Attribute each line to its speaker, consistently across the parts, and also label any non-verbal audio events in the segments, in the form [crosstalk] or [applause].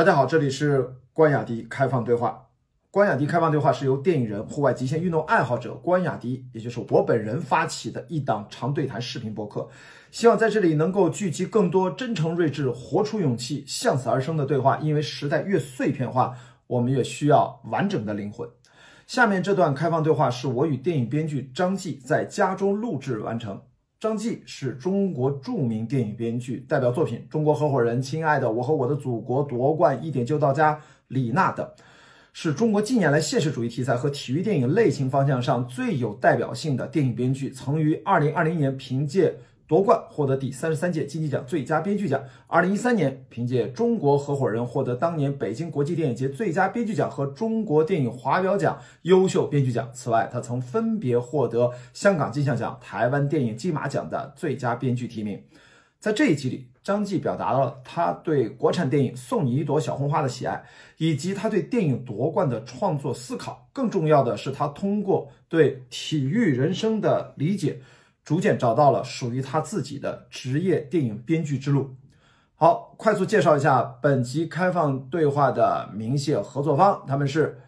Speaker 1: 大家好，这里是关雅迪开放对话。关雅迪开放对话是由电影人、户外极限运动爱好者关雅迪，也就是我本人发起的一档长对谈视频播客，希望在这里能够聚集更多真诚、睿智、活出勇气、向死而生的对话。因为时代越碎片化，我们越需要完整的灵魂。下面这段开放对话是我与电影编剧张继在家中录制完成。张继是中国著名电影编剧，代表作品《中国合伙人》《亲爱的我和我的祖国》《夺冠》《一点就到家》《李娜》等，是中国近年来现实主义题材和体育电影类型方向上最有代表性的电影编剧。曾于2020年凭借《夺冠》获得第三十三届金鸡奖最佳编剧奖，2013年凭借《中国合伙人》获得当年北京国际电影节最佳编剧奖和中国电影华表奖优秀编剧奖。此外，他曾分别获得香港金像奖、台湾电影金马奖的最佳编剧提名。在这一集里，张继表达了他对国产电影《送你一朵小红花》的喜爱，以及他对电影夺冠的创作思考。更重要的是，他通过对体育人生的理解，逐渐找到了属于他自己的职业电影编剧之路。好，快速介绍一下本集开放对话的明谢合作方，他们是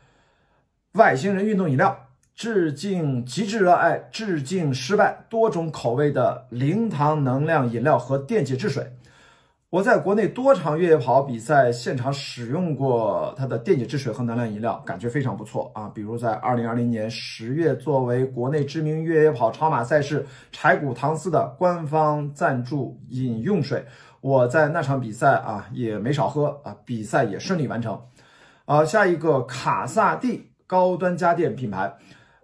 Speaker 1: 外星人运动饮料，致敬极致热爱、致敬失败多种口味的零糖能量饮料和电解质水。我在国内多场越野跑比赛现场使用过它的电解质水和能量饮料，感觉非常不错啊。比如在二零二零年十月，作为国内知名越野跑超马赛事柴谷唐斯的官方赞助饮用水，我在那场比赛啊也没少喝啊，比赛也顺利完成。啊，下一个卡萨帝高端家电品牌，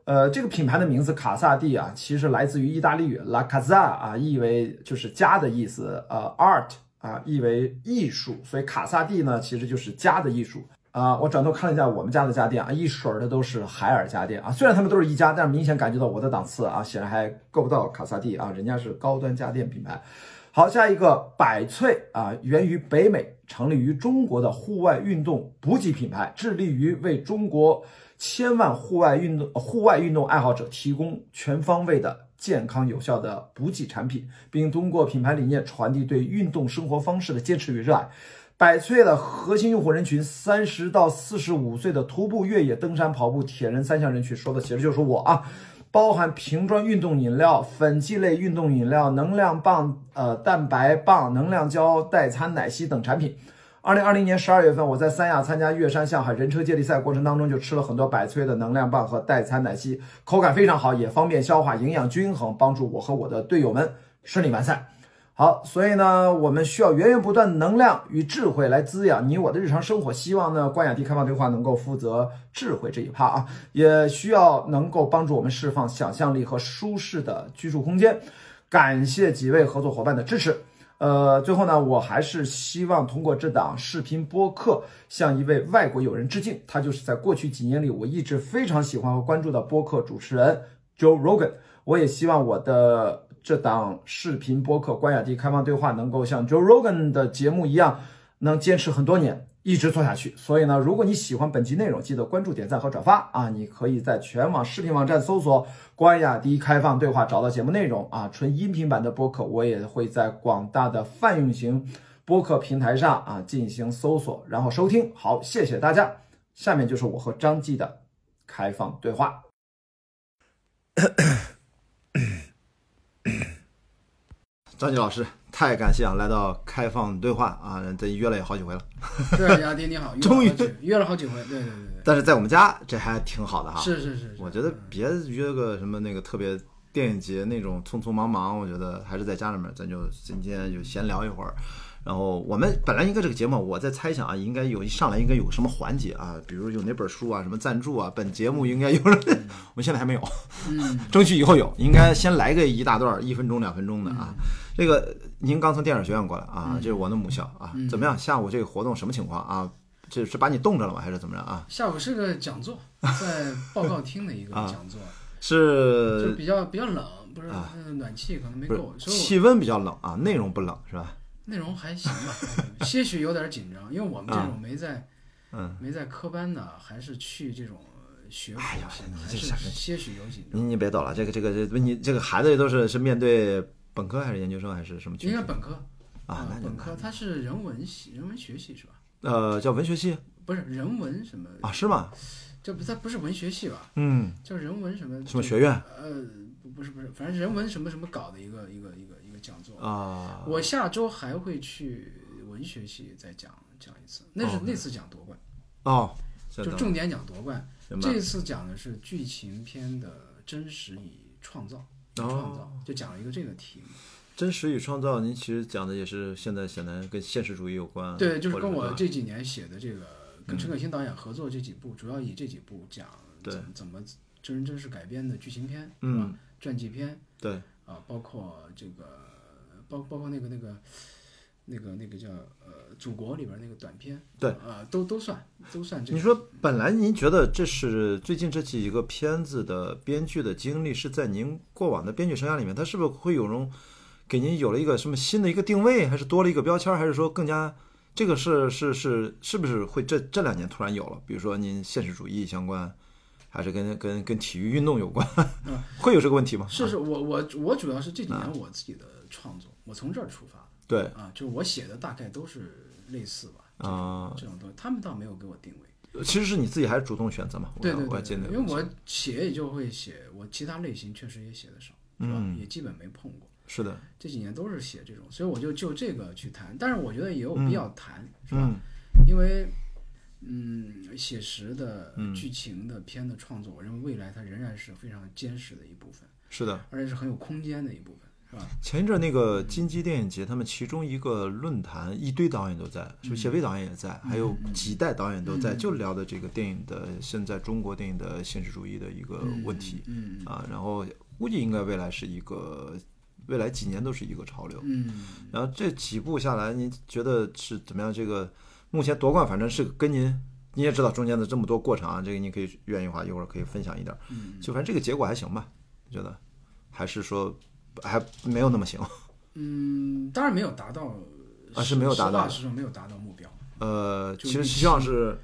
Speaker 1: 呃，这个品牌的名字卡萨帝啊，其实来自于意大利语 “la casa” 啊，意为就是家的意思，呃，art 啊，意为艺术，所以卡萨帝呢，其实就是家的艺术。啊，我转头看了一下我们家的家电啊，一水儿的都是海尔家电啊。虽然他们都是一家，但是明显感觉到我的档次啊，显然还够不到卡萨帝啊，人家是高端家电品牌。好，下一个百萃啊，源于北美，成立于中国的户外运动补给品牌，致力于为中国千万户外运动户外运动爱好者提供全方位的健康有效的补给产品，并通过品牌理念传递对运动生活方式的坚持与热爱。百萃的核心用户人群三十到四十五岁的徒步、越野、登山、跑步、铁人三项人群，说的其实就是我啊，包含瓶装运动饮料、粉剂类运动饮料、能量棒、呃蛋白棒、能量胶、代餐奶昔等产品。二零二零年十二月份，我在三亚参加越山向海人车接力赛过程当中，就吃了很多百萃的能量棒和代餐奶昔，口感非常好，也方便消化，营养均衡，帮助我和我的队友们顺利完赛。好，所以呢，我们需要源源不断的能量与智慧来滋养你我的日常生活。希望呢，关雅迪开放对话能够负责智慧这一趴啊，也需要能够帮助我们释放想象力和舒适的居住空间。感谢几位合作伙伴的支持。呃，最后呢，我还是希望通过这档视频播客向一位外国友人致敬，他就是在过去几年里我一直非常喜欢和关注的播客主持人 Joe Rogan。我也希望我的这档视频播客《关雅迪开放对话》能够像 Joe Rogan 的节目一样，能坚持很多年，一直做下去。所以呢，如果你喜欢本集内容，记得关注、点赞和转发啊！你可以在全网视频网站搜索“关雅迪开放对话”，找到节目内容啊。纯音频版的播客，我也会在广大的泛用型播客平台上啊进行搜索，然后收听。好，谢谢大家。下面就是我和张继的开放对话。张继老师，太感谢啊，来到开放对话啊，这约了也好几回了，
Speaker 2: 是雅迪你好，约了
Speaker 1: 终于
Speaker 2: 好几约了好几回，对对对对，
Speaker 1: 但是在我们家这还挺好的哈。
Speaker 2: 是是是，是
Speaker 1: 我觉得别约个什么那个特别电影节那种匆匆忙忙，我觉得还是在家里面，咱就今天就闲聊一会儿。然后我们本来应该这个节目，我在猜想啊，应该有一上来应该有个什么环节啊，比如有哪本书啊，什么赞助啊，本节目应该有人，我们现在还没有，
Speaker 2: 嗯，
Speaker 1: 争取以后有，应该先来个一大段儿，一分钟两分钟的啊。这个您刚从电影学院过来啊，这是我的母校啊，怎么样？下午这个活动什么情况啊？这是把你冻着了吗？还是怎么着啊？
Speaker 2: 下午是个讲座，在报告厅的一个
Speaker 1: 啊呃
Speaker 2: 讲座，就是比较比较冷，不是呃暖气可能没
Speaker 1: 不是
Speaker 2: 够，所以我
Speaker 1: 气温比较冷啊，内容不冷是吧？
Speaker 2: 内容还行吧，些许有点紧张，因为我们这种没在
Speaker 1: 啊嗯
Speaker 2: 没在科班的，还是去这种学府
Speaker 1: 哎呀
Speaker 2: 型
Speaker 1: 你
Speaker 2: 的，还
Speaker 1: 这
Speaker 2: 是
Speaker 1: 啥
Speaker 2: 些许有紧张，
Speaker 1: 您您别抖了，这个这个这个你这个孩子都是是面对本科还是研究生还是什么群
Speaker 2: 应
Speaker 1: 体
Speaker 2: 该本科
Speaker 1: 啊？
Speaker 2: 呃
Speaker 1: 那就
Speaker 2: 本科他是人文系人文学系是吧？
Speaker 1: 呃，叫文学系
Speaker 2: 不是人文什么，
Speaker 1: 啊，是吗？
Speaker 2: 这不它不是文学系吧？
Speaker 1: 嗯，
Speaker 2: 叫人文什么
Speaker 1: 什么学院
Speaker 2: 呃，不不是不是，反正人文什么什么搞的一个一个一个一个讲座。
Speaker 1: 啊、
Speaker 2: 我下周还会去文学系再讲讲一次，那是、那次讲夺冠，
Speaker 1: 哦，
Speaker 2: 就
Speaker 1: 真的
Speaker 2: 重点讲夺冠。
Speaker 1: 明白
Speaker 2: 这次讲的是剧情片的真实与创造，创造
Speaker 1: 哦
Speaker 2: 就讲了一个这个题目。
Speaker 1: 真实与创造，您其实讲的也是现在显然跟现实主义有关，
Speaker 2: 对，就是
Speaker 1: 啊或者
Speaker 2: 跟我这几年写的这个
Speaker 1: 嗯
Speaker 2: 跟陈可辛导演合作这几部，主要以这几部讲
Speaker 1: 对
Speaker 2: 怎么怎么真人真事改编的剧情片，
Speaker 1: 嗯
Speaker 2: 是吧，传记片
Speaker 1: 对，
Speaker 2: 啊，包括这个，包包括那个那个。那个那个叫呃，祖国里边那个短片，
Speaker 1: 对
Speaker 2: 啊、都都算都算这个。
Speaker 1: 你说本来您觉得这是最近这几个片子的编剧的经历是在您过往的编剧生涯里面，它是不是会有种给您有了一个什么新的一个定位，还是多了一个标签，还是说更加这个是是是是不是会这这两年突然有了？比如说您现实主义相关，还是跟跟跟体育运动有关， [laughs] 会有这个问题吗？
Speaker 2: 是是，我我我主要是这几年我自己的创作，我从这儿出发
Speaker 1: 嗯
Speaker 2: 的
Speaker 1: 对，
Speaker 2: 啊，就是我写的大概都是类似吧，这种
Speaker 1: 啊、
Speaker 2: 这种东西，他们倒没有给我定位。
Speaker 1: 其实是你自己还是主动选择嘛？我
Speaker 2: 对
Speaker 1: 看
Speaker 2: 对
Speaker 1: 我还
Speaker 2: 对
Speaker 1: 记
Speaker 2: 对
Speaker 1: 得
Speaker 2: 对，因为我写也就会写，我其他类型确实也写的少，是
Speaker 1: 嗯
Speaker 2: 吧？也基本没碰过，
Speaker 1: 是的，
Speaker 2: 这几年都是写这种，所以我就就这个去谈，但是我觉得也有必要谈，是吧？
Speaker 1: 嗯
Speaker 2: 因为，嗯，写实的、
Speaker 1: 嗯
Speaker 2: 剧情的片的创作，我认为未来它仍然是非常坚实的一部分，
Speaker 1: 是的。
Speaker 2: 而且是很有空间的一部分，是吧？
Speaker 1: 前一阵儿那个金鸡电影节，他们其中一个论坛，一堆导演都在，
Speaker 2: 嗯
Speaker 1: 是不是谢飞导演也在，还有几代导演都在，就聊的这个电影的现在中国电影的现实主义的一个呃问题
Speaker 2: 嗯
Speaker 1: 啊，然后估计应该未来是一个，未来几年都是一个潮流。
Speaker 2: 嗯，
Speaker 1: 然后这几部下来，您觉得是怎么样？这个目前夺冠，反正是跟您，你也知道中间的这么多过程啊，这个您可以愿意的话，一会儿可以分享一点儿。
Speaker 2: 嗯
Speaker 1: 就反正这个结果还行吧，你觉得？还是说还没有那么行？
Speaker 2: 嗯，当然没有达到，
Speaker 1: 啊是没有达到
Speaker 2: 实话实说没有达到目标。
Speaker 1: 呃，
Speaker 2: 就
Speaker 1: 其实
Speaker 2: 预
Speaker 1: 希望是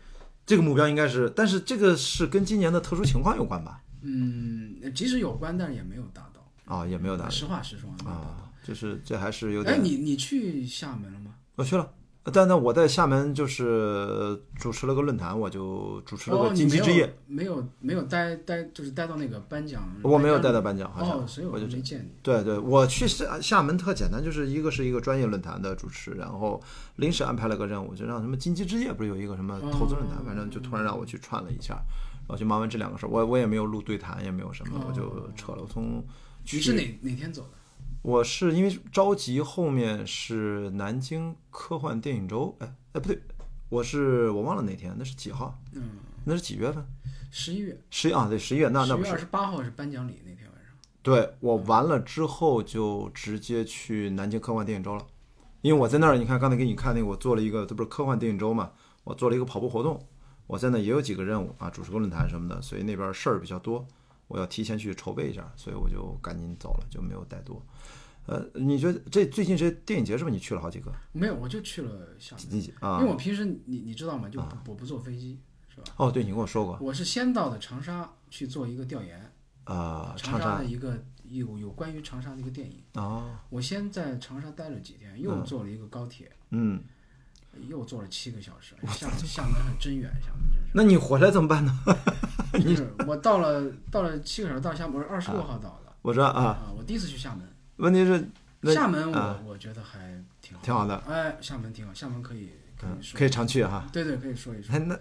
Speaker 1: 这个目标应该是，但是这个是跟今年的特殊情况有关吧？
Speaker 2: 嗯，即使有关，但是也没有达到。
Speaker 1: 啊、也没有达
Speaker 2: 实话实说没有达到。
Speaker 1: 啊，就是这还是有
Speaker 2: 哎，
Speaker 1: 点。
Speaker 2: 你你去厦门了吗？
Speaker 1: 我去了，但呢，我在厦门就是主持了个论坛，我就主持了
Speaker 2: 哦，
Speaker 1: 个
Speaker 2: 你
Speaker 1: 金
Speaker 2: 没
Speaker 1: 鸡
Speaker 2: 有
Speaker 1: 之夜，
Speaker 2: 没有没有待待，就是待到那个颁奖。
Speaker 1: 我没有带
Speaker 2: 颁
Speaker 1: 到颁奖，
Speaker 2: 奖
Speaker 1: 好像、
Speaker 2: 哦，所以我
Speaker 1: 我就
Speaker 2: 就没见你。
Speaker 1: 对对，我去厦厦门特简单，就是一个是一个专业论坛的主持，然后临时安排了个任务，就让什么金鸡之夜不是有一个什么投资论
Speaker 2: 嗯
Speaker 1: 坛，反正就突然让我去串了一下，然后就忙完这两个事儿，我我也没有录对谈，也没有什么，我就撤了。我从
Speaker 2: 哦你是哪哪天走的？
Speaker 1: 我是因为着急，后面是南京科幻电影周，哎哎不对，我是我忘了哪天，那是几号？
Speaker 2: 嗯，
Speaker 1: 那是几月份？
Speaker 2: 十一月。
Speaker 1: 十一啊对，十一月那那
Speaker 2: 十
Speaker 1: 不
Speaker 2: 月
Speaker 1: 是。
Speaker 2: 二十八号是颁奖礼那天晚上。
Speaker 1: 对我完了之后就直接去南京科幻电影周了，因为我在那儿，你看刚才给你看那个，我做了一个，这不是科幻电影周嘛，我做了一个跑步活动，我在那也有几个任务啊，主持个论坛什么的，所以那边事儿比较多，我要提前去筹备一下，所以我就赶紧走了，就没有带多。呃，你觉得这最近这些电影节是不是你去了好几个？
Speaker 2: 没有，我就去了厦门，
Speaker 1: 几几啊？
Speaker 2: 因为我平时你你知道吗？就不我不坐飞机，是吧？
Speaker 1: 哦，对你跟我说过
Speaker 2: 我是先到的长沙去做一个调研，
Speaker 1: 啊、
Speaker 2: 长
Speaker 1: 长
Speaker 2: 沙
Speaker 1: 沙
Speaker 2: 的一个有有关于长沙的一个电影。
Speaker 1: 哦，
Speaker 2: 我先在长沙待了几天，又坐了一个高铁，
Speaker 1: 嗯，
Speaker 2: 又坐了七个小时。厦厦门很真远，厦
Speaker 1: [laughs]
Speaker 2: 门真
Speaker 1: 那你回来怎么办呢？
Speaker 2: 是。就是我到了到了七个小时到厦门，我是二十六号到的
Speaker 1: 我说啊，
Speaker 2: 啊，我第一次去厦门。
Speaker 1: 问题是那
Speaker 2: 厦门
Speaker 1: 啊
Speaker 2: 我我觉得还挺
Speaker 1: 挺好的，嗯
Speaker 2: 哎，厦门挺好，厦门可以可以说，
Speaker 1: 可以常去哈、
Speaker 2: 对对，可以说一说
Speaker 1: 哎，那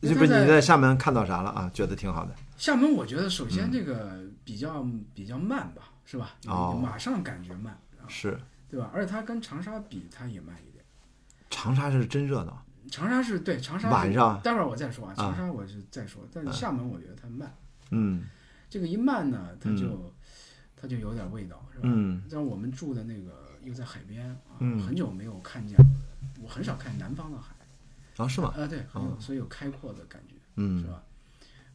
Speaker 2: 因
Speaker 1: 这
Speaker 2: 为
Speaker 1: 不是
Speaker 2: 他在
Speaker 1: 你在厦门看到啥了啊？觉得挺好的。
Speaker 2: 厦门。我觉得首
Speaker 1: 嗯
Speaker 2: 先这个比较比较慢吧，是吧？
Speaker 1: 哦
Speaker 2: 马上感觉慢，啊
Speaker 1: 是
Speaker 2: 对吧？而且它跟长沙比，它也慢一点。
Speaker 1: 长沙是真热闹，
Speaker 2: 长沙是对长沙是
Speaker 1: 晚上
Speaker 2: 待会儿我再说啊，
Speaker 1: 啊
Speaker 2: 长沙我是再说，但是厦门我觉得它慢，
Speaker 1: 嗯
Speaker 2: 这个一慢呢，它就、它就有点味道，是吧？
Speaker 1: 嗯
Speaker 2: 像我们住的那个又在海边啊，
Speaker 1: 嗯
Speaker 2: 很久没有看见，我很少看南方的海，
Speaker 1: 啊是吗？
Speaker 2: 啊、对，很有、所以有开阔的感觉，是
Speaker 1: 嗯，
Speaker 2: 吧？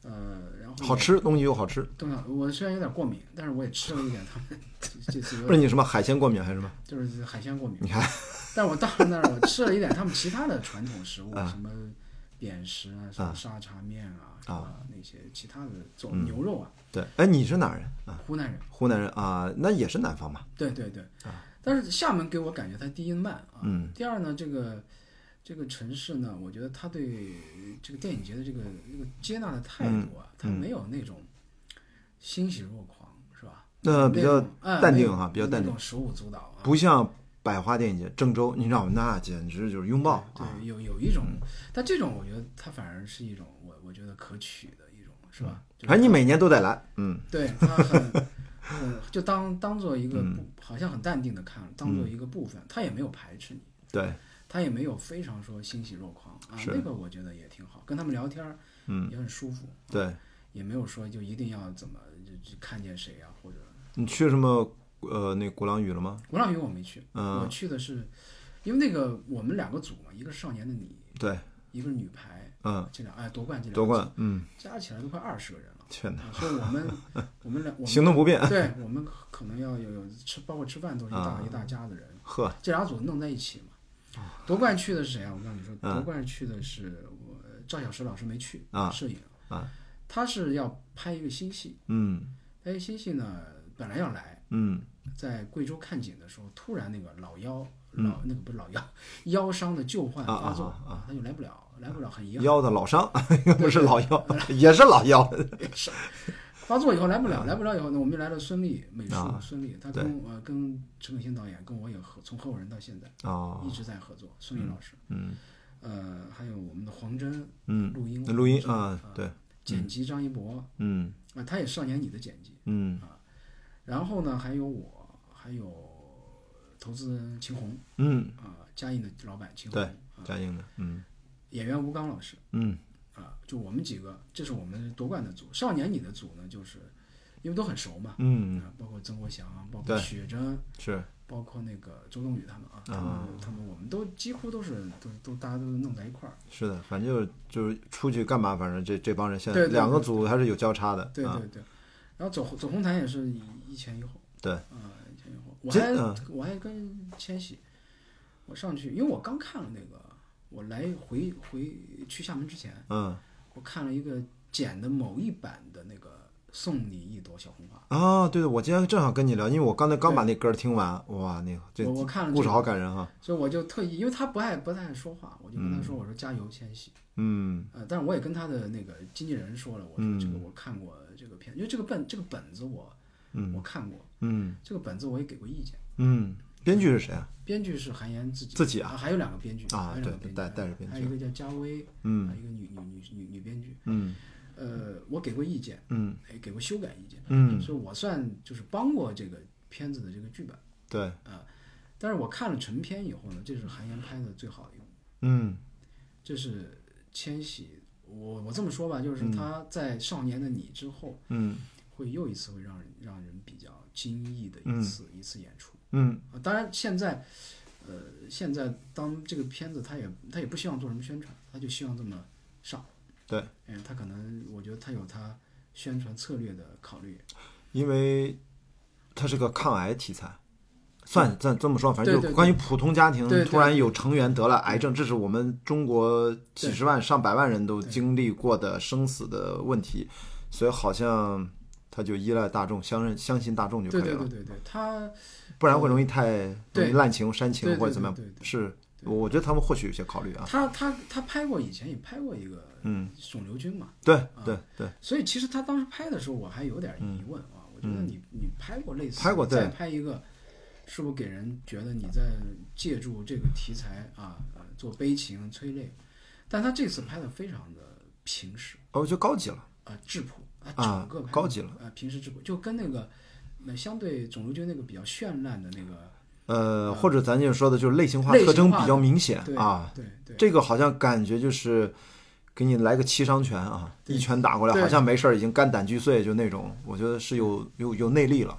Speaker 2: 呃，然后
Speaker 1: 好吃，东西又好吃。
Speaker 2: 东阳，我虽然有点过敏，但是我也吃了一点
Speaker 1: [laughs]
Speaker 2: 他们这次有
Speaker 1: 不是你什么海鲜过敏还是什么？
Speaker 2: 就是海鲜过敏。
Speaker 1: 你看，
Speaker 2: 但我到了那儿，我吃了一点他们其他的传统食物，
Speaker 1: 啊
Speaker 2: 什么扁食啊，什么沙茶面啊，什么那些其他的做牛肉啊，
Speaker 1: 对，哎，你是哪儿人嗯啊？
Speaker 2: 湖南人。
Speaker 1: 湖南人啊，那也是南方嘛。
Speaker 2: 啊
Speaker 1: 嗯
Speaker 2: 对对对。但是厦门给我感觉它第一慢啊，第二呢，这个这个城市呢，我觉得他对这个电影节的这个这个接纳的态
Speaker 1: 嗯
Speaker 2: 度啊，他没有那种欣喜若狂，是吧？
Speaker 1: 那呃比较
Speaker 2: 那种哎
Speaker 1: 淡
Speaker 2: 没有
Speaker 1: 定哈比较淡定
Speaker 2: 那种手舞足蹈啊。
Speaker 1: 不像百花电影节、郑州，你知道吗？那简直就是拥抱啊！
Speaker 2: 对，有有一种，但这种我觉得它反而是一种我我觉得可取的一种，是吧？就
Speaker 1: 嗯哎反正你每年都得来，嗯，
Speaker 2: 对它很很就当当做一个
Speaker 1: 嗯
Speaker 2: 不、好像很淡定的看了，当做一个部分，他也没有排斥你，
Speaker 1: 对，
Speaker 2: 他也没有非常说欣喜若狂啊，
Speaker 1: 是
Speaker 2: 那个我觉得也挺好，跟他们聊天儿
Speaker 1: 嗯，
Speaker 2: 也很舒服，
Speaker 1: 对。
Speaker 2: 也没有说就一定要怎么就就看见谁啊或者。
Speaker 1: 你去什么呃那鼓浪屿了吗？
Speaker 2: 鼓浪屿我没去，
Speaker 1: 嗯
Speaker 2: 我去的是，因为那个我们两个组嘛，一个是少年的你，
Speaker 1: 对，
Speaker 2: 一个是女排，
Speaker 1: 嗯，
Speaker 2: 这两哎夺冠这两个
Speaker 1: 夺
Speaker 2: 组
Speaker 1: 冠，嗯，
Speaker 2: 加起来都快二十个人了。
Speaker 1: 天哪，
Speaker 2: 啊所以我
Speaker 1: [laughs]
Speaker 2: 们我们两我
Speaker 1: 行
Speaker 2: 们
Speaker 1: 动不便，
Speaker 2: [laughs] 对我们可能要有有吃，包括吃饭都是一大
Speaker 1: 啊
Speaker 2: 一大家子人，
Speaker 1: 呵，
Speaker 2: 这俩组弄在一起嘛。夺冠去的是谁啊？我告诉你说，
Speaker 1: 嗯
Speaker 2: 夺冠去的是我赵小石老师没去
Speaker 1: 啊
Speaker 2: 摄影
Speaker 1: 啊，
Speaker 2: 他是要拍一个新戏，
Speaker 1: 嗯
Speaker 2: 拍一个新戏呢，本来要来，
Speaker 1: 嗯，
Speaker 2: 在贵州看景的时候，突然那个老腰老那个不是老 [laughs] 腰腰伤的旧患
Speaker 1: 嗯啊
Speaker 2: 发作
Speaker 1: 啊啊
Speaker 2: 他就来不了，来不了很遗憾。
Speaker 1: 腰的老伤， [laughs] 不是老腰，也是老腰，
Speaker 2: [laughs] 发作以后来不了，来不了以后呢，我们就来了孙俪美术，
Speaker 1: 啊
Speaker 2: 孙俪她
Speaker 1: 对
Speaker 2: 跟呃跟陈可辛导演跟我也合，从合伙人到现在
Speaker 1: 哦
Speaker 2: 一，直在合作，孙俪老师，
Speaker 1: 嗯
Speaker 2: 呃，还有我们的黄真
Speaker 1: 嗯，
Speaker 2: 录音，
Speaker 1: 录音啊，对，
Speaker 2: 剪辑张一博，
Speaker 1: 嗯
Speaker 2: 啊，他也少年你的剪辑，
Speaker 1: 嗯
Speaker 2: 然后呢还有我，还有投资人秦虹
Speaker 1: 嗯，
Speaker 2: 啊，嘉映的老板秦
Speaker 1: 对
Speaker 2: 虹，
Speaker 1: 嘉映的，嗯
Speaker 2: 演员吴刚老师
Speaker 1: 嗯
Speaker 2: 啊，就我们几个，这是我们夺冠的组，少年你的组呢，就是因为都很熟嘛，
Speaker 1: 嗯，
Speaker 2: 啊，包括曾国祥，包括
Speaker 1: 对
Speaker 2: 许峥。
Speaker 1: 是，
Speaker 2: 包括那个周冬雨他们啊，他们、他们我们都几乎都是都都大家都弄在一块儿，
Speaker 1: 是的，反正就是就是出去干嘛，反正这这帮人现在
Speaker 2: 对对
Speaker 1: 两个组还是有交叉的，
Speaker 2: 对
Speaker 1: 啊
Speaker 2: 对对。然后走走红毯也是一一前一后，
Speaker 1: 对
Speaker 2: 啊、一前一后。我
Speaker 1: 这
Speaker 2: 还、
Speaker 1: 嗯
Speaker 2: 我还跟千玺，我上去，因为我刚看了那个，我来回回去厦门之前，
Speaker 1: 嗯
Speaker 2: 我看了一个剪的某一版的那个送你一朵小红花，
Speaker 1: 啊，对对，我今天正好跟你聊，因为我刚才刚把那歌儿听完，哇，那个这
Speaker 2: 我我看了
Speaker 1: 故事
Speaker 2: 这个
Speaker 1: 好感人哈，
Speaker 2: 所以我就特意，因为他不爱不太爱说话，我就跟他说，我说加油，千玺。
Speaker 1: 嗯
Speaker 2: 呃，但是我也跟他的那个经纪人说了，我说这个我看过这个片，因为这个本这个本子我、我看过，
Speaker 1: 嗯。
Speaker 2: 这个本子我也给过意见。
Speaker 1: 嗯，编剧是谁啊？
Speaker 2: 编剧是韩延自己
Speaker 1: 自己啊
Speaker 2: 啊，还有两个编剧
Speaker 1: 啊
Speaker 2: 还有两个
Speaker 1: 对
Speaker 2: 编剧啊
Speaker 1: 带带着编剧
Speaker 2: 还有一个叫佳薇，
Speaker 1: 嗯
Speaker 2: 还有一个女女女女女编剧，
Speaker 1: 嗯
Speaker 2: 呃，我给过意见，
Speaker 1: 嗯
Speaker 2: 也给过修改意见，
Speaker 1: 嗯，
Speaker 2: 所以我算就是帮过这个片子的这个剧本。
Speaker 1: 对，
Speaker 2: 但是我看了成片以后呢，这是韩延拍的最好的一部，
Speaker 1: 嗯
Speaker 2: 这是千玺，我我这么说吧，就是他在《少年的你》之后。
Speaker 1: 嗯
Speaker 2: 会又一次会让人让人比较惊异的一次、一次演出
Speaker 1: 嗯
Speaker 2: 啊。当然现在，呃，现在当这个片子他也他也不希望做什么宣传，他就希望这么上。
Speaker 1: 对，
Speaker 2: 嗯，他可能我觉得他有他宣传策略的考虑，
Speaker 1: 因为它是个抗癌题材。算算这么说，反正
Speaker 2: 嗯
Speaker 1: 就
Speaker 2: 对
Speaker 1: 是
Speaker 2: 对
Speaker 1: 关于普通家庭
Speaker 2: 对对
Speaker 1: 突然有成员得了癌症，这是我们中国几十万上百万人都经历过的生死的问题，所以好像它就依赖大众，相认相信大众就
Speaker 2: 对
Speaker 1: 可以
Speaker 2: 对
Speaker 1: 了
Speaker 2: 对，对对，他
Speaker 1: 不然会容易太容易
Speaker 2: 对
Speaker 1: 滥情煽
Speaker 2: 对
Speaker 1: 情
Speaker 2: 对
Speaker 1: 或者怎么
Speaker 2: 对对
Speaker 1: 样。
Speaker 2: 对
Speaker 1: 是，我我觉得他们或许有些考虑啊。
Speaker 2: 他他他拍过以前也拍过一个
Speaker 1: 嗯，
Speaker 2: 肿瘤君嘛，
Speaker 1: 对对对，
Speaker 2: 所以其实他当时拍的时候，我还有点疑问啊。我觉得你你拍过类似
Speaker 1: 嗯
Speaker 2: 的，
Speaker 1: 拍过对
Speaker 2: 再拍一个，是不是给人觉得你在借助这个题材啊呃做悲情催泪？但他这次拍的非常的平实
Speaker 1: 哦，我觉得高级了。
Speaker 2: 啊、质朴啊，
Speaker 1: 啊
Speaker 2: 整个拍得
Speaker 1: 高级了
Speaker 2: 啊、平时质朴，就跟那个那相对肿瘤君那个比较绚烂的那个
Speaker 1: 呃，或者咱就说的就是类型化
Speaker 2: 嗯类型
Speaker 1: 特
Speaker 2: 化
Speaker 1: 征比较明显
Speaker 2: 对
Speaker 1: 啊，
Speaker 2: 对对
Speaker 1: 这个好像感觉就是给你来个七伤拳啊，一拳打过来，
Speaker 2: 对嗯
Speaker 1: 好像没事儿，已经肝胆俱碎，就那种，我觉得是有有有内力了。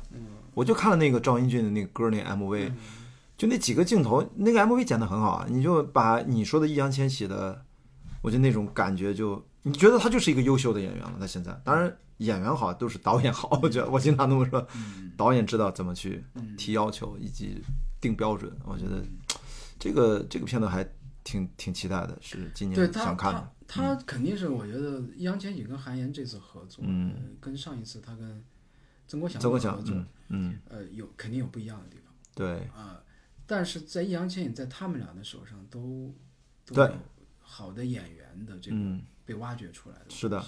Speaker 1: 我就看了那个赵英俊的那个歌那 MV，就
Speaker 2: 嗯
Speaker 1: 那几个镜头，那个 MV 剪得很好啊，你就把你说的易烊千玺的，我觉得那种感觉就，你觉得他就是一个优秀的演员了。他现在，当然演员好都是导演好，我觉得我经常那么说，导演知道怎么去
Speaker 2: 嗯
Speaker 1: 提要求以及定标准，我觉得这个这个片子还挺挺期待的，是今
Speaker 2: 对
Speaker 1: 年
Speaker 2: 他
Speaker 1: 想看的
Speaker 2: 他。他肯定是我觉得易烊千玺跟韩延这次合作，
Speaker 1: 嗯
Speaker 2: 呃跟上一次他跟曾国祥
Speaker 1: 曾国
Speaker 2: 的
Speaker 1: 祥
Speaker 2: 合，作，
Speaker 1: 嗯嗯，
Speaker 2: 呃，有肯定有不一样的地方。
Speaker 1: 对，
Speaker 2: 啊、但是在易烊千玺在他们俩的手上都都
Speaker 1: 对
Speaker 2: 有好的演员的这个
Speaker 1: 嗯，
Speaker 2: 被挖掘出来的。
Speaker 1: 是的，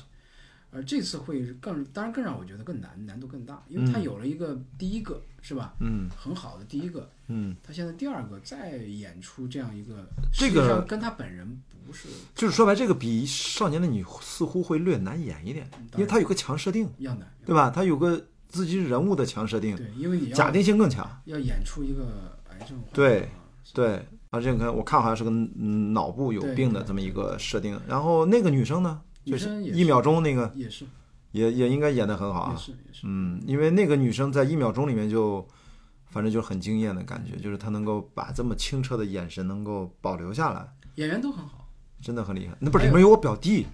Speaker 2: 而这次会更，当然更让我觉得更难，难度更大，因为他有了一个第一个是吧？
Speaker 1: 嗯
Speaker 2: 很好的第一个，
Speaker 1: 嗯，
Speaker 2: 他现在第二个再演出这样一个，
Speaker 1: 这
Speaker 2: 实际
Speaker 1: 个
Speaker 2: 上跟他本人不是
Speaker 1: 就是说白，这个比少年的你似乎会略难演一点，
Speaker 2: 嗯
Speaker 1: 因为它有个强设定，
Speaker 2: 一样难，
Speaker 1: 对吧？它有个自己人物的强设定，
Speaker 2: 对，因为你
Speaker 1: 假
Speaker 2: 要
Speaker 1: 定性更强。
Speaker 2: 要演出一个癌症患者
Speaker 1: 对
Speaker 2: 啊，
Speaker 1: 对，而且你看，我看好像是个嗯脑部有
Speaker 2: 对
Speaker 1: 病的
Speaker 2: 对
Speaker 1: 这么一个设定。然后那个女生呢，
Speaker 2: 女
Speaker 1: 就
Speaker 2: 生也
Speaker 1: 一
Speaker 2: 是
Speaker 1: 秒钟那个
Speaker 2: 也是
Speaker 1: 也也应该演得很好
Speaker 2: 也
Speaker 1: 啊。
Speaker 2: 是也是，
Speaker 1: 嗯，因为那个女生在一秒钟里面就，反正就很惊艳的感觉，就是她能够把这么清澈的眼神能够保留下来，
Speaker 2: 演员都很好，
Speaker 1: 真的很厉害。那不是
Speaker 2: 还
Speaker 1: 里
Speaker 2: 有
Speaker 1: 面有我表弟，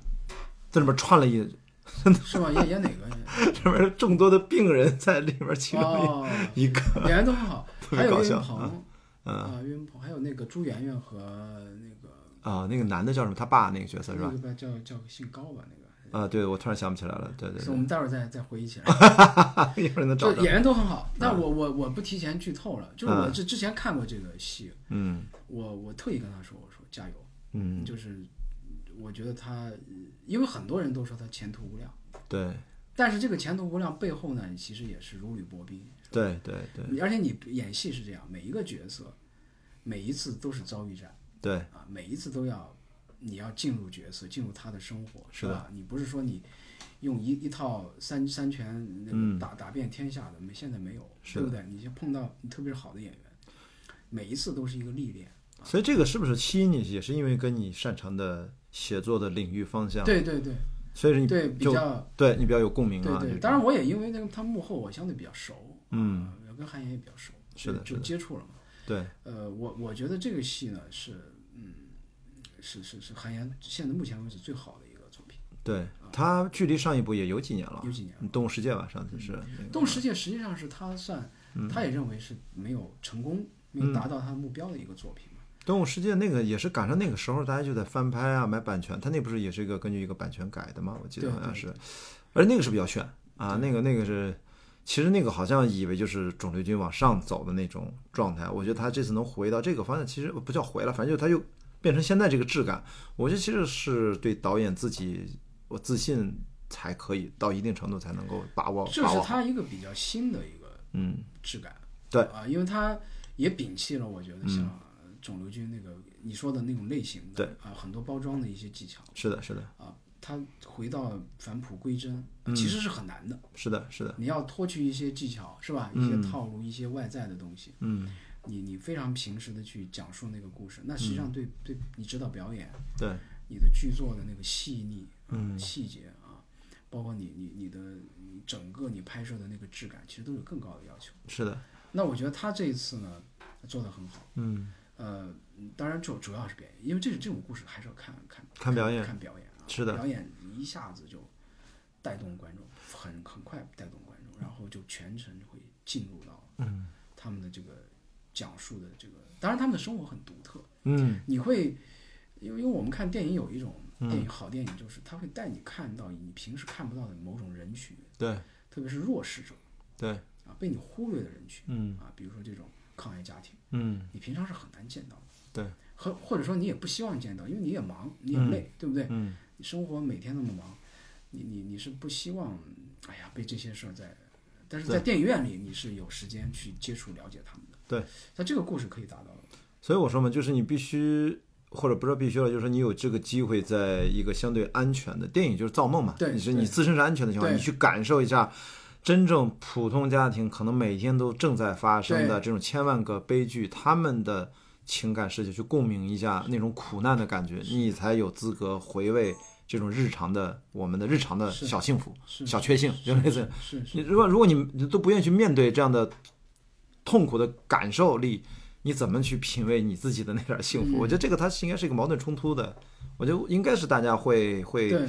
Speaker 1: 在里面串了一， [laughs]
Speaker 2: 是吧？演演哪个？
Speaker 1: 里面众多的病人在里面其中
Speaker 2: 哦，
Speaker 1: 一个，
Speaker 2: 演员都很好，
Speaker 1: [laughs] 特
Speaker 2: 还
Speaker 1: 别
Speaker 2: 有
Speaker 1: 搞
Speaker 2: 岳云
Speaker 1: 笑
Speaker 2: 鹏
Speaker 1: 嗯
Speaker 2: 啊，岳云鹏，还有那个朱媛媛和那个
Speaker 1: 啊，那个男的叫什么？他爸那个角色是
Speaker 2: 那
Speaker 1: 吧？
Speaker 2: 个吧叫叫姓高吧那个。
Speaker 1: 啊，对，我突然想不起来了，对对
Speaker 2: 所以
Speaker 1: [laughs]
Speaker 2: 我们待会儿再再回忆起来。
Speaker 1: 对，一会儿 [laughs] 能找
Speaker 2: 就
Speaker 1: 着。
Speaker 2: 演员都很好，但我我我不提前剧透了，就是我
Speaker 1: 嗯
Speaker 2: 这之前看过这个戏，
Speaker 1: 嗯
Speaker 2: 我我特意跟他说，我说加油，
Speaker 1: 嗯，
Speaker 2: 就是我觉得他，因为很多人都说他前途无量，
Speaker 1: 对
Speaker 2: 但是这个前途无量背后呢，其实也是如履薄冰，
Speaker 1: 对对对
Speaker 2: 而且你演戏是这样，每一个角色，每一次都是遭遇战
Speaker 1: 对，
Speaker 2: 啊，每一次都要你要进入角色，进入他的生活，
Speaker 1: 是的
Speaker 2: 吧？你不是说你用一一套三三拳那个打、打遍天下的，没现在没有，
Speaker 1: 嗯是
Speaker 2: 对
Speaker 1: 的
Speaker 2: 不对？你就碰到特别是好的演员，每一次都是一个历练，
Speaker 1: 所以这个是不是吸引你，也是因为跟你擅长的写作的领域方向，
Speaker 2: 对对对
Speaker 1: 所以你
Speaker 2: 对，
Speaker 1: 嗯
Speaker 2: 比
Speaker 1: 就
Speaker 2: 较。
Speaker 1: 对你比较有共鸣
Speaker 2: 对
Speaker 1: 啊。这
Speaker 2: 对，
Speaker 1: 种
Speaker 2: 当然我也因为那个他幕后我相对比较熟，
Speaker 1: 嗯
Speaker 2: 呃，跟韩岩也比较熟，
Speaker 1: 是的
Speaker 2: 就是
Speaker 1: 的
Speaker 2: 接触了嘛。
Speaker 1: 对
Speaker 2: 呃，我我觉得这个戏呢是，嗯，是是是韩岩现在目前为止最好的一个作品。
Speaker 1: 对，它距离上一部也有几年了，
Speaker 2: 有几年
Speaker 1: 嗯动物世界》吧，上次是那个
Speaker 2: 动物世界实际上是他算，
Speaker 1: 嗯
Speaker 2: 他也认为是没有成功，没有达到他的目标的一个作品嘛。
Speaker 1: 动物世界》那个也是赶上那个时候，大家就在翻拍啊，买版权，它那不是也是一个根据一个版权改的吗？我记得
Speaker 2: 对
Speaker 1: 好像
Speaker 2: 对
Speaker 1: 是，而那个是比较炫啊，那个那个是。其实那个好像以为就是肿瘤菌往上走的那种状态，我觉得他这次能回到这个方向，其实不叫回了，反正就他又变成现在这个质感，我觉得其实是对导演自己我自信才可以到一定程度才能够把握
Speaker 2: 这
Speaker 1: 把
Speaker 2: 是
Speaker 1: 握好，
Speaker 2: 他一个比较新的一个
Speaker 1: 嗯，
Speaker 2: 质感。
Speaker 1: 对嗯
Speaker 2: 啊，因为他也摒弃了我觉得像肿瘤菌那个你说的那种类型的，
Speaker 1: 对
Speaker 2: 啊，很多包装的一些技巧。
Speaker 1: 是的，是的，
Speaker 2: 啊，他回到返璞归真，
Speaker 1: 嗯
Speaker 2: 其实是很难的。
Speaker 1: 是的，是的，
Speaker 2: 你要脱去一些技巧，是吧？一些套路，一些外在的东西，
Speaker 1: 嗯，
Speaker 2: 你你非常平实的去讲述那个故事，那实
Speaker 1: 嗯
Speaker 2: 际上对、对你指导表演，
Speaker 1: 对，
Speaker 2: 你的剧作的那个细腻，嗯，细节啊，包括你你你的你整个你拍摄的那个质感，其实都有更高的要求。
Speaker 1: 是的，
Speaker 2: 那我觉得他这一次呢做的很好，嗯，呃，当然主主要是表演，因为这是这种故事还是要看看
Speaker 1: 看表演
Speaker 2: 看表演啊，
Speaker 1: 是的
Speaker 2: 表演一下子就带动观众，很很快带动观众，然后就全程会进入到嗯他们的这个讲述的这个，当然他们的生活很独特，
Speaker 1: 嗯，
Speaker 2: 你会因为因为我们看电影有一种电影好电影就是它会带你看到你平时看不到的某种人群，
Speaker 1: 对，
Speaker 2: 特别是弱势者。
Speaker 1: 对，
Speaker 2: 啊，被你忽略的人群，
Speaker 1: 嗯
Speaker 2: 啊，比如说这种抗癌家庭，
Speaker 1: 嗯，
Speaker 2: 你平常是很难见到的，
Speaker 1: 对，
Speaker 2: 和或者说你也不希望见到，因为你也忙，你也累，对不对？嗯，你生活每天那么忙，你你你是不希望，哎呀，被这些事儿在，但是在电影院里你是有时间去接触了解他们的，
Speaker 1: 对，
Speaker 2: 那这个故事可以达到的，
Speaker 1: 所以我说嘛，就是你必须，或者不是必须了，就是你有这个机会，在一个相对安全的电影，就是造梦嘛，
Speaker 2: 对
Speaker 1: 你是
Speaker 2: 对
Speaker 1: 你自身是安全的情况下，
Speaker 2: 对
Speaker 1: 你去感受一下。真正普通家庭可能每天都正在发生的这种千万个悲剧，他们的情感世界去共鸣一下那种苦难的感觉，你才有资格回味这种日常的我们的日常的
Speaker 2: 是
Speaker 1: 小幸福、
Speaker 2: 是
Speaker 1: 小确幸，就类似。
Speaker 2: 是是
Speaker 1: 你如果如果你你都不愿意去面对这样的痛苦的感受力，你怎么去品味你自己的那点儿幸福？我觉
Speaker 2: 嗯
Speaker 1: 得这个它是应该是一个矛盾冲突的，我觉得应该是大家会
Speaker 2: 对
Speaker 1: 会
Speaker 2: 对对。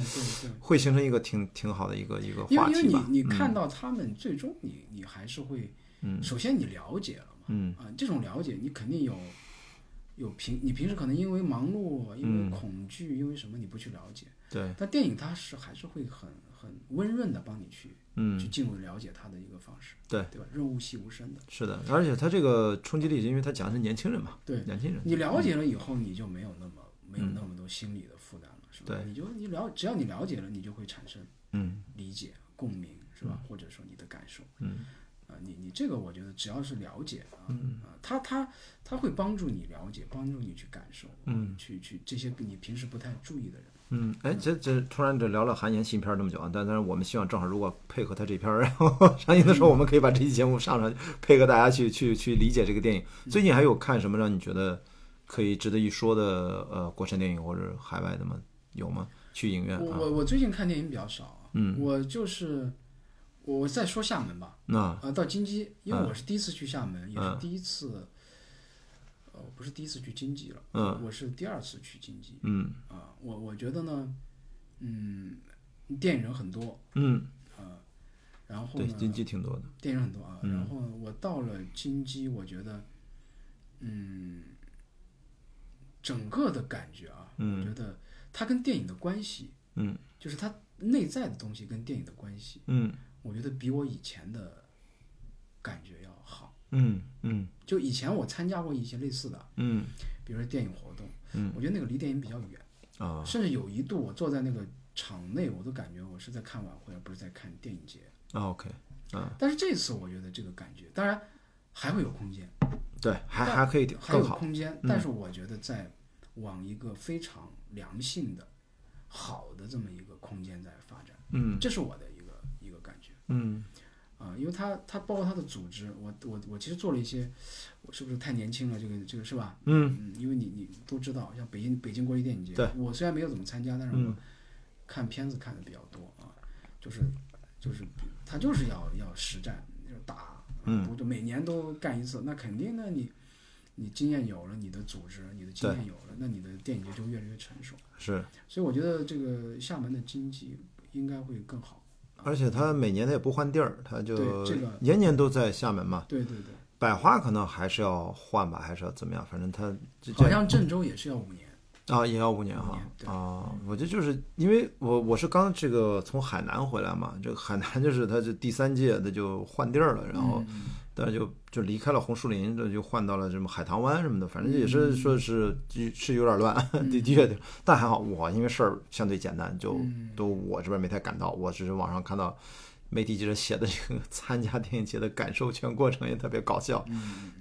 Speaker 1: 会形成一个挺挺好的一个一个
Speaker 2: 因
Speaker 1: 话
Speaker 2: 为因为
Speaker 1: 题吧。嗯
Speaker 2: 你你看到他们最终你你还是会，首先你了解了嘛，
Speaker 1: 嗯
Speaker 2: 啊，这种了解你肯定有有平你平时可能因为忙碌、因为恐惧、因为什么你不去了解，
Speaker 1: 嗯对，
Speaker 2: 但电影它是还是会很很温润的帮你去
Speaker 1: 嗯，
Speaker 2: 去进入了解它的一个方式，
Speaker 1: 对
Speaker 2: 对吧？润物细无声的，
Speaker 1: 是的，而且他这个冲击力，因为他讲的是年轻人嘛，
Speaker 2: 对
Speaker 1: 年轻人，
Speaker 2: 你了解了以后你就没有那么没有那么多心理的负担了，是吧？
Speaker 1: 嗯对
Speaker 2: 你就你了，只要你了解了，你就会产生
Speaker 1: 嗯
Speaker 2: 理解、共鸣，是吧？或者说你的感受，
Speaker 1: 嗯
Speaker 2: 啊、你你这个我觉得只要是了解啊，啊，它它它会帮助你了解，帮助你去感受，啊
Speaker 1: 嗯
Speaker 2: 去去这些你平时不太注意的人，
Speaker 1: 嗯，哎，这这突然这聊了韩延新片儿这么久啊，但但是我们希望正好如果配合他这片儿，然后上映的时
Speaker 2: 嗯
Speaker 1: 候，我们可以把这期节目上上去，配合大家去去去理解这个电影。最近还有看什么让你觉得可以值得一说的呃国产电影或者海外的吗？有吗？去影院
Speaker 2: 我
Speaker 1: 啊？嗯
Speaker 2: 我我最近看电影比较少啊，我就是我我再说厦门吧，
Speaker 1: 那
Speaker 2: 呃，到金鸡，因
Speaker 1: 嗯
Speaker 2: 为我是第一次去厦门，也是第一次，呃，我不是第一次去金鸡了，
Speaker 1: 嗯
Speaker 2: 我是第二次去金鸡
Speaker 1: 嗯
Speaker 2: 啊、我我觉得呢，嗯，电影人很多，啊
Speaker 1: 嗯，
Speaker 2: 然后
Speaker 1: 对，嗯
Speaker 2: 呢，
Speaker 1: 金鸡挺多的，
Speaker 2: 电影人很多啊，然后呢我到了金鸡，我觉得，嗯，整个的感觉啊，我觉得它跟电影的关系，
Speaker 1: 嗯，
Speaker 2: 就是它内在的东西跟电影的关系，
Speaker 1: 嗯
Speaker 2: 我觉得比我以前的感觉要好。
Speaker 1: 嗯嗯
Speaker 2: 就以前我参加过一些类似的，
Speaker 1: 嗯
Speaker 2: 比如说电影活动，我觉得那个离电影比较远，
Speaker 1: 啊
Speaker 2: 甚至有一度我坐在那个场内，我都感觉我是在看晚会，而不是在看电影节。
Speaker 1: 啊 OK，
Speaker 2: 但是这次我觉得这个感觉，当然还会有空间，
Speaker 1: 对，还还可以
Speaker 2: 还
Speaker 1: 更
Speaker 2: 有
Speaker 1: 好，嗯
Speaker 2: 空间，但是我觉得在往一个非常良性的、好的这么一个空间在发展，
Speaker 1: 嗯
Speaker 2: 这是我的一个一个感觉。
Speaker 1: 嗯
Speaker 2: 啊，因为它它包括它的组织，我我我其实做了一些，我是不是太年轻了？这个这个是吧？嗯因为你你都知道，像北京北京国际电影节
Speaker 1: 对，嗯
Speaker 2: 我虽然没有怎么参加，但是我看片子看的比较多啊，就是就是他就是要要实战，要打，啊
Speaker 1: 嗯
Speaker 2: 不就每年都干一次，那肯定呢你你经验有了，你的组织，你的经验有了，那你的电影节就越来越成熟，
Speaker 1: 是。
Speaker 2: 所以我觉得这个厦门的经济应该会更好。
Speaker 1: 而且他每年他也不换地儿，他就
Speaker 2: 对这个
Speaker 1: 年年都在厦门嘛。
Speaker 2: 对对对。
Speaker 1: 百花可能还是要换吧，还是要怎么样？反正他这
Speaker 2: 好
Speaker 1: 这嗯
Speaker 2: 像郑州也是要五年。
Speaker 1: 啊也要五年
Speaker 2: 五
Speaker 1: 哈
Speaker 2: 年对
Speaker 1: 啊！我这就是因为我我是刚这个从海南回来嘛，这个海南就是他这第三届他就换地儿了，然
Speaker 2: 嗯
Speaker 1: 后但是就就离开了红树林，这就换到了什么海棠湾什么的，反正也
Speaker 2: 嗯
Speaker 1: 是说是是有点乱， [laughs] 的确的，但还好我因为事儿相对简单，就
Speaker 2: 嗯
Speaker 1: 都我这边没太赶到，我只是网上看到。媒体记者写的这个参加电影节的感受，全过程也特别搞笑。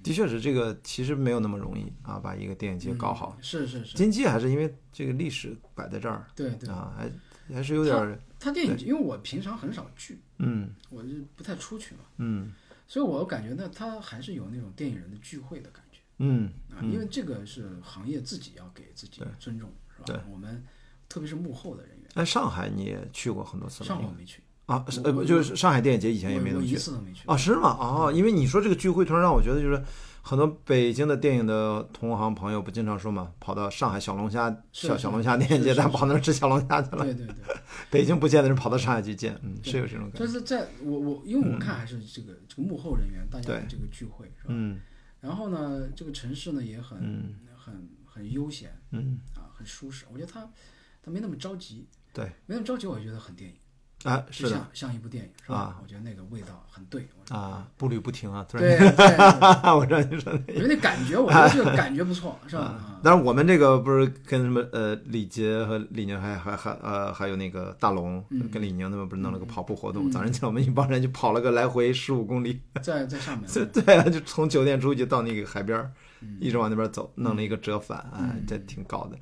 Speaker 1: 的确是这个，其实没有那么容易啊，把一个电影节搞好。
Speaker 2: 嗯嗯是是是，
Speaker 1: 经济还是因为这个历史摆在这儿
Speaker 2: 对对。
Speaker 1: 啊，还还是有点儿
Speaker 2: 他电影，因为我平常很少聚，
Speaker 1: 嗯
Speaker 2: 我就不太出去嘛，
Speaker 1: 嗯
Speaker 2: 所以我感觉呢，他还是有那种电影人的聚会的感觉
Speaker 1: 嗯
Speaker 2: 啊，因为这个是行业自己要给自己尊重，是吧？我们特别是幕后的人员，
Speaker 1: 哎，上海你也去过很多次
Speaker 2: 上
Speaker 1: 吗
Speaker 2: 海？我没去，
Speaker 1: 啊，
Speaker 2: 我
Speaker 1: 是呃，不就是上海电影节以前也没怎
Speaker 2: 我我
Speaker 1: 么
Speaker 2: 一
Speaker 1: 去
Speaker 2: 次都没去。
Speaker 1: 啊？是吗？ [laughs] 哦，因为你说这个聚会，突然让我觉得就是很多北京的电影的同行朋友不经常说嘛，跑到上海小龙虾
Speaker 2: 是
Speaker 1: 小
Speaker 2: 是
Speaker 1: 小龙虾电影节，
Speaker 2: 是是
Speaker 1: 他跑那儿吃小龙虾去了。
Speaker 2: 对对对，
Speaker 1: 北京不见得是跑到上海去见，嗯，是有这种感觉。
Speaker 2: 就是在我我因为我看还是这个这个幕后人员大家的
Speaker 1: 嗯对
Speaker 2: 这个聚会是吧？
Speaker 1: 嗯
Speaker 2: 然后呢，这个城市呢也很很很悠闲，
Speaker 1: 嗯，
Speaker 2: 啊，很舒适。我觉得他他没那么着急，
Speaker 1: 对，
Speaker 2: 没那么着急，我也觉得很电影，
Speaker 1: 啊，
Speaker 2: 就是
Speaker 1: 的
Speaker 2: 像像一部电影，是吧？
Speaker 1: 啊
Speaker 2: 我觉得那个味道很对，
Speaker 1: [laughs]
Speaker 2: 我说
Speaker 1: 啊，步履不停啊，突然
Speaker 2: 对，
Speaker 1: [laughs]
Speaker 2: 对
Speaker 1: 我让你说那
Speaker 2: 我觉得那感觉，我觉得这个感觉不错，
Speaker 1: [laughs]
Speaker 2: 是吧？啊，
Speaker 1: 当然，我们这个不是跟什么呃李杰和李宁还还还呃还有那个大龙跟李宁他们不是弄了个跑步活动？早上起来我们一帮人就跑了个来回十五公里，
Speaker 2: 在在厦门，
Speaker 1: 对 [laughs] 对啊，就从酒店出去到那个海边儿，
Speaker 2: 嗯
Speaker 1: 一直往那边走，弄了一个折返，哎，这挺高的。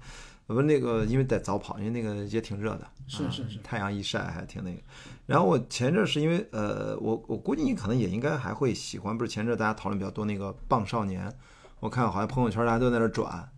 Speaker 1: 我们那个因为得早跑，因为那个也挺热的，
Speaker 2: 是
Speaker 1: 啊
Speaker 2: 是是
Speaker 1: 太阳一晒还挺那个。然后我前阵儿是因为呃，我我估计你可能也应该还会喜欢，不是前阵儿大家讨论比较多那个《棒少年》，我看好像朋友圈大家都在那儿转，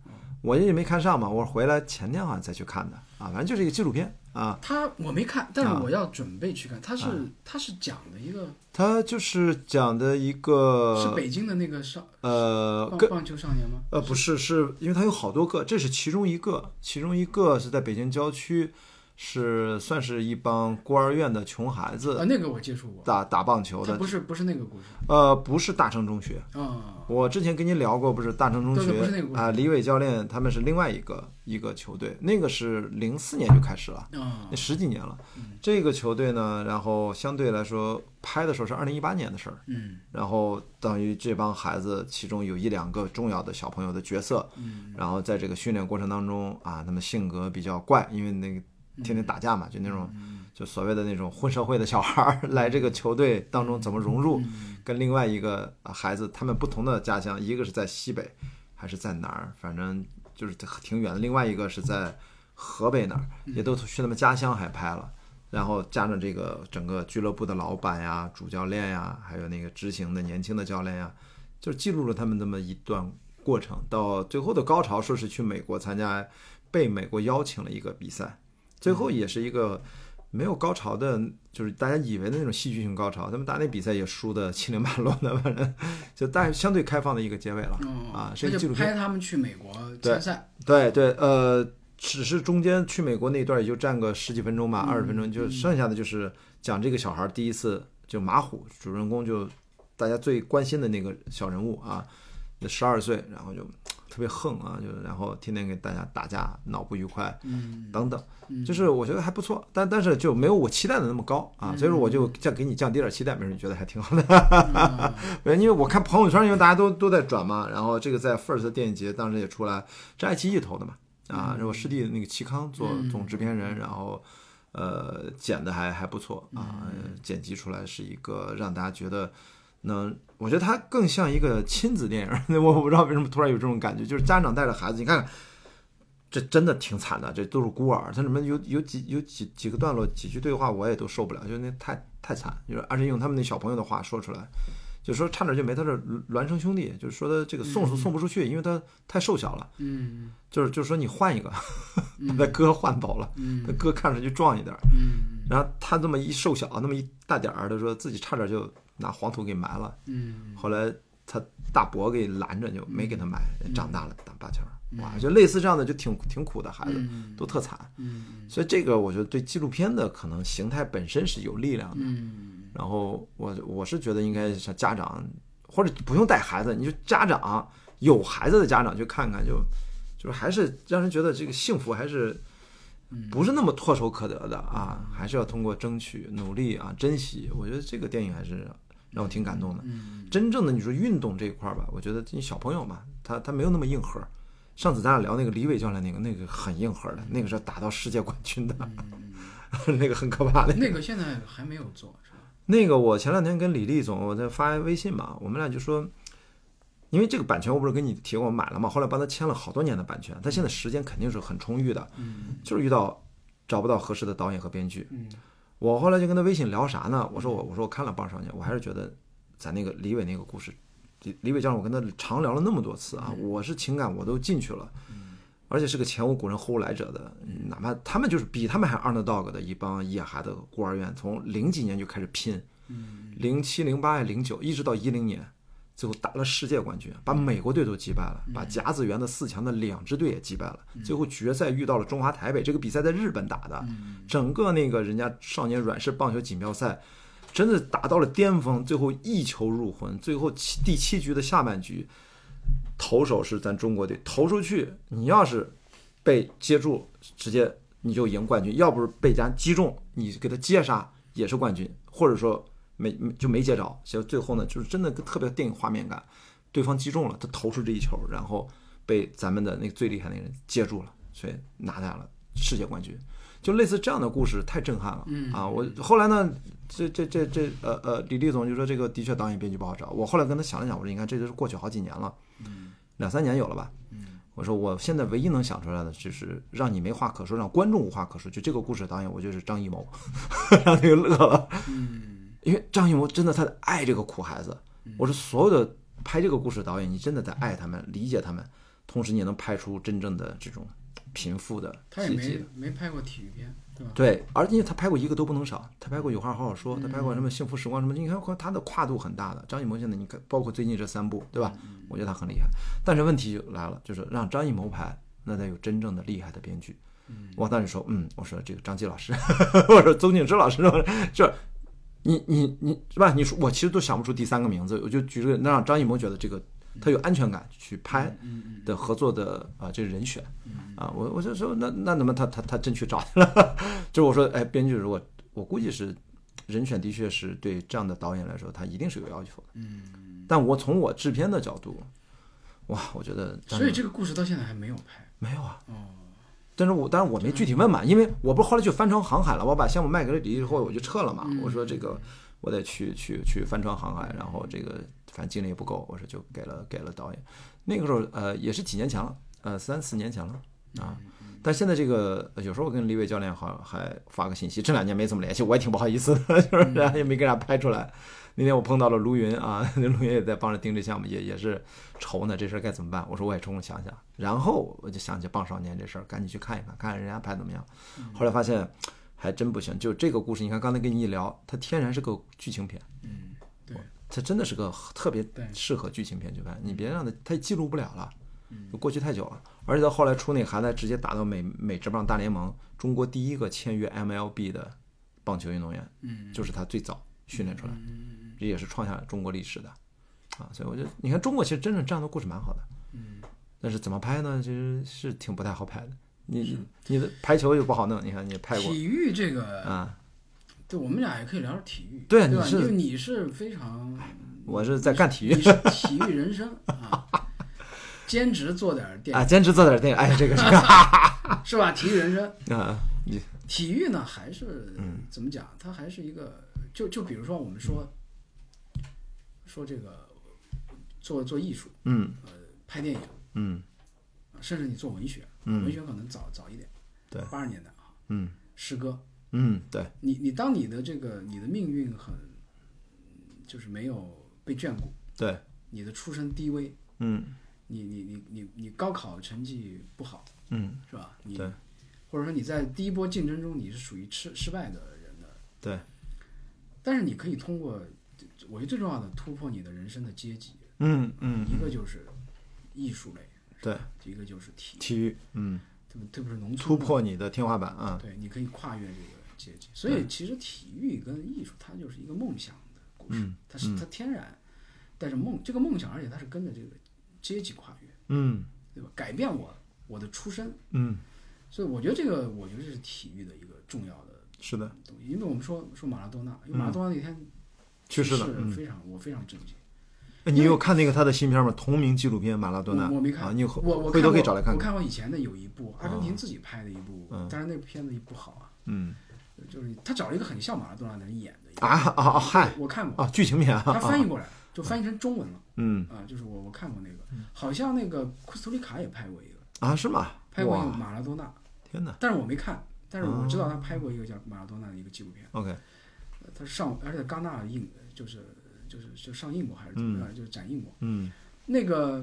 Speaker 1: 我也没看上嘛，我回来前天好像才去看的啊，反正就是一个纪录片啊，
Speaker 2: 他我没看，但是我要准备去看。他是他是讲的一个
Speaker 1: 它就是讲的一
Speaker 2: 是
Speaker 1: 个
Speaker 2: 北京的那个少
Speaker 1: 呃
Speaker 2: 棒
Speaker 1: 跟
Speaker 2: 棒球少年吗？
Speaker 1: 呃，不是，是因为它有好多个，这是其中一个，其中一个是在北京郊区，是算是一帮孤儿院的穷孩子
Speaker 2: 啊，那个我接触过，
Speaker 1: 打打棒球
Speaker 2: 它
Speaker 1: 的，
Speaker 2: 不是不是那个故事
Speaker 1: 呃，不是大成中学。
Speaker 2: 啊，
Speaker 1: 我之前跟您聊过，不是大成中
Speaker 2: 对对
Speaker 1: 学
Speaker 2: 不是那个故事
Speaker 1: 啊、李伟教练他们是另外一个一个球队，那个是零四年就开始了，
Speaker 2: 啊
Speaker 1: 那十几年了。
Speaker 2: 嗯
Speaker 1: 这个球队呢，然后相对来说拍的时候是二零一八年的事儿，
Speaker 2: 嗯
Speaker 1: 然后等于这帮孩子其中有一两个重要的小朋友的角色，
Speaker 2: 嗯
Speaker 1: 然后在这个训练过程当中啊，他们性格比较怪，因为那个天天打架嘛，就那种就所谓的那种混社会的小孩儿 [laughs] 来这个球队当中怎么融入，跟另外一个啊孩子他们不同的家乡，一个是在西北还是在哪儿，反正就是挺远的，另外一个是在河北那儿，也都去他们家乡还拍了。然后加上这个整个俱乐部的老板呀、主教练呀，还有那个执行的年轻的教练呀，就是记录了他们这么一段过程。到最后的高潮，说是去美国参加，被美国邀请了一个比赛，最后也是一个没有高潮的，就是大家以为的那种戏剧性高潮。他们打那比赛也输的 [laughs] 七零八落的，反正就大相对开放的一个结尾了
Speaker 2: 嗯
Speaker 1: 啊，是
Speaker 2: 他
Speaker 1: 一个纪
Speaker 2: 就
Speaker 1: 录片。
Speaker 2: 拍他们去美国参赛，
Speaker 1: 对对，呃，只是中间去美国那段也就占个十几分钟吧，二十、分钟，就剩下的就是讲这个小孩第一次就马虎，主人公就大家最关心的那个小人物啊，十二岁，然后就特别横啊，就然后天天给大家打架，闹不愉快
Speaker 2: 嗯
Speaker 1: 等等，
Speaker 2: 嗯，
Speaker 1: 就是我觉得还不错，但但是就没有我期待的那么高啊，
Speaker 2: 嗯
Speaker 1: 所以说我就降给你降低点期待，没准你觉得还挺好的。 [laughs]
Speaker 2: 啊
Speaker 1: 对，因为我看朋友圈，因为大家都都在转嘛，然后这个在 First 电影节当时也出来，这爱奇艺投的嘛，啊，
Speaker 2: 嗯
Speaker 1: 然后我师弟那个齐康做总制片人，然后呃剪的还还不错啊，
Speaker 2: 嗯
Speaker 1: 剪辑出来是一个让大家觉得能，我觉得它更像一个亲子电影， [laughs] 我不知道为什么突然有这种感觉，就是家长带着孩子，你看看。这真的挺惨的，这都是孤儿。它里面有有几有几几个段落，几句对话我也都受不了，就是那太太惨，就是而且用他们那小朋友的话说出来，就说差点就没他这孪生兄弟，就是说他这个送是送不出去，因为他太瘦小了，
Speaker 2: 嗯
Speaker 1: 就是就是说你换一个， [laughs] 把他哥换走了，
Speaker 2: 嗯
Speaker 1: 他哥看上去壮一点儿，
Speaker 2: 嗯
Speaker 1: 然后他这么一瘦小，那么一大点儿，他说自己差点就拿黄土给埋了，
Speaker 2: 嗯
Speaker 1: 后来他大伯给拦着，就没给他埋，
Speaker 2: 嗯
Speaker 1: 长大了打八圈儿，哇，就类似这样的就挺挺苦的孩子，
Speaker 2: 嗯
Speaker 1: 都特惨，
Speaker 2: 嗯
Speaker 1: 所以这个我觉得对纪录片的可能形态本身是有力量的。
Speaker 2: 嗯
Speaker 1: 然后我我是觉得应该像家长，或者不用带孩子，你就家长有孩子的家长去看看，就就是还是让人觉得这个幸福还是
Speaker 2: 嗯
Speaker 1: 不是那么唾手可得的啊，还是要通过争取、努力啊、珍惜。我觉得这个电影还是让我挺感动的。
Speaker 2: 嗯
Speaker 1: 真正的你说运动这一块儿吧，我觉得你小朋友嘛，他他没有那么硬核。上次咱俩聊那个李伟教练那个，那个很硬核的，那个是打到世界冠军的，[laughs]
Speaker 2: 嗯
Speaker 1: 那个很可怕的。
Speaker 2: 那个现在还没有做是吧？
Speaker 1: 那个我前两天跟李立总我在发微信嘛，我们俩就说，因为这个版权我不是跟你提过我买了嘛，后来帮他签了好多年的版权，他现在时间肯定是很充裕的，
Speaker 2: 嗯
Speaker 1: 就是遇到找不到合适的导演和编剧。
Speaker 2: 嗯
Speaker 1: 我后来就跟他微信聊啥呢？我说我我说我看了《棒少年》，我还是觉得咱那个李伟那个故事，李李伟教授，我跟他长聊了那么多次啊，
Speaker 2: 嗯
Speaker 1: 我是情感我都进去了。而且是个前无古人后无来者的，嗯哪怕他们就是比他们还 underdog 的一帮野孩的孤儿院，从零几年就开始拼，零七、零八、零九，一直到一零年，最后打了世界冠军，把美国队都击败了，把甲子园的四强的两支队也击败了，最后决赛遇到了中华台北，这个比赛在日本打的，整个那个人家少年软式棒球锦标赛。真的打到了巅峰，最后一球入魂，最后七第七局的下半局，投手是咱中国队投出去，你要是被接住，直接你就赢冠军；要不是被咱击中，你给他接杀也是冠军，或者说没没就没接着。所以最后呢，就是真的特别电影画面感，对方击中了，他投出这一球，然后被咱们的那个最厉害那个人接住了，所以拿下了世界冠军。就类似这样的故事太震撼了、
Speaker 2: 嗯
Speaker 1: 啊！我后来呢，这这这这呃呃，李立总就说这个的确导演编剧不好找。我后来跟他想了想，我说你看这就是过去好几年了，
Speaker 2: 嗯
Speaker 1: 两三年有了吧。我说我现在唯一能想出来的就是让你没话可说，让观众无话可说。就这个故事的导演，我觉得是张艺谋， [laughs] 让他给乐了。嗯，因为张艺谋真的他爱这个苦孩子。
Speaker 2: 嗯
Speaker 1: 我说所有的拍这个故事的导演，你真的在爱他们，理解他们，同时你也能拍出真正的这种贫富的
Speaker 2: 他也
Speaker 1: 阶级
Speaker 2: 没。没拍过体育片对吧？
Speaker 1: 对，而且他拍过一个都不能少，他拍过有话好好说，他拍过什么幸福时光什么，你看他的跨度很大的。张艺谋现在你看，包括最近这三部，对吧？我觉得他很厉害，但是问题就来了，就是让张艺谋拍，那得有真正的厉害的编剧，王大宇说，嗯，我说这个张继老师， [laughs] 我说邹景之老师， [laughs] 我说这。你你你是吧？你说我其实都想不出第三个名字，我就举这个，那让张艺谋觉得这个他有安全感去拍的合作的啊、这人选啊，我我就说那那那么他他他真去找去了， [laughs] 就是我说哎，编剧如果我估计是人选的确是对这样的导演来说，他一定是有要求的，嗯，但我从我制片的角度，哇，我觉得张艺
Speaker 2: 所以这个故事到现在还没有拍。
Speaker 1: 没有啊。但是我但是我没具体问嘛，因为我不是后来去帆船航海了，我把项目卖给了李毅之后，我就撤了嘛。我说这个我得去去去帆船航海，然后这个反正精力也不够，我说就给了给了导演。那个时候呃也是几年前了，呃三四年前了啊。但现在这个呃有时候我跟李伟教练好还发个信息，这两年没怎么联系，我也挺不好意思的，就是 [laughs] 然后也没给人家拍出来。那天我碰到了卢云啊， [laughs] 那卢云也在帮着盯这项目，也也是愁呢，这事儿该怎么办？我说我也冲着想想，然后我就想起《棒少年》这事儿，赶紧去看一看，看看人家拍怎么样。后来发现还真不行，就这个故事，你看刚才跟你一聊，它天然是个剧情片，
Speaker 2: 嗯，对，
Speaker 1: 它真的是个特别适合剧情片去拍，你别让它它也记录不了了。
Speaker 2: 嗯
Speaker 1: 过去太久了，而且到后来出那个孩子直接打到美美职棒大联盟，中国第一个签约 MLB 的棒球运动员，
Speaker 2: 嗯，
Speaker 1: 就是他最早训练出来的，这也是创下中国历史的啊。所以我觉得，你看中国其实真正这样的故事蛮好的，
Speaker 2: 嗯，
Speaker 1: 但是怎么拍呢？其实是挺不太好拍的。你你的排球就不好弄，你看你拍过
Speaker 2: 体育这个，
Speaker 1: 啊，
Speaker 2: 对，我们俩也可以聊聊体育，
Speaker 1: 对
Speaker 2: 对吧？
Speaker 1: 你是
Speaker 2: 因为你是非常，
Speaker 1: 我是在干体
Speaker 2: 你
Speaker 1: 育
Speaker 2: 是体育人生啊， [laughs] 兼职做点儿电
Speaker 1: 啊，兼职做点电影，哎，这个是
Speaker 2: 影是吧？体育人生， [laughs]
Speaker 1: 啊，你
Speaker 2: 体育呢还是
Speaker 1: 嗯
Speaker 2: 怎么讲？它还是一个，就就比如说我们说
Speaker 1: 嗯
Speaker 2: 说这个做做艺术，呃
Speaker 1: 嗯
Speaker 2: 拍电影，
Speaker 1: 嗯
Speaker 2: 甚至你做文学，文学可能早早一点，
Speaker 1: 对
Speaker 2: 八十年代啊，
Speaker 1: 嗯
Speaker 2: 诗歌，
Speaker 1: 嗯，对，
Speaker 2: 你你当你的这个你的命运很就是没有被眷顾，
Speaker 1: 对，
Speaker 2: 你的出身低微，
Speaker 1: 嗯
Speaker 2: 你你你你你高考成绩不好，
Speaker 1: 嗯，
Speaker 2: 是吧？你
Speaker 1: 对
Speaker 2: 或者说你在第一波竞争中你是属于失失败的人的，
Speaker 1: 对，
Speaker 2: 但是你可以通过，我觉得最重要的突破你的人生的阶级，
Speaker 1: 嗯嗯，
Speaker 2: 一个就是艺术类，
Speaker 1: 对，
Speaker 2: 一个就是体，
Speaker 1: 体育，嗯，
Speaker 2: 对不对？不是农
Speaker 1: 突
Speaker 2: 村嘛，
Speaker 1: 破你的天花板啊，
Speaker 2: 对，你可以跨越这个阶级。所以其实体育跟艺术它就是一个梦想的故
Speaker 1: 嗯
Speaker 2: 事，它是它天然带着梦，这个梦想，而且它是跟着这个阶级跨越，
Speaker 1: 嗯
Speaker 2: 对吧？改变我我的出身，
Speaker 1: 嗯，
Speaker 2: 所以我觉得这个我觉得这是体育的一个重要的
Speaker 1: 是的，
Speaker 2: 东西。因为我们说说马拉多纳，因为马拉多纳那天
Speaker 1: 嗯去世
Speaker 2: 世
Speaker 1: 了，嗯。
Speaker 2: 非常、我非常震惊。
Speaker 1: 哎你有看那个他的新片吗？同名纪录片《马拉多纳》
Speaker 2: 我我没看，
Speaker 1: 啊，你有
Speaker 2: 我我
Speaker 1: 回头
Speaker 2: 看
Speaker 1: 可以
Speaker 2: 过
Speaker 1: 找来看
Speaker 2: 我
Speaker 1: 看。哦
Speaker 2: 看过以前的有一部阿根廷自己拍的一部，但是那片子也不好啊，
Speaker 1: 嗯
Speaker 2: 就是他找了一个很像马拉多纳的人演的一个，
Speaker 1: 啊啊啊！嗨
Speaker 2: 我看过，
Speaker 1: 啊，剧情片啊
Speaker 2: 他翻
Speaker 1: 啊，
Speaker 2: 译
Speaker 1: [laughs]
Speaker 2: 过来就翻译成中文了
Speaker 1: 嗯
Speaker 2: 啊，就是我我看过那个，好像那个库斯图里卡也拍过一个，
Speaker 1: 啊是吗？
Speaker 2: 拍过一个
Speaker 1: 哇，
Speaker 2: 马拉多纳，
Speaker 1: 天哪
Speaker 2: 但是我没看，但是我知道他拍过一个叫马拉多纳的一个纪录片。
Speaker 1: ！OK，
Speaker 2: 呃他上而且戛纳映就是就是就上映过还是怎么样，就是展映过。
Speaker 1: 嗯，
Speaker 2: 那个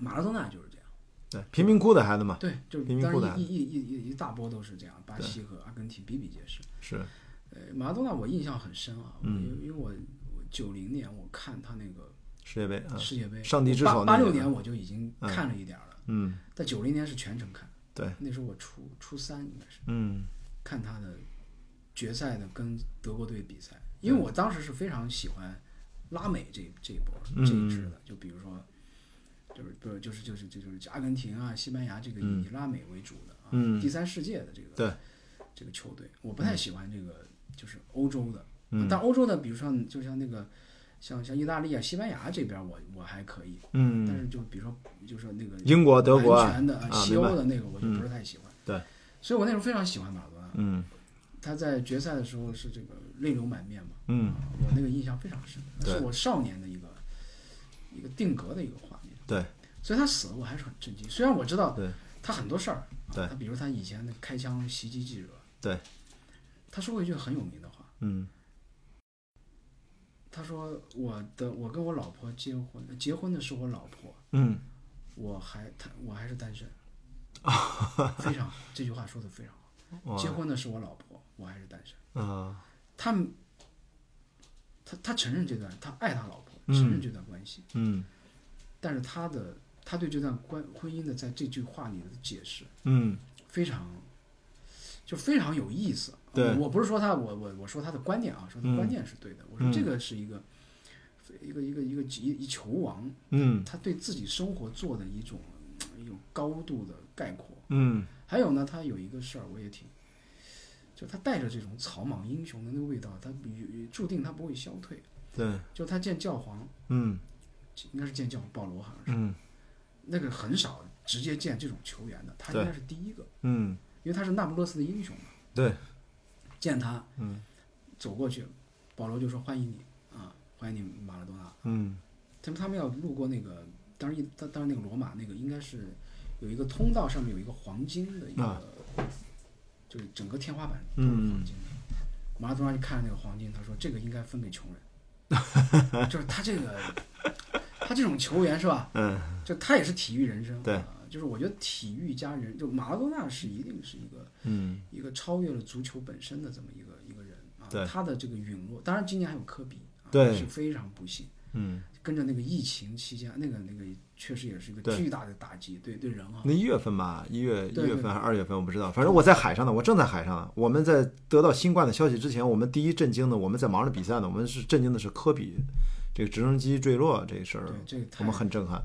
Speaker 2: 马拉多纳就是这样，
Speaker 1: 对，贫民窟的孩子嘛，
Speaker 2: 对，就
Speaker 1: 贫
Speaker 2: 是
Speaker 1: 啊民窟
Speaker 2: 当
Speaker 1: 的
Speaker 2: 然一一一一一大波都是这样，巴西和阿根廷比比皆是。
Speaker 1: 是，
Speaker 2: 呃，马拉多纳我印象很深啊，我
Speaker 1: 嗯
Speaker 2: 因为因为我我九零年我看他那个
Speaker 1: 世界杯啊，
Speaker 2: 世界杯，
Speaker 1: 上帝之手
Speaker 2: 八
Speaker 1: 那
Speaker 2: 六
Speaker 1: 个
Speaker 2: 年我就已经看了一点儿了，
Speaker 1: 嗯，
Speaker 2: 但九零年是全程看，
Speaker 1: 对，
Speaker 2: 那时候我初初三应该是。
Speaker 1: 嗯
Speaker 2: 看他的决赛的跟德国队比赛，因为我当时是非常喜欢拉美这这一波
Speaker 1: 嗯
Speaker 2: 这一支的，就比如说，就是不是就是就是就是就是阿根廷啊、西班牙这个以以拉美为主的啊，
Speaker 1: 嗯
Speaker 2: 第三世界的这个
Speaker 1: 对嗯
Speaker 2: 这个球队，我不太喜欢这个就是欧洲的，但欧洲的比如说就像那个像像意大利啊、西班牙这边我我还可以，但
Speaker 1: 嗯，
Speaker 2: 是就比如说就是说那个
Speaker 1: 英国、德国
Speaker 2: 南
Speaker 1: 啊
Speaker 2: 权的呃
Speaker 1: 啊，
Speaker 2: 西
Speaker 1: 明
Speaker 2: 欧
Speaker 1: 白，
Speaker 2: 的那个我就不是太喜欢，
Speaker 1: 对，
Speaker 2: 所以我那时候非常喜欢马拉多纳。
Speaker 1: 嗯
Speaker 2: 他在决赛的时候是这个泪流满面嘛，啊
Speaker 1: 嗯，
Speaker 2: 我那个印象非常深，
Speaker 1: 对
Speaker 2: 是我少年的一个一个定格的一个画面。
Speaker 1: 对，
Speaker 2: 所以他死了，我还是很震惊。虽然我知道
Speaker 1: 对
Speaker 2: 他很多事儿，啊
Speaker 1: 对
Speaker 2: 他比如他以前的开枪袭击记者，
Speaker 1: 对，
Speaker 2: 他说过一句很有名的话，
Speaker 1: 嗯
Speaker 2: 他说：“我的我跟我老婆结婚，结婚的是我老婆，
Speaker 1: 嗯，
Speaker 2: 我还他我还是单
Speaker 1: [laughs]
Speaker 2: 身。”非常好，这句话说的非常好。
Speaker 1: 哇
Speaker 2: 结婚的是我老婆，我还是单身。
Speaker 1: 啊，
Speaker 2: 他们他他承认这段，他爱他老婆，承认这段关系，
Speaker 1: 嗯
Speaker 2: 但是他的他对这段关婚姻的在这句话里的解释
Speaker 1: 嗯
Speaker 2: 非常就非常有意思。
Speaker 1: 对嗯
Speaker 2: 呃我不是说他，我我我说他的观念啊，说他的观念是对的。我说这个是一个一个一个一个一一球王，
Speaker 1: 嗯
Speaker 2: 他对自己生活做的一种呃一种高度的概括。
Speaker 1: 嗯
Speaker 2: 还有呢，他有一个事儿我也挺，就他带着这种草莽英雄的那个味道，他与注定他不会消退。
Speaker 1: 对，
Speaker 2: 就他见教皇，
Speaker 1: 嗯
Speaker 2: 应该是见教皇保罗好像是，
Speaker 1: 嗯
Speaker 2: 那个很少直接见这种球员的，他应该是第一个，
Speaker 1: 嗯
Speaker 2: 因为他是那不勒斯的英雄嘛。
Speaker 1: 对，
Speaker 2: 见他，
Speaker 1: 嗯，
Speaker 2: 走过去，保罗就说欢迎你啊，欢迎你马拉多纳。
Speaker 1: 嗯
Speaker 2: 他们他们要路过那个，当然一当当然那个罗马那个应该是有一个通道，上面有一个黄金的一个，
Speaker 1: 啊嗯
Speaker 2: 就是整个天花板都是黄金的。马拉多纳就看着那个黄金，他说这个应该分给穷
Speaker 1: [laughs]
Speaker 2: 人，就是他这个他这种球员是吧？
Speaker 1: 嗯，
Speaker 2: 就他也是体育人生，
Speaker 1: 对
Speaker 2: 啊就是我觉得体育加人，就马拉多纳是一定是一个
Speaker 1: 嗯
Speaker 2: 一个超越了足球本身的这么一个一个人
Speaker 1: 对
Speaker 2: 啊，他的这个陨落，当然今年还有科比，啊、
Speaker 1: 对
Speaker 2: 是非常不幸。
Speaker 1: 嗯，
Speaker 2: 跟着那个疫情期间，那个那个确实也是一个
Speaker 1: 对
Speaker 2: 巨大的打击，对对人啊，
Speaker 1: 那一月份吧，一月一
Speaker 2: 对对
Speaker 1: 月份还是二月份，我不知道，反正我在海上呢，我正在海上呢。我们在得到新冠的消息之前，我们第一震惊的，我们在忙着比赛呢，我们是震惊的是科比这个直升机坠落这事儿
Speaker 2: 对，这个太
Speaker 1: 我们很震撼。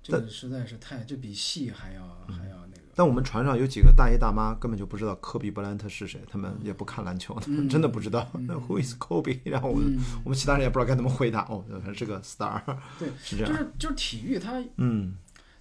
Speaker 2: 这个实在是太，这比戏还要
Speaker 1: 嗯
Speaker 2: 还要那个，
Speaker 1: 但我们船上有几个大爷大妈根本就不知道科比布莱恩特是谁，他们也不看篮球，他
Speaker 2: 嗯
Speaker 1: 们真的不知道、Who [laughs] is Kobe。然后我们、我们其他人也不知道该怎么回答。哦，原来是个 star，
Speaker 2: 对，
Speaker 1: 是这
Speaker 2: 就
Speaker 1: 样。
Speaker 2: 是就是体育它
Speaker 1: 嗯